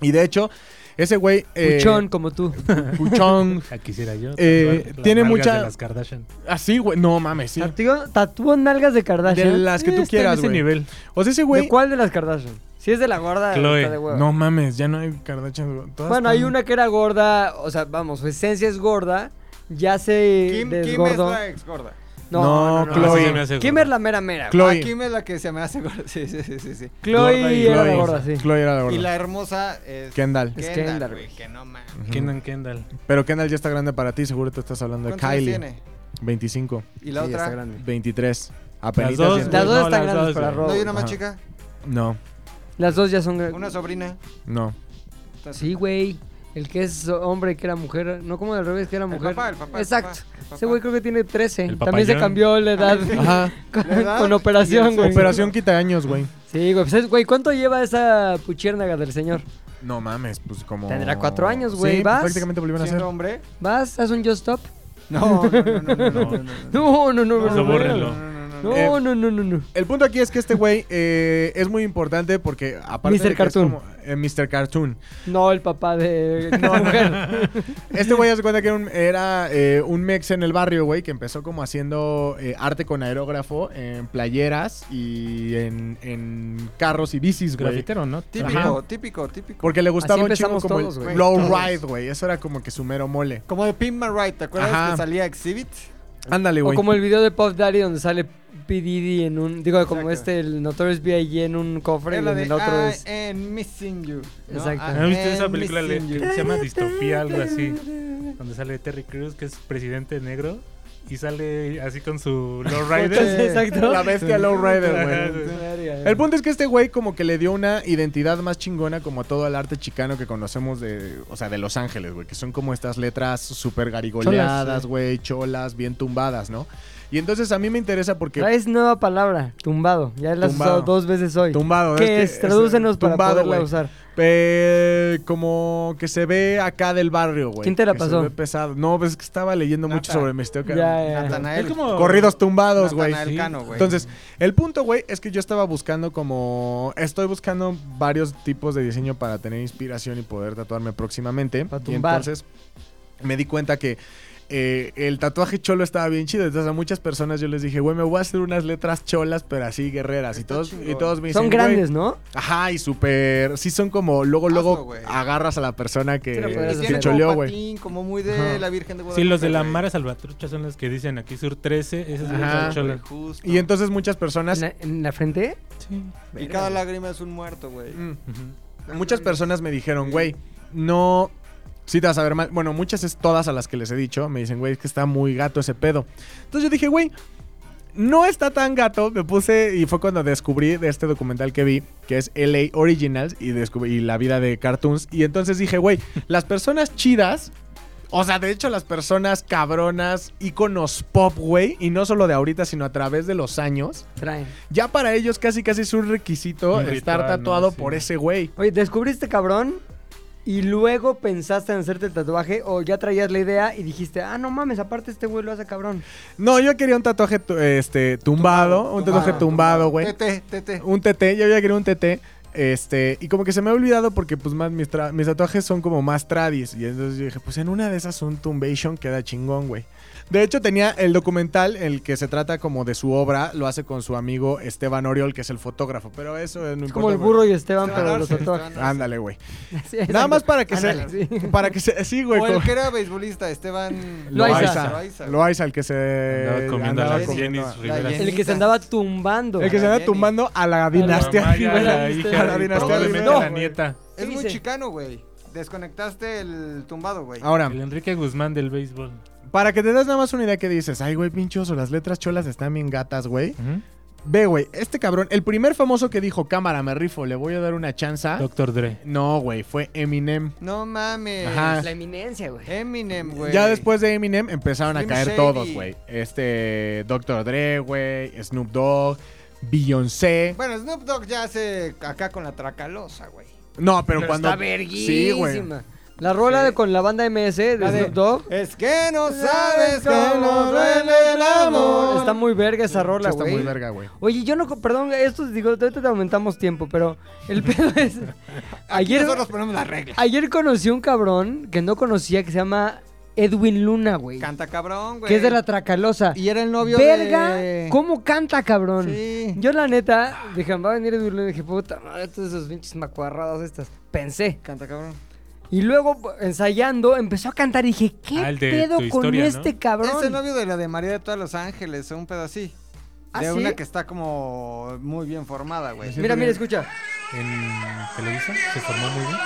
Speaker 7: Y de hecho, ese güey... eh,
Speaker 4: Puchón como tú.
Speaker 7: Puchón.
Speaker 6: Ya quisiera yo.
Speaker 7: Eh,
Speaker 6: tatuar las
Speaker 7: tiene
Speaker 6: nalgas
Speaker 7: mucha-
Speaker 6: de las Kardashian.
Speaker 7: Así, güey. No mames, sí.
Speaker 4: Tatuó, tatuó nalgas de
Speaker 7: De
Speaker 4: Kardashian.
Speaker 7: las que
Speaker 6: Está
Speaker 7: tú
Speaker 6: en
Speaker 7: quieras,
Speaker 6: ese
Speaker 7: güey.
Speaker 6: nivel.
Speaker 7: O sea, ese
Speaker 4: ¿De
Speaker 7: güey...
Speaker 4: cuál de las Kardashian? Si es de la gorda,
Speaker 6: Chloe.
Speaker 4: está de huevo.
Speaker 7: No mames, ya no hay Kardashian. güey. Todas
Speaker 4: Bueno, hay
Speaker 7: están-
Speaker 4: una que era gorda, o sea, vamos, su esencia es gorda, ya se
Speaker 5: Kim, Kim es
Speaker 4: desgordó.
Speaker 5: la ex gorda.
Speaker 4: No, no,
Speaker 7: No,
Speaker 4: no,
Speaker 7: Chloe.
Speaker 4: no.
Speaker 6: Así se me hace
Speaker 4: Kim
Speaker 6: gorda.
Speaker 4: es la mera mera. güey.
Speaker 7: Chloe.
Speaker 5: Ah, Kim es la que se me hace gorda. Sí, sí, sí, sí. sí.
Speaker 4: Chloe,
Speaker 6: Gorda y
Speaker 4: era la
Speaker 6: Chloe.
Speaker 4: gorda, sí.
Speaker 7: Chloe era la
Speaker 5: Y
Speaker 7: gorda.
Speaker 5: la hermosa es
Speaker 7: Kendall.
Speaker 4: Es
Speaker 5: Kendall,
Speaker 4: Kendall,
Speaker 5: güey,
Speaker 4: güey.
Speaker 5: que no mames.
Speaker 6: Kendall, Kendall.
Speaker 7: Pero Kendall ya está grande para ti, seguro te estás hablando de
Speaker 5: ¿Cuántos años
Speaker 7: Kylie.
Speaker 5: tiene?
Speaker 7: 25,
Speaker 5: Y la
Speaker 4: Sí, está
Speaker 5: otra.
Speaker 4: grande.
Speaker 7: 23.
Speaker 6: Las
Speaker 7: Apenas.
Speaker 6: dos,
Speaker 7: ya-
Speaker 4: Las
Speaker 6: güey,
Speaker 4: dos
Speaker 6: no,
Speaker 4: están grandes para
Speaker 6: güey.
Speaker 4: Rob.
Speaker 5: ¿No hay una más
Speaker 7: Ajá.
Speaker 5: chica?
Speaker 7: No,
Speaker 4: Las dos ya son grandes.
Speaker 5: Una sobrina.
Speaker 7: no.
Speaker 4: Sí, güey. El que es hombre, que era mujer. No como al revés, que era
Speaker 5: El
Speaker 4: mujer.
Speaker 5: papá, el papá, el
Speaker 4: Exacto.
Speaker 5: papá, el papá.
Speaker 4: Ese güey creo que tiene 13.
Speaker 6: El
Speaker 4: También se
Speaker 6: papayón.
Speaker 4: cambió la edad
Speaker 7: Ajá.
Speaker 4: con,
Speaker 5: Ah, La edad
Speaker 4: con
Speaker 5: y el
Speaker 4: operación, güey.
Speaker 7: Operación quita años, güey.
Speaker 4: Sí, güey. Pues es- güey, ¿cuánto lleva esa puchérnaga del señor?
Speaker 7: No mames, pues como.
Speaker 4: Tendrá cuatro años, güey,
Speaker 7: Sí,
Speaker 4: ¿vas?
Speaker 7: prácticamente volvieron a hacer.
Speaker 5: ¿Siendo hombre?
Speaker 4: ¿Vas? ¿Haz un just stop?
Speaker 5: No, no, no, no, no, no,
Speaker 4: No, no, no, no.
Speaker 6: Eso
Speaker 4: no,
Speaker 6: bórrenlo.
Speaker 5: no, no, no.
Speaker 7: Eh.
Speaker 4: No, no, no, no, no.
Speaker 7: El punto aquí es que este güey eh, es muy importante porque aparte
Speaker 4: Mr.
Speaker 7: de que es
Speaker 4: Cartoon.
Speaker 7: como- eh, Mr. Cartoon.
Speaker 4: No, el papá de
Speaker 7: No, no.
Speaker 4: mujer.
Speaker 7: Este güey hace cuenta que era un, era, eh, un mex en el barrio, güey, que empezó como haciendo eh, arte con aerógrafo en playeras y en, en carros y bicis, güey.
Speaker 6: Grafitero, ¿no?
Speaker 5: Típico, típico, típico.
Speaker 7: Porque le gustaba
Speaker 4: Así
Speaker 7: un chingo
Speaker 4: empezamos
Speaker 7: como
Speaker 4: todos,
Speaker 7: el
Speaker 4: güey.
Speaker 7: low
Speaker 5: Todos.
Speaker 7: ride, güey. Eso era como que su mero mole.
Speaker 5: Como de Pin My Right, ¿te acuerdas
Speaker 7: Ajá.
Speaker 5: que salía Exhibit?
Speaker 7: Ándale,
Speaker 4: O
Speaker 7: güey.
Speaker 4: como el video de Puff Daddy donde sale P. Diddy en un... Digo, como
Speaker 5: Exacto.
Speaker 4: este, el Notorious B.I.G. en un cofre
Speaker 5: Es
Speaker 4: y
Speaker 5: la
Speaker 4: en
Speaker 5: de ah, eh.
Speaker 4: el otro es...
Speaker 5: I am missing you. ¿no?
Speaker 4: Exacto.
Speaker 5: I
Speaker 6: ¿No viste esa
Speaker 5: am
Speaker 6: película? Le-
Speaker 5: missing
Speaker 6: que
Speaker 5: you.
Speaker 6: se llama Distopía, algo así. Donde sale Terry Crews, que es presidente negro. Y sale así con su Lord Rider.
Speaker 4: Exacto.
Speaker 7: La bestia low rider,
Speaker 6: Ajá,
Speaker 7: güey.
Speaker 6: güey.
Speaker 7: El punto es que este güey como que le dio una identidad más chingona como todo el arte chicano que conocemos de, o sea, de Los Ángeles, güey, que son como estas letras súper
Speaker 4: Cholas,
Speaker 7: garigoleadas,
Speaker 4: sí.
Speaker 7: güey, cholas, bien tumbadas, ¿no? Y entonces a mí me interesa porque
Speaker 4: Traes nueva palabra, tumbado. Ya la has
Speaker 7: Tumbado.
Speaker 4: usado dos veces hoy.
Speaker 7: tumbado,
Speaker 4: ¿Qué es? Tradúcenos para
Speaker 7: tumbado,
Speaker 4: poderla
Speaker 7: güey.
Speaker 4: usar.
Speaker 7: Eh, como que se ve acá del barrio, güey.
Speaker 4: ¿Quién te la
Speaker 7: que
Speaker 4: pasó?
Speaker 7: Se ve pesado. No, pues es que estaba leyendo
Speaker 5: Nata.
Speaker 7: mucho sobre Mr.
Speaker 4: Ya,
Speaker 7: Car-
Speaker 4: ya, ya.
Speaker 5: Natanael.
Speaker 6: Es como.
Speaker 7: Corridos tumbados, güey.
Speaker 5: Natanael
Speaker 6: sí.
Speaker 5: Cano, güey.
Speaker 7: Entonces, el punto, güey, es que yo estaba buscando como... Estoy buscando varios tipos de diseño para tener inspiración y poder tatuarme próximamente.
Speaker 4: Para
Speaker 7: Y
Speaker 4: tumbar.
Speaker 7: entonces me di cuenta que eh, el tatuaje cholo estaba bien chido. Entonces a muchas personas yo les dije, güey, me voy a hacer unas letras cholas, pero así guerreras. Y
Speaker 5: Está
Speaker 7: todos, y
Speaker 5: chingón.
Speaker 7: todos me dicen,
Speaker 4: Son
Speaker 7: "Güey,
Speaker 4: grandes, ¿no?
Speaker 7: Ajá, y súper... Sí son como... Luego,
Speaker 5: Hazlo,
Speaker 7: luego
Speaker 5: güey.
Speaker 7: agarras a la persona que,
Speaker 4: Sí, lo
Speaker 5: Y
Speaker 4: puedes
Speaker 7: que
Speaker 4: hacer.
Speaker 5: tiene
Speaker 7: eh, choleó,
Speaker 5: como
Speaker 7: güey.
Speaker 5: patín, como muy de
Speaker 7: Ajá.
Speaker 5: la Virgen de Guadalupe.
Speaker 6: Sí, los de la
Speaker 5: güey.
Speaker 6: Mara Salvatrucha son los que dicen aquí Sur 13. Esas
Speaker 7: Ajá.
Speaker 6: son las
Speaker 5: Güey,
Speaker 6: cholas.
Speaker 5: justo.
Speaker 7: Y entonces muchas personas...
Speaker 4: ¿En la, en la frente?
Speaker 6: Sí.
Speaker 5: Y cada lágrima es un muerto, güey.
Speaker 7: Mm.
Speaker 6: Ujú.
Speaker 7: Muchas personas me dijeron, güey, no. Sí te vas a ver mal. Bueno, muchas es todas a las que les he dicho. Me dicen, güey, es que está muy gato ese pedo. Entonces yo dije, güey, no está tan gato. Me puse y fue cuando descubrí de este documental que vi, que es LA Originals y, descubrí, y la vida de cartoons. Y entonces dije, güey, las personas chidas. O sea, de hecho, las personas cabronas, íconos pop, güey, y no solo de ahorita, sino a través de los años,
Speaker 4: Traen.
Speaker 7: ya para ellos casi casi es un requisito
Speaker 6: Un ritual,
Speaker 7: estar
Speaker 6: ¿no?
Speaker 7: tatuado
Speaker 6: Sí.
Speaker 7: por ese güey.
Speaker 4: Oye, ¿descubriste este cabrón? ¿Y luego pensaste en hacerte el tatuaje o ya traías la idea y dijiste, ah, no mames, aparte este güey lo hace cabrón?
Speaker 7: No, yo quería un tatuaje tu- este, tumbado, un tatuaje tumbado, güey.
Speaker 5: Tete, tete.
Speaker 7: Un TT, yo ya quería un TT. Este, y como que se me ha olvidado porque pues más mis, tra- mis tatuajes son como más tradis. Y entonces yo dije, pues en una de esas un Tumbation queda chingón, güey. De hecho tenía el documental, el que se trata como de su obra, lo hace con su amigo Esteban Oriol, que es el fotógrafo. Pero eso eh, no
Speaker 4: Es
Speaker 7: importa.
Speaker 4: como el
Speaker 7: güey.
Speaker 4: burro y Esteban,
Speaker 7: Esteban
Speaker 4: pero los
Speaker 7: Arce,
Speaker 4: tatuajes.
Speaker 7: Ándale, güey.
Speaker 4: Sí, exacto.
Speaker 7: Nada más para que
Speaker 4: Ándale, sí.
Speaker 7: se... Para que se... Sí, güey.
Speaker 5: O el
Speaker 7: como-
Speaker 5: que era beisbolista, Esteban
Speaker 4: Loaiza.
Speaker 5: Loaiza, güey.
Speaker 7: Loaiza, el que se...
Speaker 6: Eh, Andaba comiendo
Speaker 7: andaba
Speaker 6: a la
Speaker 7: comiendo
Speaker 6: Jenny
Speaker 7: a-
Speaker 6: Rivera.
Speaker 4: El que se andaba tumbando.
Speaker 7: El que se anda
Speaker 5: Jenny.
Speaker 7: tumbando a la
Speaker 6: La
Speaker 7: dinastía.
Speaker 6: mamá y a
Speaker 7: Rivera.
Speaker 6: la
Speaker 7: A
Speaker 6: hija, y
Speaker 7: la dinastía
Speaker 6: probablemente
Speaker 7: Rivera,
Speaker 6: a la
Speaker 7: güey.
Speaker 6: nieta.
Speaker 5: Es muy
Speaker 4: dice?
Speaker 5: chicano, güey. Desconectaste el tumbado, güey.
Speaker 7: Ahora,
Speaker 6: El Enrique Guzmán del béisbol.
Speaker 7: para que te des nada más una idea que dices, ay, güey, pinchoso, las letras cholas están bien gatas, güey. Ve, güey, este cabrón, el primer famoso que dijo, cámara, me rifo, le voy a dar una chanza.
Speaker 6: Doctor Dre.
Speaker 7: No, güey, fue Eminem.
Speaker 5: No mames.
Speaker 7: Ajá.
Speaker 4: La eminencia, güey.
Speaker 5: Eminem, güey.
Speaker 7: Ya después de Eminem empezaron a
Speaker 5: Slim
Speaker 7: caer
Speaker 5: Shady.
Speaker 7: todos, güey. Este, Dr. Dre, güey, Snoop Dogg, Beyoncé.
Speaker 5: Bueno, Snoop Dogg ya hace acá con la tracalosa, güey.
Speaker 7: No, pero,
Speaker 4: Pero
Speaker 7: cuando...
Speaker 4: Está
Speaker 7: Sí, güey.
Speaker 4: verguísima. La rola de- con la banda MS de
Speaker 5: La de-
Speaker 4: Snoop Dogg.
Speaker 5: Es que no sabes cómo duele el amor.
Speaker 4: Está muy verga esa rola,
Speaker 7: Está
Speaker 4: güey.
Speaker 7: muy verga, güey.
Speaker 4: Oye, yo no, co- perdón, esto digo, ahorita te aumentamos tiempo, pero el pedo es. Ayer,
Speaker 5: Nosotros ponemos la regla.
Speaker 4: ayer conocí un cabrón que no conocía que se llama Edwin Luna, güey.
Speaker 5: Canta cabrón, güey.
Speaker 4: Que es de la Tracalosa.
Speaker 5: Y era el novio
Speaker 4: Verga,
Speaker 5: de...
Speaker 4: ¿cómo canta, cabrón?
Speaker 5: Sí.
Speaker 4: Yo, la neta, dije, va a venir Edwin Luna y dije, puta madre, todas esas pinches macuarradas estas. Pensé.
Speaker 5: Canta cabrón.
Speaker 4: Y luego, p- ensayando, empezó a cantar y dije, ¿qué
Speaker 6: Ah, el de
Speaker 4: pedo
Speaker 6: tu
Speaker 4: con
Speaker 6: historia, ¿no?
Speaker 4: este cabrón?
Speaker 5: Es el novio de la de María de todos los ángeles, un pedo así.
Speaker 4: ¿Ah,
Speaker 5: de
Speaker 4: sí?
Speaker 5: una que está como muy bien formada, güey.
Speaker 4: Mira, mira, escucha.
Speaker 6: En Televisa se formó muy bien.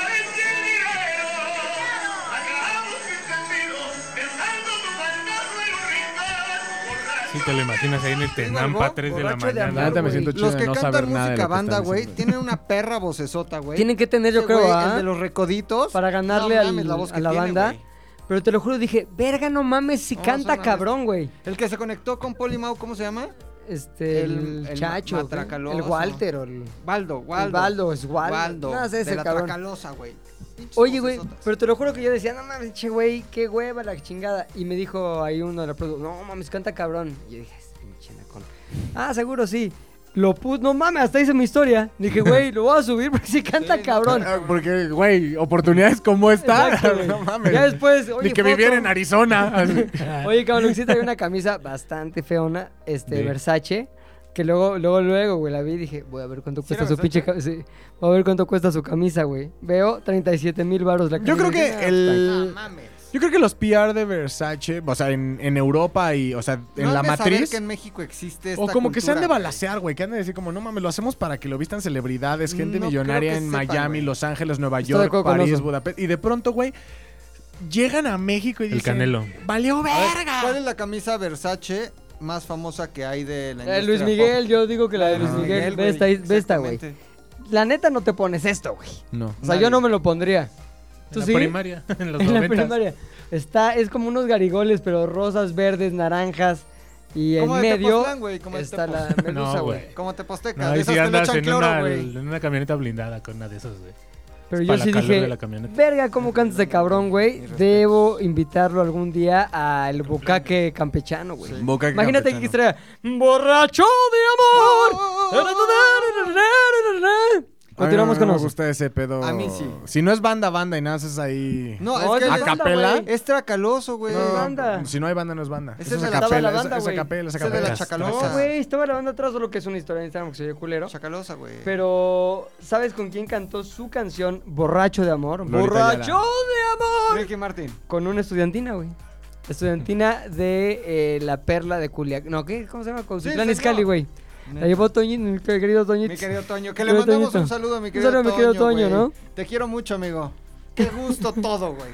Speaker 6: Sí, te lo imaginas ahí en el Tenampa, 3 de la
Speaker 5: Borracho
Speaker 6: mañana.
Speaker 5: amor,
Speaker 7: La neta me
Speaker 5: güey.
Speaker 7: siento chido
Speaker 5: Los
Speaker 7: de
Speaker 5: que
Speaker 7: no
Speaker 5: cantan
Speaker 7: saber nada de lo
Speaker 5: música
Speaker 7: que
Speaker 5: banda,
Speaker 7: están
Speaker 5: güey,
Speaker 7: haciendo.
Speaker 5: tienen una perra vocesota, güey.
Speaker 4: Tienen que tener, yo
Speaker 5: Ese
Speaker 4: creo,
Speaker 5: güey,
Speaker 4: ¿ah?
Speaker 5: El de los recoditos.
Speaker 4: para ganarle
Speaker 5: No
Speaker 4: al-
Speaker 5: mames, la voz
Speaker 4: a
Speaker 5: que
Speaker 4: la
Speaker 5: tiene,
Speaker 4: banda.
Speaker 5: güey.
Speaker 4: Pero te lo juro, dije, verga, no mames, si
Speaker 5: No,
Speaker 4: canta
Speaker 5: no mames.
Speaker 4: cabrón, güey.
Speaker 5: El que se conectó con Polimau, ¿cómo se llama?
Speaker 4: Este,
Speaker 5: El-
Speaker 4: el,
Speaker 5: el
Speaker 4: chacho, güey,
Speaker 5: matracaloso.
Speaker 4: el Walter o el,
Speaker 5: Baldo, Waldo.
Speaker 4: el Baldo, es Wal-
Speaker 5: Waldo.
Speaker 4: No, sé,
Speaker 5: de
Speaker 4: ese
Speaker 5: la
Speaker 4: cabrón.
Speaker 5: Tracalosa, güey. Pinches
Speaker 4: Oye, güey,
Speaker 5: vocesotas.
Speaker 4: pero te lo juro que yo decía, no mames, che, güey, qué hueva la chingada. Y me dijo ahí uno de la produ, no mames, canta cabrón. Y yo dije, "Es pinche nacón". Ah, seguro sí. Lo puse, no mames, hasta hice mi historia. Dije, güey, lo voy a subir porque sí canta cabrón.
Speaker 7: Ah, Porque, güey, oportunidades como esta.
Speaker 4: Exacto, güey.
Speaker 7: no mames.
Speaker 4: Ya después, oye,
Speaker 7: Ni que
Speaker 4: foto.
Speaker 7: viviera en Arizona. Así.
Speaker 4: Oye, cabrón, Luxita había una camisa bastante feona, este,
Speaker 6: De-
Speaker 4: Versace, que luego, luego, luego, güey, la vi y dije, voy a ver cuánto
Speaker 5: ¿Sí era
Speaker 4: cuesta su pinche camisa. voy a ver cuánto cuesta su camisa, güey. Veo 37 mil baros la camisa.
Speaker 7: Yo creo
Speaker 4: Dije,
Speaker 7: que
Speaker 4: "Ah, está
Speaker 5: No
Speaker 7: el.
Speaker 5: mames.
Speaker 7: Yo creo que los PR de Versace, o sea, en, en Europa y, o sea, en
Speaker 5: No
Speaker 7: la
Speaker 5: han de saber
Speaker 7: matriz.
Speaker 5: que en México existe
Speaker 7: O
Speaker 5: esta
Speaker 7: como que se han de
Speaker 5: cultura,
Speaker 7: balasear, güey. Que han de decir como, no mames, lo hacemos para que lo vistan celebridades, gente
Speaker 5: No
Speaker 7: millonaria
Speaker 5: creo que
Speaker 7: en
Speaker 5: sepan,
Speaker 7: Miami,
Speaker 5: güey.
Speaker 7: Los Ángeles, Nueva
Speaker 4: Estoy de
Speaker 7: York,
Speaker 4: acuerdo con
Speaker 7: París,
Speaker 4: eso.
Speaker 7: Budapest. Y de pronto, güey, llegan a México y
Speaker 6: El
Speaker 7: dicen...
Speaker 6: Canelo.
Speaker 7: ¡Valió
Speaker 5: güey.
Speaker 7: verga!
Speaker 5: ¿Cuál es la camisa Versace más famosa que hay de
Speaker 4: La
Speaker 5: la industria
Speaker 4: de Luis
Speaker 5: pop?
Speaker 4: Miguel, yo digo que la de
Speaker 5: Ah,
Speaker 4: Luis Miguel. Ve esta,
Speaker 5: güey,
Speaker 4: ve esta, güey.
Speaker 5: exactamente.
Speaker 4: La neta no te pones esto, güey.
Speaker 7: No.
Speaker 4: O sea,
Speaker 5: Nadie.
Speaker 4: yo no me lo pondría. ¿Tú
Speaker 6: En la
Speaker 4: sí?
Speaker 6: primaria, en los
Speaker 4: en la
Speaker 6: 90.
Speaker 4: primaria. Está, es como unos garigoles, pero rosas, verdes, naranjas. Y en
Speaker 5: Como de
Speaker 4: medio
Speaker 5: Tepoztlán, güey, como de
Speaker 4: está la
Speaker 5: Tepoztlán.
Speaker 4: medusa,
Speaker 6: No,
Speaker 4: güey.
Speaker 6: güey.
Speaker 5: Como te posteca,
Speaker 6: No,
Speaker 5: de
Speaker 6: ahí
Speaker 5: esas
Speaker 6: sí
Speaker 5: que le
Speaker 6: andas
Speaker 5: echan
Speaker 6: en
Speaker 5: cloro,
Speaker 6: una,
Speaker 5: güey.
Speaker 6: en una camioneta blindada con una de esas, güey.
Speaker 4: Pero
Speaker 6: Es
Speaker 4: yo
Speaker 6: para
Speaker 4: sí
Speaker 6: la calor
Speaker 4: dije,
Speaker 6: de la camioneta.
Speaker 4: verga, cómo cantas de cabrón, güey. Debo invitarlo algún día al bocaque campechano, güey.
Speaker 5: Bocaque
Speaker 4: Imagínate que
Speaker 5: campechano.
Speaker 4: estaría borracho
Speaker 7: Oh,
Speaker 4: de amor. Continuamos con
Speaker 7: no me
Speaker 4: nosotros.
Speaker 7: gusta ese pedo.
Speaker 5: A mí sí.
Speaker 7: Si no es banda, banda y nada, es ahí...
Speaker 5: No,
Speaker 4: No,
Speaker 5: es que
Speaker 4: es
Speaker 5: él
Speaker 7: ¿A
Speaker 5: es-
Speaker 4: banda,
Speaker 7: capela?
Speaker 4: güey.
Speaker 5: es tracaloso, güey.
Speaker 4: No,
Speaker 5: Banda.
Speaker 4: banda.
Speaker 7: Si no hay banda, no es banda.
Speaker 5: Ese
Speaker 7: es
Speaker 5: de
Speaker 7: a
Speaker 5: la-
Speaker 4: estaba la
Speaker 7: capela, es-
Speaker 4: banda,
Speaker 7: es a
Speaker 4: güey.
Speaker 7: capela, es a
Speaker 5: Ese de la
Speaker 7: capela.
Speaker 5: chacalosa.
Speaker 4: Güey, estaba la banda atrás de lo que es una historia en Instagram que se oye culero.
Speaker 5: Chacalosa, güey.
Speaker 4: Pero, ¿sabes con quién cantó su canción Borracho de Amor?
Speaker 7: Lolita
Speaker 4: Borracho
Speaker 7: Ayala.
Speaker 4: de Amor.
Speaker 5: Ricky Martin.
Speaker 4: Con una estudiantina, güey. Estudiantina de eh, la perla de Culiacán. No, ¿qué? ¿Cómo se llama? Cuautitlán
Speaker 5: señor.
Speaker 4: Iscali, güey. La llevó Toñito, mi querido Toñito.
Speaker 5: Mi querido Toño, que
Speaker 4: Mi
Speaker 5: le
Speaker 4: querido
Speaker 5: mandamos
Speaker 4: Toñito.
Speaker 5: un saludo a mi
Speaker 4: Un
Speaker 5: querido Toño.
Speaker 4: saludo a mi querido Toño,
Speaker 5: güey.
Speaker 4: ¿no?
Speaker 5: Te quiero mucho, amigo. Qué gusto todo, güey.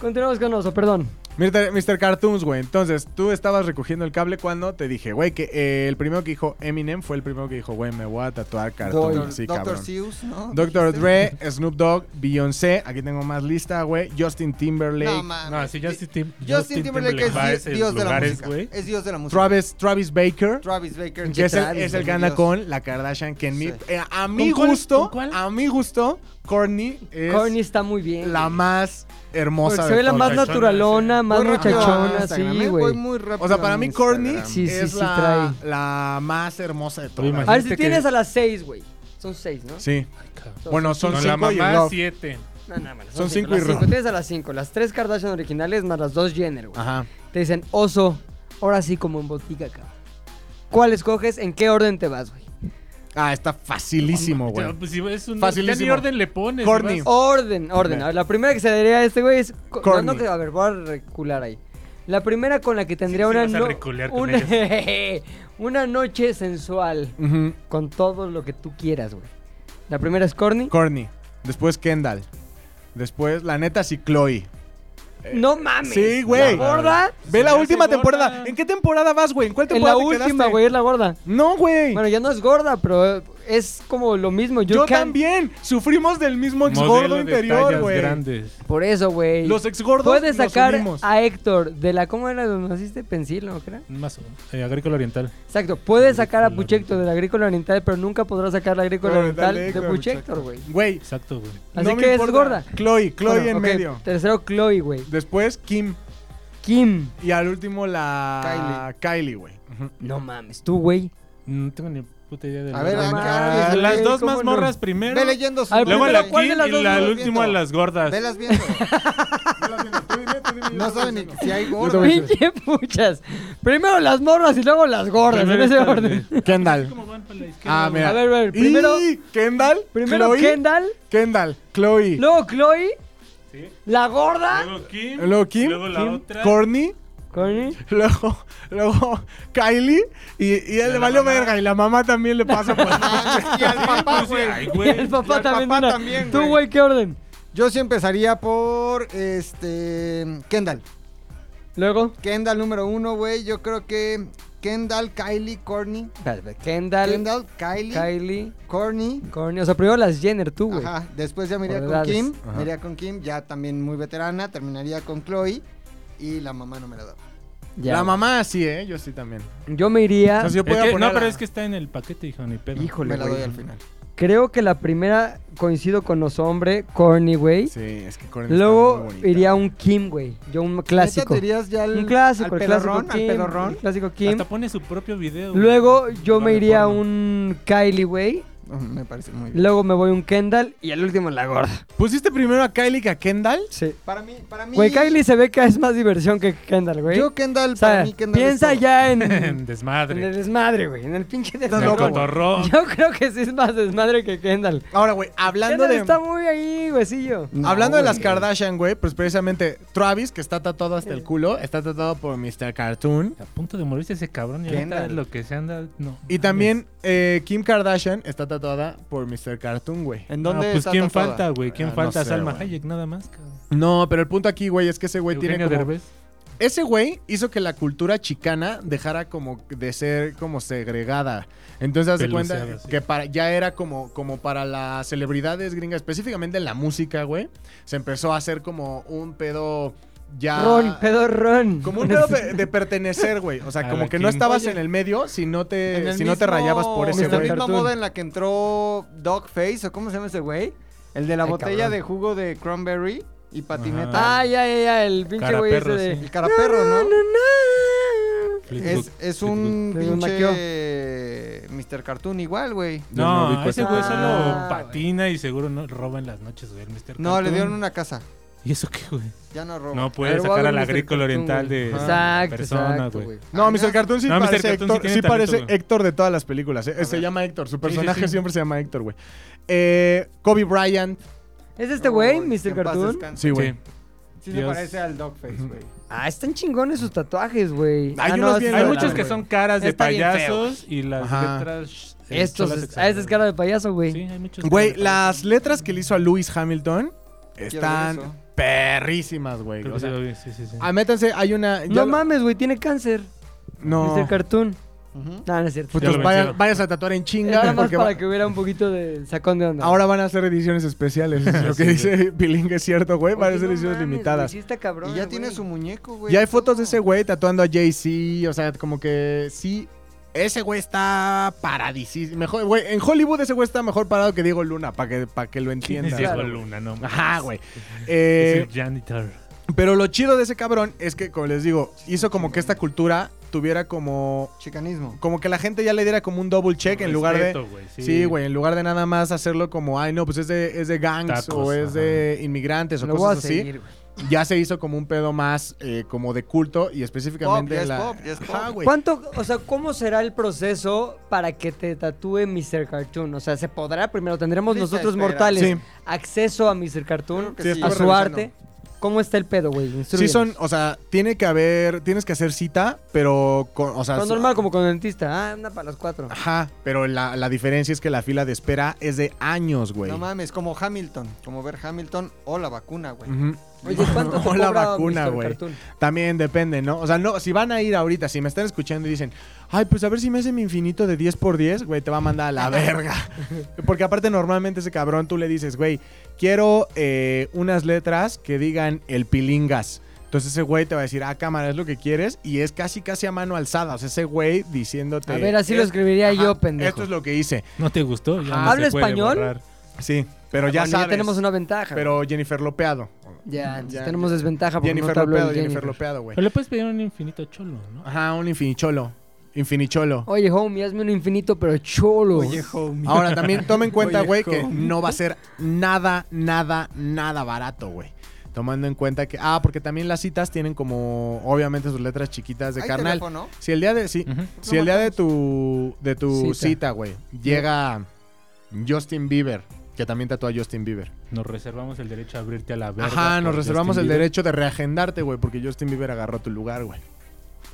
Speaker 4: Continuamos con Oso, perdón.
Speaker 7: Mr. Mr. Cartoons, güey. Entonces, tú estabas recogiendo el cable cuando te dije, güey, que eh, el primero que dijo Eminem fue el primero que dijo, güey, me voy a tatuar Cartoons.
Speaker 5: Doctor-
Speaker 7: sí,
Speaker 5: Doctor
Speaker 7: cabrón.
Speaker 5: Seuss, ¿no?
Speaker 7: Dr.
Speaker 5: ¿Dijiste?
Speaker 7: Dre, Snoop Dogg, Beyoncé. Aquí tengo más lista, güey. Justin Timberlake.
Speaker 5: No, mames.
Speaker 6: No, Ah, sí, Justin, Tim-
Speaker 5: Justin Timberlake
Speaker 6: va a
Speaker 5: es di-
Speaker 6: esos
Speaker 5: dios de la
Speaker 6: lugares,
Speaker 5: música.
Speaker 6: güey.
Speaker 5: Es dios de la música.
Speaker 7: Travis, Travis Baker.
Speaker 5: Travis Baker.
Speaker 7: que es el,
Speaker 4: Travis,
Speaker 7: es el
Speaker 5: güey,
Speaker 7: que anda
Speaker 5: Dios.
Speaker 7: con la Kardashian, que en mi,
Speaker 5: Sí.
Speaker 7: eh, a mi
Speaker 6: cuál?
Speaker 7: gusto,
Speaker 6: ¿Con cuál?
Speaker 7: a mi gusto, Courtney es
Speaker 4: Corny está muy bien.
Speaker 7: la
Speaker 4: güey.
Speaker 7: más hermosa
Speaker 4: Porque
Speaker 7: de
Speaker 4: Se ve la
Speaker 7: todas.
Speaker 4: más
Speaker 6: Muchachona,
Speaker 4: naturalona,
Speaker 6: sí.
Speaker 4: más
Speaker 5: Voy rápido a
Speaker 4: muchachona,
Speaker 5: Instagram,
Speaker 4: sí,
Speaker 5: ¿eh? Voy
Speaker 4: güey.
Speaker 5: muy rápido
Speaker 7: O sea, para
Speaker 5: a
Speaker 7: mí
Speaker 5: Instagram.
Speaker 7: Courtney
Speaker 4: Sí, sí,
Speaker 7: es
Speaker 4: sí,
Speaker 7: la, la más hermosa de todas.
Speaker 4: A ver si
Speaker 6: Imagínate que-
Speaker 4: tienes a las seis, güey. Son seis, ¿no?
Speaker 7: Sí.
Speaker 6: cabrón.
Speaker 7: Bueno, son
Speaker 6: Con la
Speaker 7: cinco y el
Speaker 6: mamá,
Speaker 7: Love.
Speaker 6: siete.
Speaker 4: No, no, bueno,
Speaker 7: Son cinco y
Speaker 4: las
Speaker 7: Ro.
Speaker 4: Tienes a las cinco. Las tres Kardashian originales más las dos Jenner, güey.
Speaker 7: Ajá.
Speaker 4: Te dicen, oso, ahora sí como en botica, cabrón. ¿Cuál escoges? ¿En qué orden te vas, güey?
Speaker 7: Ah, está facilísimo, güey.
Speaker 6: Ya, pues, si es un,
Speaker 7: Facilísimo.
Speaker 6: ¿Qué ni orden le pones?
Speaker 7: Corny.
Speaker 6: vas-
Speaker 4: Orden, orden. A ver, la primera que se daría a este güey es. co- No,
Speaker 7: Corny.
Speaker 4: no, que- a ver, voy a recular ahí. La primera con la que tendría
Speaker 6: Sí, sí
Speaker 4: una,
Speaker 6: vas a
Speaker 4: no-
Speaker 6: recular con
Speaker 4: una, una noche sensual
Speaker 7: Ujú.
Speaker 4: con todo lo que tú quieras, güey. La primera es Corny.
Speaker 7: Corny. Después Kendall. Después, la neta, sí, Chloe.
Speaker 4: no mames.
Speaker 7: sí, güey.
Speaker 4: La gorda.
Speaker 7: Ve la
Speaker 6: Se me
Speaker 7: última
Speaker 6: hace gorda.
Speaker 7: temporada. ¿En qué temporada vas, güey? ¿En cuál
Speaker 4: En
Speaker 7: temporada
Speaker 4: la
Speaker 7: te
Speaker 4: última,
Speaker 7: quedaste?
Speaker 4: güey, es la gorda.
Speaker 7: No, güey.
Speaker 4: Bueno, ya no es gorda, pero eh, es como lo mismo. You
Speaker 7: Yo
Speaker 4: can-
Speaker 7: también. Sufrimos del mismo ex
Speaker 6: Modelo
Speaker 7: gordo
Speaker 6: de
Speaker 7: interior,
Speaker 6: tallas
Speaker 7: güey.
Speaker 6: grandes.
Speaker 4: Por eso, güey.
Speaker 7: Los ex gordos
Speaker 4: Puedes
Speaker 7: nos
Speaker 4: sacar
Speaker 7: unimos.
Speaker 4: a Héctor de la. ¿Cómo era donde naciste? Pensil, ¿no? ¿Qué era?
Speaker 6: Más eh, agrícola oriental.
Speaker 4: Exacto, puedes sacar a
Speaker 6: Agrícola
Speaker 4: Puchector del agrícola oriental, pero nunca podrás sacar la agrícola
Speaker 7: Pero
Speaker 4: oriental
Speaker 7: dale,
Speaker 4: de
Speaker 7: claro,
Speaker 4: Puchector, güey.
Speaker 7: Güey,
Speaker 6: Exacto, güey.
Speaker 4: Así
Speaker 7: no me
Speaker 4: que es
Speaker 7: importa.
Speaker 4: gorda.
Speaker 7: Chloe, Chloe
Speaker 4: Bueno,
Speaker 7: en
Speaker 4: ok,
Speaker 7: medio.
Speaker 4: Tercero, Chloe, güey.
Speaker 7: Después Kim.
Speaker 4: Kim.
Speaker 7: Y al último la Kylie, güey.
Speaker 4: No mames, tú, güey.
Speaker 6: No tengo ni puta idea de
Speaker 5: A
Speaker 6: la-
Speaker 5: ver,
Speaker 4: No
Speaker 5: acá,
Speaker 4: mames,
Speaker 5: güey,
Speaker 6: las dos
Speaker 4: ¿cómo
Speaker 6: más
Speaker 4: no?
Speaker 6: morras primero.
Speaker 5: Ve leyendo sus
Speaker 4: Al
Speaker 6: Luego
Speaker 4: Primero,
Speaker 6: la
Speaker 5: ¿cuál
Speaker 4: ¿cuál
Speaker 6: Kim
Speaker 5: de
Speaker 4: de las
Speaker 6: y
Speaker 4: dos
Speaker 6: la
Speaker 4: no
Speaker 5: las
Speaker 6: última
Speaker 5: viendo?
Speaker 6: las gordas.
Speaker 5: Velas viendo.
Speaker 1: Tú dime, tú dime, yo
Speaker 5: No
Speaker 1: voy
Speaker 5: saben ni
Speaker 1: diciendo.
Speaker 5: si hay
Speaker 7: te
Speaker 5: gordo.
Speaker 7: voy a decir.
Speaker 4: Pinche puchas. Primero las morras y luego las gordas,
Speaker 6: Primero
Speaker 4: en ese
Speaker 6: está-
Speaker 4: orden.
Speaker 7: Kendall.
Speaker 6: ¿Cómo van para la izquierda,
Speaker 7: Ah, mira.
Speaker 4: A ver, a ver,
Speaker 7: Y
Speaker 4: primero-
Speaker 7: Kendall.
Speaker 4: Primero
Speaker 7: Chloe,
Speaker 4: Kendall,
Speaker 7: Kendall. Chloe.
Speaker 4: luego Chloe,
Speaker 6: Sí.
Speaker 4: la gorda,
Speaker 6: Luego Kim.
Speaker 7: Luego Kim.
Speaker 6: Luego la
Speaker 7: Kim,
Speaker 6: otra.
Speaker 7: Courtney,
Speaker 4: Corny.
Speaker 7: Luego, luego Kylie. Y, y él le valió verga. Y la mamá también le pasa por.
Speaker 5: Y al papá,
Speaker 6: Sí,
Speaker 5: güey.
Speaker 6: ay,
Speaker 4: y
Speaker 6: güey.
Speaker 4: el papá
Speaker 5: al
Speaker 4: también.
Speaker 5: papá
Speaker 4: una.
Speaker 5: también,
Speaker 4: tú,
Speaker 5: güey.
Speaker 4: güey, ¿qué orden?
Speaker 5: Yo sí empezaría por este Kendall.
Speaker 4: Luego,
Speaker 5: Kendall número uno, güey. Yo creo que Kendall, Kylie, Courtney.
Speaker 4: Kendall,
Speaker 5: Kendall, Kylie,
Speaker 4: Kylie,
Speaker 5: Courtney.
Speaker 4: Corny. O sea, primero las Jenner, tú, güey.
Speaker 5: Ajá. Después ya me iría
Speaker 4: Por
Speaker 5: con
Speaker 4: edades.
Speaker 5: Kim.
Speaker 7: Ajá.
Speaker 5: Me iría con Kim, ya también muy veterana. Terminaría con Chloe. Y la mamá no me la da.
Speaker 4: Ya,
Speaker 7: la
Speaker 4: güey.
Speaker 7: mamá sí, ¿eh? Yo sí también.
Speaker 4: Yo me iría.
Speaker 7: O sea, si yo
Speaker 6: Es
Speaker 7: puedo
Speaker 6: que-
Speaker 7: poner
Speaker 6: no, pero
Speaker 7: a-
Speaker 6: es que está en el paquete, hijo, ni pedo.
Speaker 4: Híjole,
Speaker 5: Me la doy
Speaker 4: güey.
Speaker 5: al final.
Speaker 4: Creo que la primera coincido con los hombres, Corny, güey.
Speaker 7: Sí, es que Courtney está
Speaker 4: Luego
Speaker 7: muy bonita.
Speaker 4: iría un Kim, güey. Yo un clásico.
Speaker 5: ¿Neta te irías ya al,
Speaker 4: Un clásico,
Speaker 5: al
Speaker 4: el clásico
Speaker 5: pedorrón, al
Speaker 4: Kim.
Speaker 5: pedorrón?
Speaker 4: el clásico Kim.
Speaker 6: Hasta pone su propio video. güey.
Speaker 4: Luego yo
Speaker 6: Lo
Speaker 4: me iría a
Speaker 6: reforma.
Speaker 4: un Kylie, güey.
Speaker 5: Oh, me parece muy bien.
Speaker 4: Luego me voy a un Kendall. Y el último la gorda.
Speaker 7: ¿Pusiste primero a Kylie que a Kendall?
Speaker 4: Sí.
Speaker 5: Para mí, para mí.
Speaker 4: Güey, Kylie se ve que es más diversión que Kendall, güey.
Speaker 5: Yo Kendall,
Speaker 4: O sea,
Speaker 5: para mí Kendall. es
Speaker 4: piensa
Speaker 5: todo.
Speaker 4: ya en,
Speaker 6: En
Speaker 4: en el
Speaker 6: Desmadre.
Speaker 4: desmadre, güey. En el pinche
Speaker 6: En
Speaker 4: desmadre.
Speaker 6: el
Speaker 7: loco, güey.
Speaker 6: cotorrón.
Speaker 4: Yo creo que sí es más desmadre que Kendall.
Speaker 7: Ahora, güey, hablando
Speaker 4: Kendall
Speaker 7: de.
Speaker 4: está muy ahí, huesillo.
Speaker 5: No,
Speaker 7: Hablando de
Speaker 5: güey.
Speaker 7: las Kardashian, güey, pues precisamente Travis, que está tatuado hasta el culo, está tatuado por Mr. Cartoon.
Speaker 6: A punto de morirse ese cabrón. Y ahorita
Speaker 5: Kendall.
Speaker 6: lo que se anda. No.
Speaker 7: Y también eh, Kim Kardashian está tatuada por Mr. Cartoon, güey.
Speaker 5: ¿En
Speaker 6: No,
Speaker 5: dónde
Speaker 6: pues
Speaker 5: está
Speaker 6: quién
Speaker 5: tatuada?
Speaker 6: falta, güey. ¿Quién
Speaker 7: Ah, no
Speaker 6: falta?
Speaker 7: sé,
Speaker 6: Salma
Speaker 7: güey.
Speaker 6: Hayek, nada más, cabrón.
Speaker 7: No, pero el punto aquí, güey, es que ese güey tiene
Speaker 6: Eugenio
Speaker 7: como...
Speaker 6: Derbez.
Speaker 7: Ese güey hizo que la cultura chicana dejara como de ser como segregada. Entonces, haz de cuenta
Speaker 6: Peluceada, sí.
Speaker 7: que para, ya era como, como para las celebridades gringas, específicamente en la música, güey. Se empezó a hacer como un pedo ya...
Speaker 5: Ah.
Speaker 4: Ron, pedo Ron.
Speaker 7: Como un pedo pe- de pertenecer, güey. O sea,
Speaker 6: A
Speaker 7: como
Speaker 6: la
Speaker 7: que no
Speaker 6: Kim.
Speaker 7: estabas
Speaker 5: Oye.
Speaker 7: en el medio si no
Speaker 5: En
Speaker 7: te,
Speaker 5: el
Speaker 7: si no te
Speaker 5: mismo-
Speaker 7: ramificabas por ese
Speaker 5: En la
Speaker 7: güey.
Speaker 5: misma
Speaker 4: Cartoon.
Speaker 5: moda en la que entró Dogface, o cómo se llama ese güey. El de la
Speaker 4: Ay,
Speaker 5: botella
Speaker 4: cabrón.
Speaker 5: de jugo de cranberry y patineta.
Speaker 6: Ajá.
Speaker 4: Ah, ya, ya, ya, el pinche
Speaker 6: Cara
Speaker 4: güey ese
Speaker 6: perro,
Speaker 4: de...
Speaker 6: sí.
Speaker 5: El caraperro, ¿no?
Speaker 6: Flipbook,
Speaker 5: Es, es
Speaker 6: flipbook.
Speaker 5: un
Speaker 4: Flipbook.
Speaker 5: pinche Mr. Cartoon igual, güey.
Speaker 6: No,
Speaker 7: no ubico
Speaker 6: ese
Speaker 7: ese
Speaker 6: güey
Speaker 4: güey.
Speaker 6: solo
Speaker 4: Ah,
Speaker 6: patina y seguro no roba en las noches, güey. El Mr.
Speaker 5: No, le
Speaker 6: Cartoon.
Speaker 5: dieron Oh. una casa.
Speaker 6: ¿Y eso qué, güey?
Speaker 5: Ya no roba.
Speaker 6: No puede
Speaker 4: Pero va a
Speaker 6: sacar
Speaker 4: haber
Speaker 6: al
Speaker 4: Mr.
Speaker 6: agrícola
Speaker 4: Cartoon,
Speaker 6: oriental
Speaker 4: güey.
Speaker 6: de
Speaker 4: Exacto,
Speaker 6: persona,
Speaker 4: exacto,
Speaker 6: güey.
Speaker 4: güey.
Speaker 7: No, Mr. Cartoon sí
Speaker 6: No, Mr.
Speaker 7: parece,
Speaker 6: Cartoon sí
Speaker 7: Héctor,
Speaker 6: tiene
Speaker 7: sí
Speaker 6: talento,
Speaker 7: parece
Speaker 6: güey.
Speaker 7: Héctor de todas las películas. ¿eh?
Speaker 6: A
Speaker 7: Se
Speaker 6: ver.
Speaker 7: llama Héctor, su
Speaker 6: sí,
Speaker 7: personaje
Speaker 6: sí.
Speaker 7: siempre se llama Héctor, güey. Eh, Kobe Bryant.
Speaker 4: ¿Es este güey,
Speaker 5: Uy, que
Speaker 4: Mr.
Speaker 5: en paz
Speaker 4: Cartoon?
Speaker 5: descanse.
Speaker 7: Sí, güey.
Speaker 5: Sí se
Speaker 6: Dios.
Speaker 5: parece al Dogface, güey.
Speaker 4: Ah, están chingones sus tatuajes, güey.
Speaker 7: Hay
Speaker 4: Ah,
Speaker 7: unos
Speaker 4: no,
Speaker 7: bien
Speaker 4: sí,
Speaker 6: Hay
Speaker 4: no,
Speaker 7: Claro,
Speaker 6: muchos
Speaker 4: no,
Speaker 6: que
Speaker 4: güey.
Speaker 6: son caras de
Speaker 4: Está bien feo.
Speaker 6: payasos y las
Speaker 7: Ajá.
Speaker 6: letras. eh,
Speaker 4: Estos,
Speaker 6: cholas
Speaker 4: ah, ese es cara de payaso, güey.
Speaker 6: Sí, hay muchos.
Speaker 7: Güey,
Speaker 6: caras de
Speaker 7: las letras que le hizo a Lewis Hamilton
Speaker 5: ver eso.
Speaker 7: están perrísimas, güey.
Speaker 6: payaso.
Speaker 7: O sea,
Speaker 6: Creo que sí, sí, sí.
Speaker 7: ah, métanse, hay una. ya
Speaker 4: No
Speaker 7: lo-
Speaker 4: mames, güey, tiene cáncer.
Speaker 7: No.
Speaker 4: Mr. Cartoon.
Speaker 5: Ujú.
Speaker 4: No, no es cierto.
Speaker 7: Putos,
Speaker 6: Ya lo
Speaker 7: vaya-
Speaker 6: vencieron.
Speaker 7: vayas a tatuar en
Speaker 4: Es
Speaker 7: chinga.
Speaker 4: nada más
Speaker 7: porque va-
Speaker 4: para que hubiera un poquito de sacón de onda.
Speaker 7: Ahora van a hacer ediciones especiales. es lo
Speaker 6: Sí,
Speaker 7: que dice Piling es cierto, güey. Van a
Speaker 4: Oye,
Speaker 7: ser
Speaker 4: no
Speaker 7: ediciones
Speaker 4: mames,
Speaker 7: limitadas.
Speaker 4: güey, sí está cabrón,
Speaker 5: Y ya
Speaker 4: güey.
Speaker 5: tiene su muñeco, güey.
Speaker 7: Y hay fotos de ese
Speaker 5: No.
Speaker 7: güey tatuando a Jay-Z. O sea, como que sí. Ese güey está paradisísimo. Mejor, güey, en Hollywood ese güey está mejor parado que Diego Luna, para que, pa' que lo
Speaker 6: ¿Quién es
Speaker 7: entiendas.
Speaker 6: Diego Luna, no? mames.
Speaker 7: Ajá, güey.
Speaker 6: Es
Speaker 7: Eh,
Speaker 6: el janitor.
Speaker 7: pero lo chido de ese cabrón es que, como les digo, hizo como que esta cultura tuviera como
Speaker 5: Chicanismo.
Speaker 7: como que la gente ya le diera como un double check en lugar de
Speaker 6: Respeto, güey, sí.
Speaker 7: Sí, güey, en lugar de nada más hacerlo como, ay, no, pues es de, es de gangs
Speaker 6: Tacos,
Speaker 7: o es de inmigrantes o
Speaker 4: Lo voy a
Speaker 7: cosas así.
Speaker 4: seguir, güey.
Speaker 7: Ya se hizo como un pedo más eh, como de culto y
Speaker 2: Pop,
Speaker 7: específicamente
Speaker 2: ya es
Speaker 7: la...
Speaker 2: pop, ya es
Speaker 7: Ajá,
Speaker 2: pop.
Speaker 7: güey.
Speaker 4: ¿Cuánto, o sea, cómo será el proceso para que te tatúe Mr. Cartoon? O sea, ¿se podrá? Primero, ¿tendremos
Speaker 2: Lista de
Speaker 4: nosotros
Speaker 2: espera.
Speaker 4: mortales
Speaker 7: Sí.
Speaker 4: acceso a Mr. Cartoon?
Speaker 2: Creo que
Speaker 7: Sí,
Speaker 2: sí.
Speaker 4: a
Speaker 7: estuve
Speaker 4: su arte. ¿Cómo está el pedo, güey?
Speaker 7: Sí
Speaker 4: Instrúyenos.
Speaker 7: son, o sea, tiene que haber, tienes que hacer cita, pero con, o sea,
Speaker 4: Pero normal, como con dentista. Ah, una para las cuatro.
Speaker 7: Ajá, pero la, la diferencia es que la fila de espera es de años, güey.
Speaker 5: No mames, como Hamilton, como ver Hamilton o la vacuna, güey.
Speaker 7: Ujú.
Speaker 4: Oye, ¿cuánto te
Speaker 7: O la
Speaker 4: cobra
Speaker 7: vacuna,
Speaker 4: Mr.
Speaker 7: güey.
Speaker 4: Cartoon?
Speaker 7: También depende, ¿no? O sea, no, si van a ir ahorita, si me están escuchando y dicen, ay, pues a ver si me hace mi infinito de 10 por 10, güey, te va a mandar a la verga. Porque aparte normalmente ese cabrón tú le dices, güey, quiero eh, unas letras que digan el pilingas. Entonces ese güey te va a decir, ah, cámara, es lo que quieres. Y es casi, casi a mano alzada. O sea, ese güey diciéndote...
Speaker 4: A ver, así lo
Speaker 7: "Es-
Speaker 4: escribiría
Speaker 7: ajá,
Speaker 4: yo, pendejo.
Speaker 7: Esto es lo que hice.
Speaker 6: ¿No te gustó? Ya
Speaker 4: Ajá.
Speaker 6: no
Speaker 4: ¿Habla
Speaker 6: se puede
Speaker 4: español?
Speaker 6: borrar.
Speaker 7: Sí, pero ya
Speaker 4: Ah, Bueno,
Speaker 7: sabes.
Speaker 4: ya tenemos una ventaja.
Speaker 7: Pero Jennifer Lopeado.
Speaker 4: ya, entonces
Speaker 7: ya,
Speaker 4: tenemos desventaja porque no
Speaker 7: Jennifer
Speaker 4: te habló el
Speaker 7: Lopeado, Jennifer
Speaker 4: Jennifer.
Speaker 7: Lopeado, güey.
Speaker 6: Pero le puedes pedir un infinito cholo, ¿no?
Speaker 7: Ajá, un infinicholo.
Speaker 5: Oh,
Speaker 7: Infinicholo.
Speaker 4: Oye, homie, hazme un infinito, pero cholo.
Speaker 5: homie.
Speaker 7: Ahora, también toma en cuenta,
Speaker 5: Oye,
Speaker 7: güey, que
Speaker 5: ¿cómo?
Speaker 7: no va a ser nada, nada, nada barato, güey. Tomando en cuenta que. Ah, porque también las citas tienen como, obviamente, sus letras chiquitas de
Speaker 5: ¿Hay
Speaker 7: carnal.
Speaker 5: teléfono?
Speaker 7: Si el día de. Sí,
Speaker 6: Ujú.
Speaker 7: Si el día de tu. de tu
Speaker 4: Cita.
Speaker 7: cita, güey, llega Justin Bieber. Que también tatúa a Justin Bieber.
Speaker 6: Nos reservamos el derecho a abrirte a la verga.
Speaker 7: Ajá, nos
Speaker 6: por
Speaker 7: reservamos
Speaker 6: Justin
Speaker 7: el
Speaker 6: Bieber.
Speaker 7: derecho de reagendarte, güey, porque Justin Bieber agarró tu lugar, güey.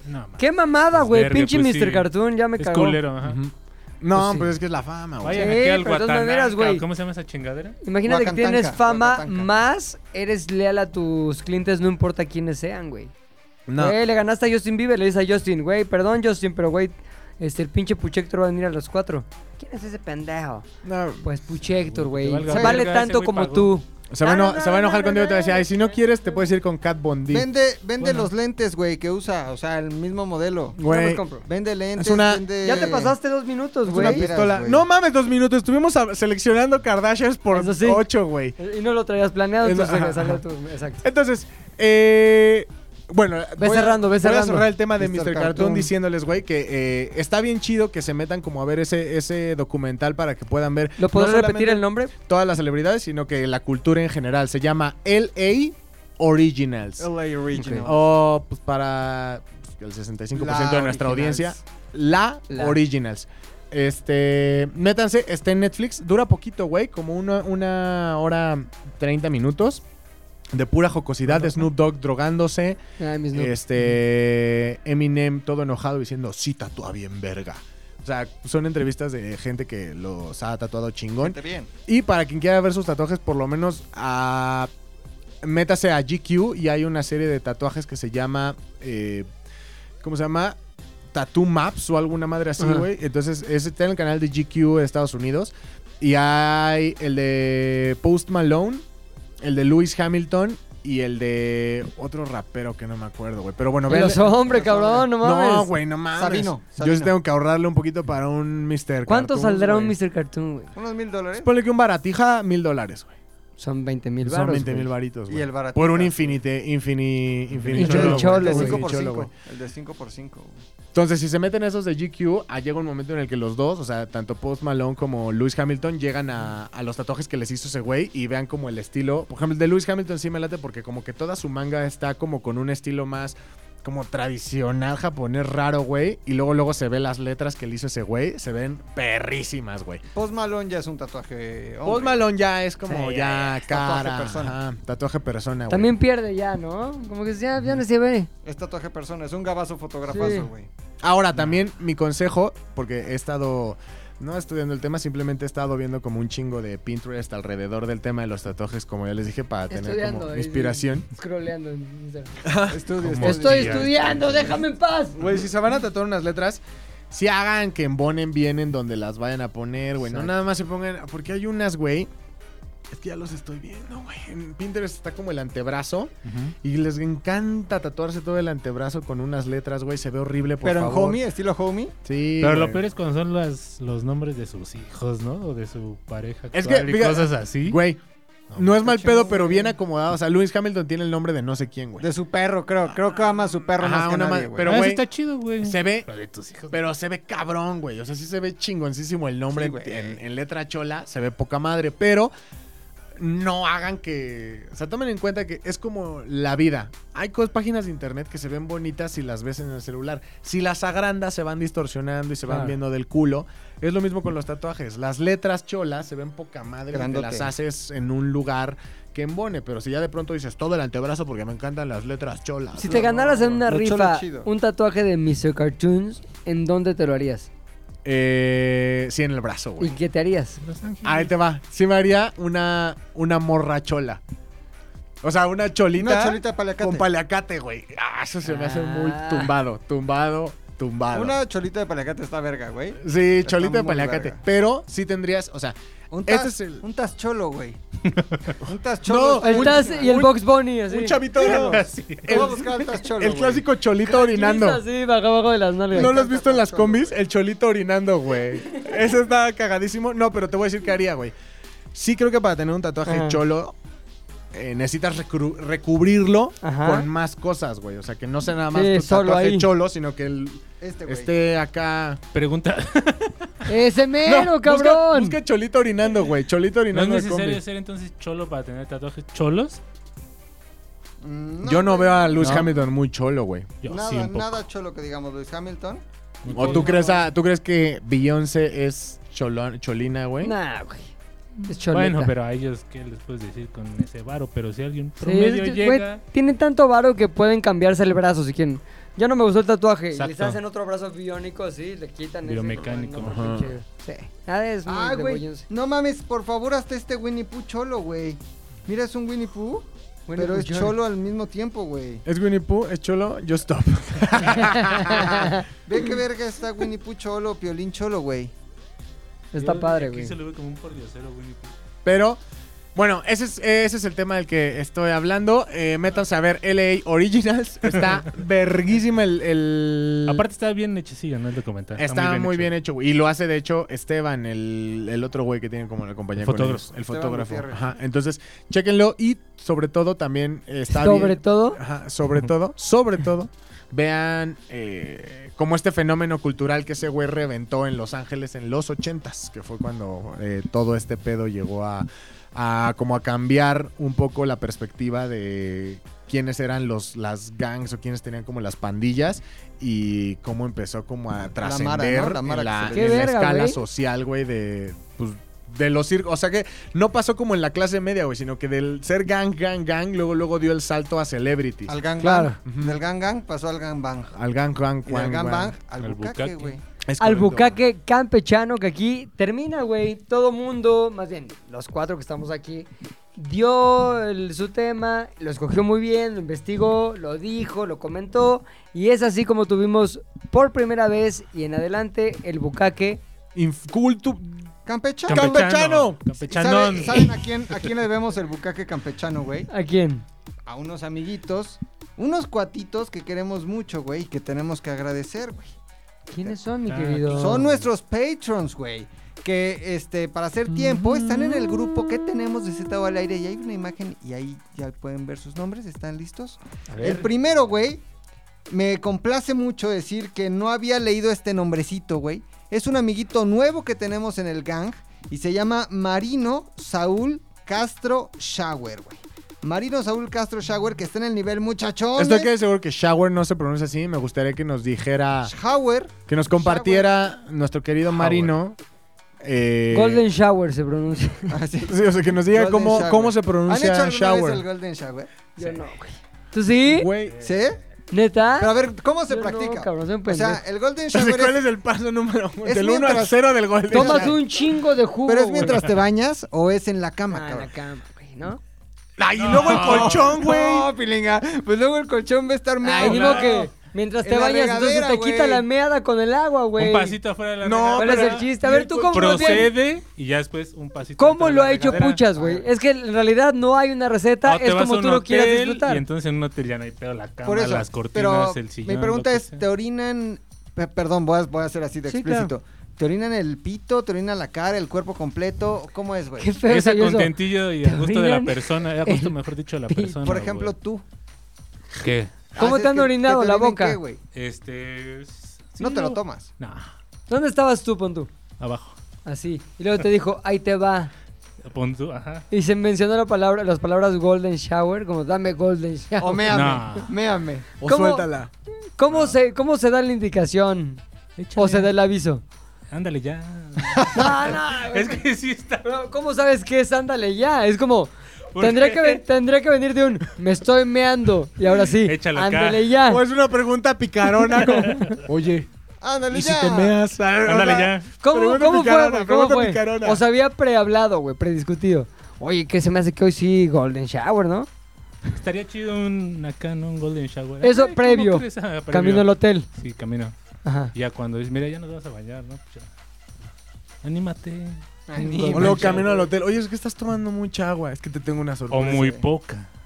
Speaker 6: No, mames.
Speaker 4: Qué mamada,
Speaker 6: Es
Speaker 4: güey.
Speaker 6: verga,
Speaker 4: Pinche
Speaker 6: pues,
Speaker 4: Mr.
Speaker 6: sí.
Speaker 4: Cartoon, ya me
Speaker 6: Es
Speaker 4: cagó.
Speaker 6: culero, ajá.
Speaker 7: Ujú. No,
Speaker 4: Pues
Speaker 7: pues,
Speaker 4: sí.
Speaker 7: es que es la fama, güey.
Speaker 6: Vayan
Speaker 4: Sí,
Speaker 6: aquí al
Speaker 4: pero de todas
Speaker 6: Guatananca,
Speaker 4: maneras, güey.
Speaker 6: ¿Cómo se llama esa chingadera?
Speaker 4: Imagínate que
Speaker 5: Guacatanca,
Speaker 4: tienes fama
Speaker 5: guacatanca.
Speaker 4: más, eres leal a tus clientes, no importa quiénes sean, güey.
Speaker 7: No.
Speaker 5: Eh.
Speaker 4: Güey, Eh, le ganaste a Justin Bieber, le dices a Justin, güey, perdón Justin, pero güey, este, el pinche Puchector va a venir a las 4. ¿Quién es ese pendejo?
Speaker 7: No,
Speaker 4: Pues Puchector,
Speaker 6: Güey,
Speaker 4: güey.
Speaker 6: te valga
Speaker 4: Se vale
Speaker 6: verga, ese
Speaker 4: tanto
Speaker 6: güey
Speaker 4: como
Speaker 6: pagó.
Speaker 4: tú.
Speaker 7: Se va, a
Speaker 4: No,
Speaker 7: eno-
Speaker 4: no,
Speaker 7: se va a
Speaker 4: no,
Speaker 7: enojar
Speaker 4: no,
Speaker 7: contigo y te va a
Speaker 4: no,
Speaker 7: decir, ay, si no quieres, te puedes ir con Cat Bondi.
Speaker 5: Vende, vende
Speaker 6: Bueno.
Speaker 5: los lentes, güey, que usa, o sea, el mismo modelo.
Speaker 4: No los
Speaker 7: Güey,
Speaker 4: compro.
Speaker 5: Vende lentes,
Speaker 7: Es una-
Speaker 5: vende-
Speaker 4: Ya te pasaste dos minutos,
Speaker 5: Es
Speaker 7: una
Speaker 4: güey.
Speaker 5: pistola.
Speaker 7: pistola.
Speaker 5: güey.
Speaker 7: No mames, dos minutos. Estuvimos a- seleccionando Kardashians por
Speaker 4: Eso sí.
Speaker 7: ocho, güey.
Speaker 4: Y no lo traías planeado,
Speaker 7: Es-
Speaker 4: entonces
Speaker 7: ajá,
Speaker 4: salió
Speaker 7: ajá.
Speaker 4: tu... Exacto.
Speaker 7: Entonces, eh, bueno,
Speaker 4: Ve
Speaker 7: voy a-
Speaker 4: cerrando, ve
Speaker 7: Voy a
Speaker 4: cerrando.
Speaker 7: cerrar el tema de
Speaker 5: Mr.
Speaker 7: Mr. Cartoon,
Speaker 5: Cartoon.
Speaker 7: diciéndoles, güey, que eh, está bien chido que se metan como a ver ese, ese documental para que puedan ver.
Speaker 4: ¿Lo podrás repetir
Speaker 7: solamente
Speaker 4: el nombre?
Speaker 7: Todas las celebridades, sino que la cultura en general. Se llama LA Originals.
Speaker 5: LA Original.
Speaker 7: O pues para pues, el 65% de
Speaker 5: La
Speaker 7: nuestra
Speaker 5: Originals.
Speaker 7: audiencia, la,
Speaker 5: La.
Speaker 7: Originals. Este, métanse, está en Netflix, dura poquito, güey, como una, una hora 30 minutos de pura jocosidad, de Snoop Dogg drogándose,
Speaker 4: Ay, mis no.
Speaker 7: este, Eminem todo enojado diciendo, sí, tatúa bien verga. O sea, son entrevistas de gente que los ha tatuado chingón.
Speaker 2: Está bien.
Speaker 7: Y para quien quiera ver sus tatuajes, por lo menos a- métase a GQ y hay una serie de tatuajes que se llama. eh, ¿Cómo se llama? Tattoo Maps o alguna madre así,
Speaker 4: Ajá.
Speaker 7: güey. Entonces, ese está en el canal de GQ de Estados Unidos. Y hay el de Post Malone, el de Lewis Hamilton y el de otro rapero que no me acuerdo, güey. Pero bueno,
Speaker 4: Y
Speaker 7: vean.
Speaker 4: Los hombres, cabrón, no mames.
Speaker 7: No, güey, no mames.
Speaker 5: Sabino,
Speaker 7: Yo sí
Speaker 5: Sabino.
Speaker 7: tengo que ahorrarle un poquito para un Mr.
Speaker 4: ¿Cuánto
Speaker 7: Cartoons,
Speaker 4: saldrá un
Speaker 7: güey.
Speaker 4: Mr. Cartoon, güey?
Speaker 5: Unos mil dólares.
Speaker 7: Ponle que un baratija, mil dólares, güey.
Speaker 4: Son 20 mil
Speaker 7: Son
Speaker 4: baros,
Speaker 7: 20 mil
Speaker 4: güey.
Speaker 7: varitos,
Speaker 5: Y
Speaker 7: güey.
Speaker 5: el barato.
Speaker 7: Por un infinite, infini,
Speaker 4: El
Speaker 7: infinito.
Speaker 4: cholo,
Speaker 7: güey.
Speaker 4: cholo,
Speaker 5: El
Speaker 4: güey.
Speaker 5: de 5 por
Speaker 7: Cholo, güey.
Speaker 5: 5. El de 5 por 5.
Speaker 7: Entonces, si se meten esos de GQ, ah, llega un momento en el que los dos, o sea, tanto Post Malone como Lewis Hamilton, llegan a, a los tatuajes que les hizo ese güey y vean como el estilo. Por ejemplo, el de Lewis Hamilton sí me late porque como que toda su manga está como con un estilo más como tradicional japonés raro, güey. Y luego, luego se ve las letras que le hizo ese güey. Se ven perrísimas, güey.
Speaker 5: Post Malone ya es un tatuaje. hombre.
Speaker 7: Post Malone ya es como
Speaker 5: Sí,
Speaker 7: ya,
Speaker 5: ya, ya.
Speaker 7: cara.
Speaker 5: Tatuaje persona.
Speaker 7: ajá, tatuaje persona, güey.
Speaker 4: También pierde ya, ¿no? Como que ya, ya no se ve.
Speaker 5: Es tatuaje persona, es un gabazo
Speaker 4: Sí.
Speaker 5: fotografazo, güey.
Speaker 7: Ahora, también mi consejo, porque he estado no estudiando el tema, simplemente he estado viendo como un chingo de Pinterest alrededor del tema de los tatuajes, como ya les dije, para tener como inspiración.
Speaker 4: Scrolleando en Instagram.
Speaker 5: Estudio,
Speaker 6: como-
Speaker 5: estudio.
Speaker 4: Estoy
Speaker 6: ya.
Speaker 4: estudiando, déjame en paz.
Speaker 7: Güey, si se van a tatuar unas letras, si hagan que embonen bien en donde las vayan a poner, güey. No
Speaker 5: Exacto.
Speaker 7: nada más se pongan, porque hay unas, güey. Es que ya los estoy viendo, güey. En Pinterest está como el antebrazo y les encanta tatuarse todo el antebrazo con unas letras, güey. Se ve horrible, por
Speaker 5: Pero en
Speaker 7: favor.
Speaker 5: homie, estilo homie.
Speaker 7: Sí.
Speaker 6: Pero lo
Speaker 7: güey.
Speaker 6: peor es cuando son las, los nombres de sus hijos, ¿no? O de su pareja.
Speaker 7: Es
Speaker 6: actual
Speaker 7: que,
Speaker 6: y
Speaker 7: fíjate-
Speaker 6: cosas así.
Speaker 7: Güey, No es mal pedo, pero bien acomodado. O sea, Lewis Hamilton tiene el nombre de no sé quién, güey.
Speaker 5: De su perro, creo. Creo que ama a su perro
Speaker 7: Ajá,
Speaker 5: más que
Speaker 7: una
Speaker 5: nadie,
Speaker 7: ma-
Speaker 5: güey.
Speaker 7: pero,
Speaker 6: Ah, eso
Speaker 7: güey,
Speaker 6: está chido, güey.
Speaker 7: Se ve,
Speaker 6: Lo de tus hijos.
Speaker 7: pero se ve cabrón, güey. O sea, sí se ve chingoncísimo el nombre
Speaker 5: Sí, güey.
Speaker 7: en, en letra chola. Se ve poca madre, pero no hagan que. O sea, tomen en cuenta que es como la vida. Hay cosas, páginas de internet que se ven bonitas si las ves en el celular. Si las agrandas, se van distorsionando y se van
Speaker 6: Claro.
Speaker 7: viendo del culo. Es lo mismo con los tatuajes. Las letras cholas se ven poca madre porque
Speaker 5: Grandote.
Speaker 7: las haces en un lugar que embone. Pero si ya de pronto dices todo el antebrazo porque me encantan las letras cholas.
Speaker 4: Si te ganaras en una
Speaker 5: Lo cholo
Speaker 4: rifa
Speaker 5: chido.
Speaker 4: un tatuaje de Mr. Cartoons, ¿en dónde te lo harías?
Speaker 7: Eh, sí, en el brazo, güey.
Speaker 4: ¿Y qué te harías?
Speaker 6: Los Ángeles.
Speaker 7: Ahí te va. Sí me haría una, una morrachola. O sea, una cholita,
Speaker 5: Una cholita de paliacate.
Speaker 7: con paliacate, güey. Ah, eso se me hace muy
Speaker 4: Ah.
Speaker 7: tumbado, tumbado, tumbado.
Speaker 5: Una cholita de palacate está verga, güey.
Speaker 7: Sí,
Speaker 5: Está
Speaker 7: cholita de
Speaker 5: muy
Speaker 7: paliacate.
Speaker 5: verga.
Speaker 7: Pero sí tendrías, o sea,
Speaker 5: Un,
Speaker 7: Este
Speaker 5: tas,
Speaker 7: es el-
Speaker 5: un tas cholo, güey. un tas cholo.
Speaker 7: No,
Speaker 4: El
Speaker 7: Un-
Speaker 4: Taz y el
Speaker 7: un-
Speaker 4: Box Bunny, así.
Speaker 7: un chavito,
Speaker 6: Sí.
Speaker 5: El, Vamos a buscar un tas cholo,
Speaker 7: el
Speaker 5: güey.
Speaker 7: clásico cholito orinando.
Speaker 4: Sí, bajo abajo de las nalgas.
Speaker 7: ¿No lo has visto en las combis? El cholito orinando, güey. Eso está cagadísimo. No, pero te voy a decir qué haría, güey. Sí creo que para tener un tatuaje
Speaker 4: Ajá.
Speaker 7: cholo eh, necesitas recru- recubrirlo
Speaker 4: Ajá.
Speaker 7: con más cosas, güey. O sea, que no sea nada más
Speaker 4: Sí,
Speaker 7: tu
Speaker 4: solo
Speaker 7: tatuaje
Speaker 4: ahí.
Speaker 7: cholo, sino que el-
Speaker 5: Este, güey.
Speaker 7: esté acá...
Speaker 6: Pregunta.
Speaker 4: Ese mero,
Speaker 7: No, Busca,
Speaker 4: cabrón.
Speaker 7: busca cholito orinando, güey.
Speaker 6: ¿No
Speaker 7: Cholito
Speaker 6: es
Speaker 7: orinando de
Speaker 6: necesario
Speaker 7: combi.
Speaker 6: ser entonces cholo para tener tatuajes cholos?
Speaker 5: Mm,
Speaker 7: Yo no veo a Lewis
Speaker 6: No.
Speaker 7: Hamilton muy cholo, güey.
Speaker 6: Yo
Speaker 5: nada,
Speaker 6: sí, un poco.
Speaker 5: nada cholo que digamos, Luis Hamilton.
Speaker 7: ¿O tú crees, a- tú crees que Beyoncé es cholo- cholina, güey?
Speaker 4: Nah, güey. Es choleta.
Speaker 6: Bueno, pero a ellos, ¿qué les puedes decir con ese varo? Pero si alguien
Speaker 4: Sí,
Speaker 6: promedio
Speaker 4: es que, güey,
Speaker 6: llega...
Speaker 4: tienen tanto varo que pueden cambiarse el brazo si quieren. Ya no me gustó el tatuaje. y Les
Speaker 6: Exacto.
Speaker 4: hacen otro brazo biónico así, le quitan ese,
Speaker 6: Biomecánico,
Speaker 4: no,
Speaker 6: ajá.
Speaker 4: pinche- Sí. Ah, es muy
Speaker 5: Ah,
Speaker 4: de
Speaker 5: güey.
Speaker 4: Beyoncé.
Speaker 5: No mames, por favor, hasta este Winnie Pooh cholo, güey. Mira, es un Winnie Pooh,
Speaker 4: Winnie
Speaker 5: pero
Speaker 4: Pooh
Speaker 5: es
Speaker 4: cholo.
Speaker 5: cholo al mismo tiempo, güey.
Speaker 7: ¿Es Winnie Pooh? ¿Es cholo? Yo stop.
Speaker 5: Ve qué verga está Winnie Pooh cholo, piolín cholo, güey.
Speaker 4: Está
Speaker 6: Yo-
Speaker 4: padre,
Speaker 6: aquí
Speaker 4: güey.
Speaker 6: se lo ve como un pordiosero, Winnie Pooh.
Speaker 7: Pero, bueno, ese es, ese es el tema del que estoy hablando. Eh, métanse a ver LA Originals. Está verguísima el, el-
Speaker 6: Aparte está bien hechecillo, ¿no? El documental.
Speaker 7: Está, muy bien hecho, güey. Y lo hace, de hecho, Esteban, el, el otro güey que tiene como la compañía.
Speaker 6: El
Speaker 7: con
Speaker 6: fotógrafo.
Speaker 7: ellos. El
Speaker 5: Esteban
Speaker 7: fotógrafo.
Speaker 5: Gutiérrez.
Speaker 7: Ajá. Entonces, chéquenlo y sobre todo también eh, está
Speaker 4: Sobre
Speaker 7: bien-
Speaker 4: todo,
Speaker 7: Ajá, sobre todo, sobre todo, vean eh, como este fenómeno cultural que ese güey reventó en Los Ángeles en los 80s, que fue cuando eh, todo este pedo llegó a, a como a cambiar un poco la perspectiva de quiénes eran los las gangs o quiénes tenían como las pandillas y cómo empezó como a
Speaker 5: mara, ¿no?
Speaker 7: trascender
Speaker 5: La mara
Speaker 7: en la,
Speaker 5: que
Speaker 4: se
Speaker 7: en
Speaker 4: le- Qué
Speaker 7: la
Speaker 4: verga,
Speaker 7: escala
Speaker 4: güey.
Speaker 7: social, güey, de pues, de los circos, o sea que no pasó como en la clase media, güey, sino que del ser gang, gang, gang, luego, luego dio el salto a celebrities.
Speaker 5: Al gang
Speaker 4: Claro.
Speaker 5: bang. Del gang gang pasó al gang bang.
Speaker 7: Al gang, gang,
Speaker 5: Y al
Speaker 7: gang,
Speaker 5: gang
Speaker 7: gang.
Speaker 5: bang, al
Speaker 6: Al
Speaker 5: bucaque,
Speaker 6: bucaque.
Speaker 5: güey.
Speaker 7: Es
Speaker 4: al
Speaker 7: correcto.
Speaker 4: bucaque campechano que aquí termina, güey. Todo mundo, más bien los cuatro que estamos aquí, dio el- su tema, lo escogió muy bien, lo investigó, lo dijo, lo comentó. Y es así como tuvimos por primera vez y en adelante el bucaque.
Speaker 7: Incultu-
Speaker 5: Campecha.
Speaker 7: Campechano.
Speaker 5: ¿Saben,
Speaker 6: Campechanón.
Speaker 5: saben a, quién, a quién le debemos el bucaque campechano, güey?
Speaker 4: ¿A quién?
Speaker 5: A unos amiguitos, unos cuatitos que queremos mucho, güey, y que tenemos que agradecer, güey.
Speaker 4: ¿Quiénes son, mi
Speaker 6: Ah,
Speaker 4: querido?
Speaker 5: Son nuestros patrons, güey. Que este, para hacer tiempo, están en el grupo que tenemos de Z al aire. Y hay una imagen y ahí ya pueden ver sus nombres. ¿Están listos? El primero, güey, me complace mucho decir que no había leído este nombrecito, güey. Es un amiguito nuevo que tenemos en el gang y se llama Marino Saúl Castro Shower, güey. Marino Saúl Castro Shower, que está en el nivel muchachón. ¿eh?
Speaker 7: Estoy que seguro que shower no se pronuncia así. Me gustaría que nos dijera,
Speaker 5: Shower.
Speaker 7: que nos compartiera nuestro querido
Speaker 6: Shower.
Speaker 7: Marino. eh,
Speaker 4: Golden Shower se pronuncia.
Speaker 5: Así.
Speaker 7: Sí, o sea, que nos diga
Speaker 5: Golden
Speaker 7: cómo,
Speaker 5: shower.
Speaker 7: cómo se
Speaker 5: ¿Han hecho
Speaker 7: pronuncia
Speaker 5: alguna vez el
Speaker 7: shower.
Speaker 5: Golden Shower?
Speaker 4: Yo no, güey. ¿Tú sí?
Speaker 7: Güey.
Speaker 5: ¿Sí?
Speaker 4: ¿Neta?
Speaker 5: Pero a ver, ¿cómo
Speaker 4: Yo
Speaker 5: se
Speaker 4: no,
Speaker 5: practica?
Speaker 4: cabrón, soy un
Speaker 5: o sea,
Speaker 4: pendejo.
Speaker 5: el Golden
Speaker 7: no sé
Speaker 5: Shower
Speaker 7: ¿Cuál
Speaker 5: es,
Speaker 7: es el paso número uno?
Speaker 5: es
Speaker 7: Del 1 al
Speaker 5: mientras-
Speaker 7: 0 del golden
Speaker 4: Tomas
Speaker 7: shower.
Speaker 4: un chingo de jugo.
Speaker 5: pero es
Speaker 4: güey.
Speaker 5: mientras te bañas o es en la cama,
Speaker 4: Ah, en
Speaker 5: cabrón.
Speaker 4: la cama, güey, ¿no?
Speaker 7: Ay, Ah, y luego el colchón, güey.
Speaker 5: No, pilinga. Pues luego el colchón va a estar medio.
Speaker 4: Ay, digo que mientras
Speaker 5: En
Speaker 4: te
Speaker 5: la
Speaker 4: bañas, entonces
Speaker 5: regadera,
Speaker 4: te
Speaker 5: güey.
Speaker 4: quita la meada con el agua, güey.
Speaker 6: Un pasito afuera de la
Speaker 7: No,
Speaker 4: ¿Cuál
Speaker 6: regadera.
Speaker 4: es el chiste? A ver, tú cómo lo tienes?
Speaker 6: Procede y ya después un pasito. dentro
Speaker 4: ¿Cómo
Speaker 6: de
Speaker 4: lo
Speaker 6: la
Speaker 4: ha hecho
Speaker 6: regadera.
Speaker 4: Puchas, güey? Es que en realidad no hay una receta,
Speaker 6: O te
Speaker 4: es
Speaker 6: vas a
Speaker 4: como
Speaker 6: un
Speaker 4: tú lo quieras
Speaker 6: hotel,
Speaker 4: disfrutar.
Speaker 6: Y entonces en un hotel ya no hay pedo la cama,
Speaker 5: Por eso.
Speaker 6: las cortinas,
Speaker 5: pero
Speaker 6: el sillón.
Speaker 5: Mi pregunta
Speaker 6: lo que
Speaker 5: es:
Speaker 6: sea.
Speaker 5: ¿te orinan? pe- Perdón, voy a, voy a ser así de
Speaker 4: Sí,
Speaker 5: explícito. ¿Te orinan el pito? ¿Te orinan la cara? ¿El cuerpo completo? ¿Cómo es, güey?
Speaker 4: Qué feo
Speaker 6: Es a
Speaker 4: soy eso.
Speaker 6: contentillo y
Speaker 4: Te
Speaker 6: a gusto de la
Speaker 4: orinan
Speaker 6: persona. A gusto, mejor dicho, de la
Speaker 4: pito.
Speaker 6: persona.
Speaker 5: Por ejemplo,
Speaker 6: güey.
Speaker 5: tú.
Speaker 6: ¿Qué?
Speaker 4: ¿Cómo
Speaker 5: Haces
Speaker 4: te han
Speaker 5: que-
Speaker 4: orinado
Speaker 5: que te
Speaker 4: la
Speaker 5: orinen
Speaker 4: boca?
Speaker 5: qué, güey?
Speaker 6: Este. s- sí,
Speaker 5: no te lo tomas.
Speaker 6: No,
Speaker 4: ¿Dónde estabas tú, Pontú?
Speaker 6: abajo.
Speaker 4: Así. Y luego te dijo, ahí te va.
Speaker 6: Pon tú, ajá.
Speaker 4: Y se mencionó la palabra, las palabras golden shower, como dame golden shower.
Speaker 5: O méame.
Speaker 6: No.
Speaker 5: Méame.
Speaker 7: O
Speaker 4: ¿Cómo?
Speaker 7: suéltala.
Speaker 4: ¿Cómo, se, ¿Cómo se da la indicación? ¿O se da el aviso?
Speaker 6: Ándale ya.
Speaker 4: No, no, güey.
Speaker 6: es que sí está.
Speaker 4: Pero, ¿Cómo sabes qué es ándale ya? Es como,
Speaker 6: ¿Por
Speaker 4: tendría
Speaker 6: qué?
Speaker 4: que, ven- tendría que venir de un, me estoy meando. Y ahora sí,
Speaker 6: Échalo acá.
Speaker 4: ándale ya.
Speaker 7: O es una pregunta picarona como, Ah, oye,
Speaker 5: Ándale
Speaker 7: ¿y si
Speaker 5: ya.
Speaker 7: te meas?
Speaker 6: Ándale ya.
Speaker 4: ¿Cómo,
Speaker 7: Pregunta
Speaker 4: cómo
Speaker 7: picarona,
Speaker 4: fue, güey? ¿Cómo
Speaker 7: pregunta
Speaker 4: fue?
Speaker 7: picarona.
Speaker 4: O se había prehablado, güey, prediscutido. Oye, ¿qué se me hace que hoy sí Golden Shower, no?
Speaker 6: Estaría chido un acá, ¿no? Un Golden Shower.
Speaker 4: Eso
Speaker 6: ¿cómo
Speaker 4: previo.
Speaker 6: crees? Ah, previo.
Speaker 4: Camino al hotel.
Speaker 6: Sí, camino.
Speaker 4: Ajá.
Speaker 6: Ya cuando dices, mira, ya nos vas a bañar, ¿no? Pues ya. Anímate.
Speaker 5: Anímate.
Speaker 7: O luego camino al hotel. Oye, es que estás tomando mucha agua. Es que te tengo una sorpresa.
Speaker 6: O muy poca. Pues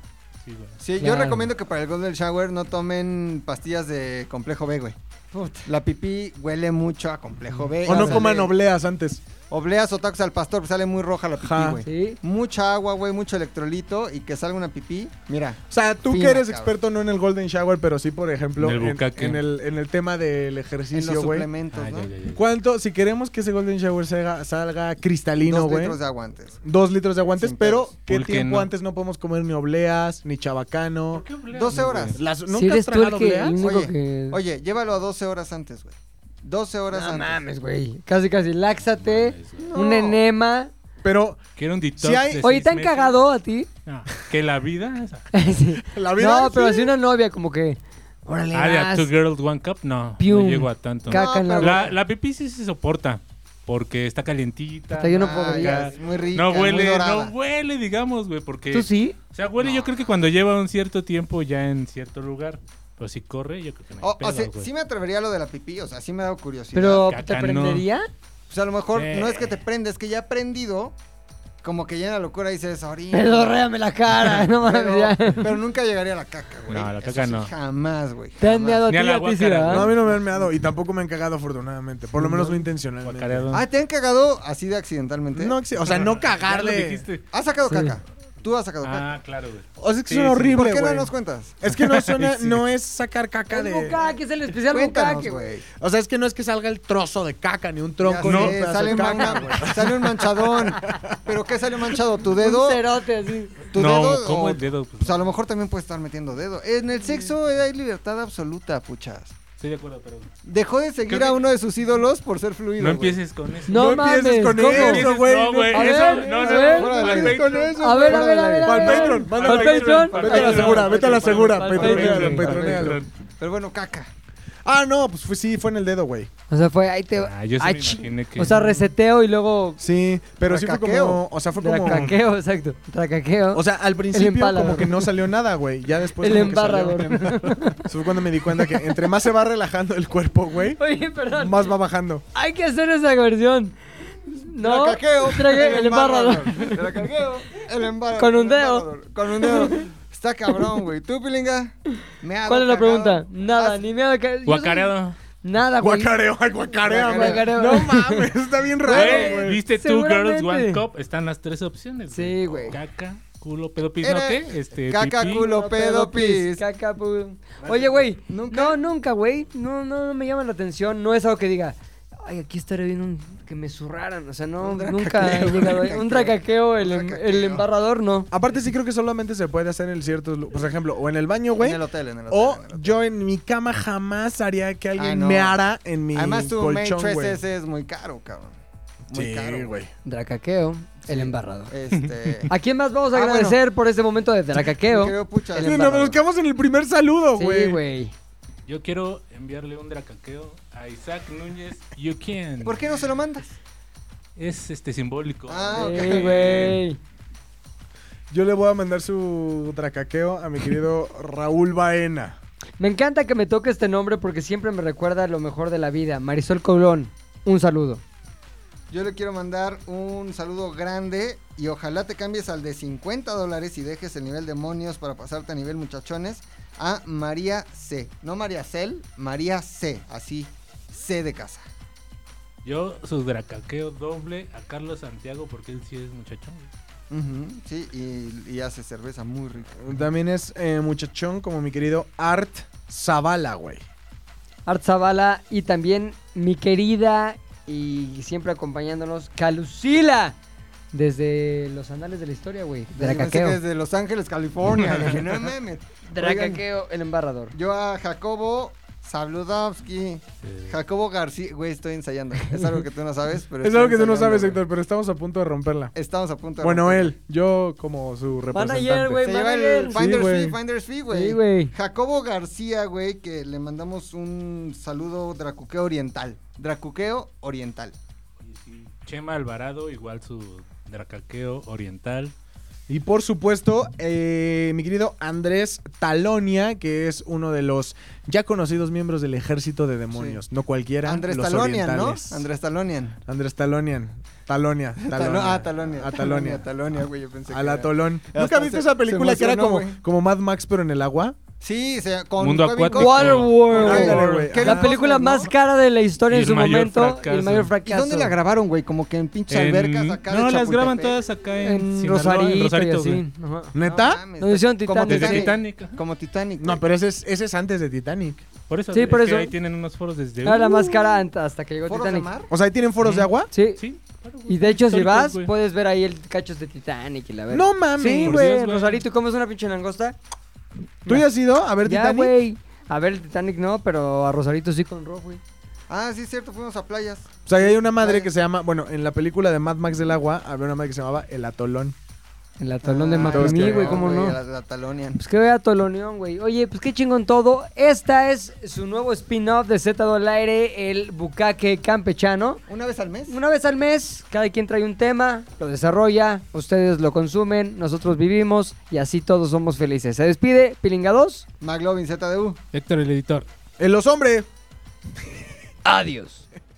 Speaker 6: Sí, güey.
Speaker 5: Sí, yo
Speaker 4: Claro.
Speaker 5: recomiendo que para el Golden Shower no tomen pastillas de complejo B, güey.
Speaker 4: Puta.
Speaker 5: La pipí huele mucho a complejo B.
Speaker 7: O no
Speaker 5: Sale-
Speaker 7: coman obleas antes.
Speaker 5: Obleas o tacos al pastor, pues sale muy roja la pipí,
Speaker 7: Ajá.
Speaker 5: güey.
Speaker 4: Sí.
Speaker 5: Mucha agua, güey, mucho electrolito y que salga una pipí. Mira,
Speaker 7: O sea, tú
Speaker 5: Fina,
Speaker 7: que eres
Speaker 5: cabrón.
Speaker 7: experto no en el Golden Shower, pero sí, por ejemplo,
Speaker 6: En el
Speaker 7: en,
Speaker 6: bucaque.
Speaker 7: en el, en el tema del
Speaker 5: en los
Speaker 7: ejercicio, güey.
Speaker 5: suplementos,
Speaker 6: Ah,
Speaker 5: ¿no?
Speaker 6: ya, ya, ya.
Speaker 7: ¿Cuánto, si queremos que ese Golden Shower salga, salga cristalino,
Speaker 5: Dos
Speaker 7: güey?
Speaker 5: litros de agua antes.
Speaker 7: Dos litros de aguantes,
Speaker 5: Sin
Speaker 7: pero
Speaker 5: pedos.
Speaker 7: ¿qué
Speaker 6: ¿Por qué
Speaker 7: tiempo
Speaker 6: no?
Speaker 7: antes no podemos comer ni obleas, ni chabacano?
Speaker 5: 12 horas.
Speaker 7: Las, ¿Nunca
Speaker 4: Si eres
Speaker 7: has
Speaker 4: tú el,
Speaker 7: tragado
Speaker 4: que,
Speaker 7: obleas?
Speaker 4: el único
Speaker 5: Oye,
Speaker 4: que...
Speaker 5: Oye, llévalo a 12 horas antes, güey. 12 horas
Speaker 4: no
Speaker 5: antes.
Speaker 4: mames, güey. Casi, casi. Láxate,
Speaker 5: No.
Speaker 4: un enema.
Speaker 7: Pero
Speaker 6: Quiero un detox.
Speaker 7: Si hay-
Speaker 6: de
Speaker 4: Oye,
Speaker 6: seis
Speaker 4: ¿te han
Speaker 6: meses.
Speaker 4: cagado a ti?
Speaker 6: No, que la vida. esa-
Speaker 4: Sí.
Speaker 7: la vida...
Speaker 4: No, pero si una novia como que... Órale,
Speaker 6: Ah, de a
Speaker 4: vas.
Speaker 6: Two Girls, One Cup, no.
Speaker 4: Pium.
Speaker 6: No llego a tanto.
Speaker 4: Caca en la
Speaker 5: No, pero-
Speaker 4: boca.
Speaker 6: La, la pipí sí se soporta. Porque está calientita.
Speaker 4: Hasta yo no
Speaker 5: Ah,
Speaker 4: podría.
Speaker 5: ya, es muy rica,
Speaker 6: No
Speaker 5: muy
Speaker 6: huele,
Speaker 5: dorada.
Speaker 6: no huele, digamos, güey, porque...
Speaker 4: ¿Tú sí?
Speaker 6: O sea, huele yo creo que cuando lleva un cierto tiempo ya en cierto lugar. Pero si corre, yo creo que no hay
Speaker 5: O, o
Speaker 6: pedo,
Speaker 5: sea,
Speaker 6: güey.
Speaker 5: sí me atrevería a lo de la pipí, o sea, sí me ha dado curiosidad.
Speaker 4: ¿Pero
Speaker 6: Caca
Speaker 4: te
Speaker 6: no.
Speaker 4: prendería?
Speaker 5: Pues a lo mejor
Speaker 6: Eh.
Speaker 5: no es que te prende, es que ya prendido, como que ya en la locura dices, orina.
Speaker 4: Pedorréame la cara, no mames,
Speaker 5: pero,
Speaker 4: ya.
Speaker 5: pero nunca llegaría a la caca, güey.
Speaker 6: No, a la
Speaker 5: Eso
Speaker 6: caca
Speaker 5: sí,
Speaker 6: no.
Speaker 5: Jamás, güey.
Speaker 4: Te han
Speaker 5: jamás.
Speaker 4: meado a ti
Speaker 6: Ni a
Speaker 4: y
Speaker 6: la
Speaker 4: a ti sí,
Speaker 6: guácara,
Speaker 4: ¿verdad?
Speaker 7: No, a mí no me han meado y tampoco me han cagado afortunadamente. Por lo menos no intencionalmente.
Speaker 6: Guacareado.
Speaker 5: Ah, ¿te han cagado así de accidentalmente?
Speaker 7: No, o sea, no
Speaker 6: Ya lo
Speaker 7: cagarle.
Speaker 6: dijiste.
Speaker 5: ¿Has sacado
Speaker 4: Sí.
Speaker 5: caca? ¿Tú has sacado caca?
Speaker 6: Ah, claro, güey.
Speaker 7: O sea, es que
Speaker 6: Sí,
Speaker 7: son
Speaker 6: sí.
Speaker 5: ¿Por
Speaker 7: horribles,
Speaker 5: qué no
Speaker 7: güey.
Speaker 5: nos cuentas?
Speaker 7: Es que no suena,
Speaker 6: Sí.
Speaker 7: no es sacar caca
Speaker 4: Es
Speaker 7: de...
Speaker 4: bucaque, es el especial
Speaker 5: Cuéntanos,
Speaker 4: bucaque, güey.
Speaker 5: güey.
Speaker 7: O sea, es que no es que salga el trozo de caca, ni un
Speaker 5: Ya
Speaker 7: tronco, ni un
Speaker 5: sé,
Speaker 7: pedazo
Speaker 5: sale,
Speaker 7: de caca,
Speaker 5: manga,
Speaker 7: güey.
Speaker 5: sale un manchadón. ¿Pero qué salió manchado? ¿Tu dedo?
Speaker 4: Un cerote así.
Speaker 5: ¿Tu
Speaker 6: no,
Speaker 5: dedo?
Speaker 6: ¿cómo
Speaker 5: o-
Speaker 6: el dedo? Pues,
Speaker 5: Pues a lo mejor también puede estar metiendo dedo. En el sexo hay libertad absoluta, puchas.
Speaker 6: Estoy de acuerdo, pero...
Speaker 5: Dejó de seguir
Speaker 6: Creo que-
Speaker 5: a uno de sus ídolos por ser fluido.
Speaker 6: No
Speaker 5: güey.
Speaker 6: empieces con eso.
Speaker 4: No,
Speaker 7: empieces
Speaker 4: mames,
Speaker 7: con
Speaker 4: ¿cómo?
Speaker 7: eso,
Speaker 6: empieces,
Speaker 7: güey,
Speaker 6: No,
Speaker 7: no-
Speaker 6: güey,
Speaker 4: A
Speaker 6: eso...
Speaker 4: ver,
Speaker 6: no,
Speaker 4: a ver.
Speaker 5: Fuera
Speaker 6: no, no,
Speaker 5: de
Speaker 6: al
Speaker 5: la-
Speaker 6: Patreon.
Speaker 7: Con eso,
Speaker 4: A ver, a
Speaker 5: Fuera
Speaker 4: ver,
Speaker 5: del
Speaker 4: a ver.
Speaker 5: aire.
Speaker 4: a
Speaker 7: Pa'l
Speaker 4: ver.
Speaker 7: Patreon, pa'l
Speaker 4: Pa'l
Speaker 6: Patreon,
Speaker 4: Patreon.
Speaker 6: pa'l
Speaker 7: Vete a la
Speaker 6: Patreon.
Speaker 7: segura, vete a la segura.
Speaker 4: Pa'l
Speaker 7: Patronealo,
Speaker 4: Patreon.
Speaker 7: patronealo.
Speaker 5: Pero bueno, caca.
Speaker 7: Ah, no, pues fue- sí, fue en el dedo, güey.
Speaker 4: O sea, fue ahí te...
Speaker 6: Ah, yo sí me
Speaker 4: Ach-
Speaker 6: imaginé que-
Speaker 4: O sea, reseteo y luego...
Speaker 7: Sí, pero sí fue
Speaker 5: Tracaqueo.
Speaker 7: como... O sea, fue como...
Speaker 4: Tracaqueo, exacto. Tracaqueo.
Speaker 7: O sea, al principio
Speaker 4: empalador.
Speaker 7: como que no salió nada, güey. Ya después...
Speaker 4: el
Speaker 7: como que salió.
Speaker 4: embarrador.
Speaker 7: Eso fue cuando me di cuenta que entre más se va relajando el cuerpo, güey,
Speaker 4: Oye, perdón.
Speaker 7: más va bajando.
Speaker 4: Hay que hacer esa versión. No.
Speaker 5: Tracaqueo.
Speaker 4: Traque- El embarrador.
Speaker 5: Tracaqueo. El embarrador.
Speaker 4: Con un
Speaker 5: el
Speaker 4: dedo.
Speaker 5: embarrador, Con un dedo. Está cabrón, güey. ¿Tú, Pilinga? Me hago
Speaker 4: ¿Cuál es la
Speaker 5: cagado. Ah,
Speaker 4: pregunta? Nada,
Speaker 5: Has-
Speaker 4: ni me ha... yo soy-
Speaker 6: Guacareado.
Speaker 4: Nada, güey.
Speaker 7: Guacareo, ay, guacarea, güey.
Speaker 4: Guacareo.
Speaker 7: No mames, está bien raro,
Speaker 6: Güey,
Speaker 7: güey.
Speaker 6: ¿Viste Two Girls, One
Speaker 4: seguramente.
Speaker 6: Cup? Están las tres opciones.
Speaker 4: Sí, güey.
Speaker 6: Caca, culo, pedo, pis,
Speaker 5: Era-
Speaker 6: ¿no qué? Este,
Speaker 5: Caca,
Speaker 6: pipí.
Speaker 5: culo, pedo, pis.
Speaker 4: Caca, pu- Oye, güey.
Speaker 5: ¿Nunca?
Speaker 4: No, nunca, güey. No, no, no me llama la atención. No es algo que diga, ay, aquí estaré viendo un- que me zurraran. O sea, no,
Speaker 5: Un
Speaker 4: nunca he
Speaker 5: tracaqueo,
Speaker 4: llegado ahí.
Speaker 5: un
Speaker 4: Un tracaqueo, el,
Speaker 5: un
Speaker 4: em-
Speaker 5: tracaqueo.
Speaker 4: el embarrador, no.
Speaker 7: Aparte sí creo que solamente se puede hacer en ciertos... lu- Por ejemplo, o en el baño, güey.
Speaker 5: En el hotel, en el hotel.
Speaker 7: O
Speaker 5: en el hotel.
Speaker 7: yo en mi cama jamás haría que alguien
Speaker 5: Ay, no.
Speaker 7: me ara en mi
Speaker 5: Además, tu
Speaker 7: colchón,
Speaker 5: Matrix
Speaker 7: güey.
Speaker 5: ese es muy caro, cabrón. Muy
Speaker 7: Sí,
Speaker 5: caro,
Speaker 7: güey.
Speaker 4: Dracaqueo, el embarrador.
Speaker 5: Este.
Speaker 4: ¿A quién más vamos a
Speaker 5: Ah, bueno.
Speaker 4: agradecer por este momento de
Speaker 5: mi
Speaker 4: dracaqueo?
Speaker 5: querido Puchas.
Speaker 4: El
Speaker 7: Sí, no, pues, nos quedamos en el primer saludo,
Speaker 4: Sí,
Speaker 7: güey.
Speaker 4: güey.
Speaker 6: Yo quiero enviarle un dracaqueo a Isaac Núñez Yukien.
Speaker 5: ¿Por qué no se lo mandas?
Speaker 6: Es este simbólico.
Speaker 5: Ah, ok.
Speaker 4: Sí, güey.
Speaker 7: Yo le voy a mandar su tracaqueo a mi querido Raúl Baena.
Speaker 4: Me encanta que me toque este nombre porque siempre me recuerda lo mejor de la vida. Marisol Colón, un saludo.
Speaker 5: Yo le quiero mandar un saludo grande y ojalá te cambies al de 50 dólares y dejes el nivel demonios para pasarte a nivel muchachones a María C. No María Cel, María C. Así, C de casa.
Speaker 6: Yo sudracaqueo doble a Carlos Santiago porque él sí es muchachón.
Speaker 5: Ujú, sí, y, y hace cerveza muy rica.
Speaker 7: También es eh, muchachón como mi querido Art Zavala, güey.
Speaker 4: Art Zavala y también mi querida y siempre acompañándonos, Calusila. Desde los andales de la historia, güey. Dracaqueo.
Speaker 5: Desde Los Ángeles, California. Dije, no mames.
Speaker 4: Dracaqueo, el embarrador.
Speaker 5: Yo a Jacobo Sabludowski. Jacobo García. Güey, estoy ensayando. Es algo que tú no sabes, pero.
Speaker 7: Es
Speaker 5: estoy
Speaker 7: algo que tú no
Speaker 5: ensayando,
Speaker 7: sabes,
Speaker 5: güey.
Speaker 7: Héctor, pero estamos a punto de romperla.
Speaker 5: Estamos a punto de.
Speaker 7: Bueno,
Speaker 5: romper.
Speaker 7: él, yo como su representante.
Speaker 4: Manager, güey.
Speaker 5: Se lleva
Speaker 4: Manager.
Speaker 5: el
Speaker 7: Sí,
Speaker 5: Finders
Speaker 7: güey.
Speaker 5: Fee, Finders Fee, güey.
Speaker 4: Sí, güey.
Speaker 5: Jacobo García, güey, que le mandamos un saludo dracuqueo oriental. Dracuqueo oriental.
Speaker 6: Chema Alvarado, igual su dracaqueo oriental.
Speaker 7: Y por supuesto, eh, mi querido Andrés Talonia, que es uno de los ya conocidos miembros del ejército de demonios. No cualquiera.
Speaker 5: Andrés
Speaker 7: los
Speaker 5: Talonian, ¿no?
Speaker 7: orientales.
Speaker 5: Andrés Talonian.
Speaker 7: Andrés Talonian. Talonia.
Speaker 5: Talo-
Speaker 7: Talonia.
Speaker 5: ah, Talonia.
Speaker 7: A Talonia.
Speaker 5: Talonia, güey, yo pensé que
Speaker 7: Al
Speaker 5: era-
Speaker 7: atolón.
Speaker 5: Hasta
Speaker 7: ¿Nunca viste
Speaker 5: se-
Speaker 7: esa película
Speaker 5: se
Speaker 7: que era
Speaker 5: emocionó,
Speaker 7: como,
Speaker 5: güey.
Speaker 7: como Mad Max pero en el agua?
Speaker 5: Sí, se, con
Speaker 6: Mundo
Speaker 5: Kevin
Speaker 6: acuático.
Speaker 5: Costner.
Speaker 7: Ándale,
Speaker 4: Waterworld.
Speaker 7: güey.
Speaker 5: Kevin
Speaker 4: La
Speaker 5: Costner,
Speaker 4: película
Speaker 5: ¿no?
Speaker 4: más cara de la historia
Speaker 6: Y
Speaker 4: en
Speaker 6: el
Speaker 4: su
Speaker 6: mayor
Speaker 4: momento. y
Speaker 6: fracaso.
Speaker 4: El mayor
Speaker 6: ¿Y
Speaker 5: ¿Y
Speaker 4: fracaso.
Speaker 5: dónde la grabaron, güey? Como que en pinches
Speaker 6: En-
Speaker 5: albercas acá de
Speaker 6: No, las
Speaker 5: Chapultepec.
Speaker 6: graban todas acá en,
Speaker 4: En
Speaker 6: Sinaloa,
Speaker 4: Rosarito,
Speaker 6: en Rosarito,
Speaker 4: y así.
Speaker 6: güey.
Speaker 4: Ajá.
Speaker 5: No
Speaker 7: ¿Neta?
Speaker 5: mames,
Speaker 4: Donde hicieron
Speaker 5: como
Speaker 4: Titanic,
Speaker 6: Desde
Speaker 4: sí.
Speaker 6: Titanic. ajá.
Speaker 5: Como Titanic.
Speaker 7: No, pero ese es, ese es antes de Titanic.
Speaker 6: Por eso,
Speaker 4: Sí,
Speaker 6: es
Speaker 4: por
Speaker 6: que
Speaker 4: eso.
Speaker 6: ahí tienen unos foros desde.
Speaker 4: Era la más cara ant- hasta que llegó
Speaker 5: ¿Foros de
Speaker 4: Titanic.
Speaker 5: mar?
Speaker 7: O sea, ¿ahí tienen foros de agua?
Speaker 4: Sí.
Speaker 6: Sí. claro, güey.
Speaker 4: Y de hecho, si
Speaker 6: Históricos,
Speaker 4: vas, pues-
Speaker 6: güey.
Speaker 4: puedes ver ahí el cachos de Titanic y la verdad.
Speaker 7: No mames.
Speaker 4: Sí,
Speaker 6: Por
Speaker 4: güey.
Speaker 6: Dios,
Speaker 4: en
Speaker 6: güey.
Speaker 4: Rosarito, ¿cómo es una pinche langosta?
Speaker 7: ¿Tú ya has ido a ver
Speaker 4: Ya,
Speaker 7: Titanic?
Speaker 4: güey. A ver, el Titanic no, pero a Rosarito sí con Rob, güey.
Speaker 5: Ah, sí, es cierto, fuimos a playas.
Speaker 7: O sea, ahí hay una madre que se llama, bueno, en la película de Mad Max del agua había una madre que se llamaba El Atolón.
Speaker 4: El atolón de
Speaker 5: Ah,
Speaker 4: Mapimí, güey, ¿cómo no?
Speaker 5: La, la Talonian.
Speaker 4: Pues que vea Toloneón, güey. Oye, pues qué chingón todo. Esta es su nuevo spin-off de Z al aire, el bucaque campechano.
Speaker 5: ¿Una vez al mes?
Speaker 4: Una vez al mes, cada quien trae un tema, lo desarrolla, ustedes lo consumen, nosotros vivimos y así todos somos felices. Se despide Pilinga 2.
Speaker 5: McLovin ZDU.
Speaker 6: Héctor, el editor.
Speaker 7: ¡En los hombres!
Speaker 4: Adiós.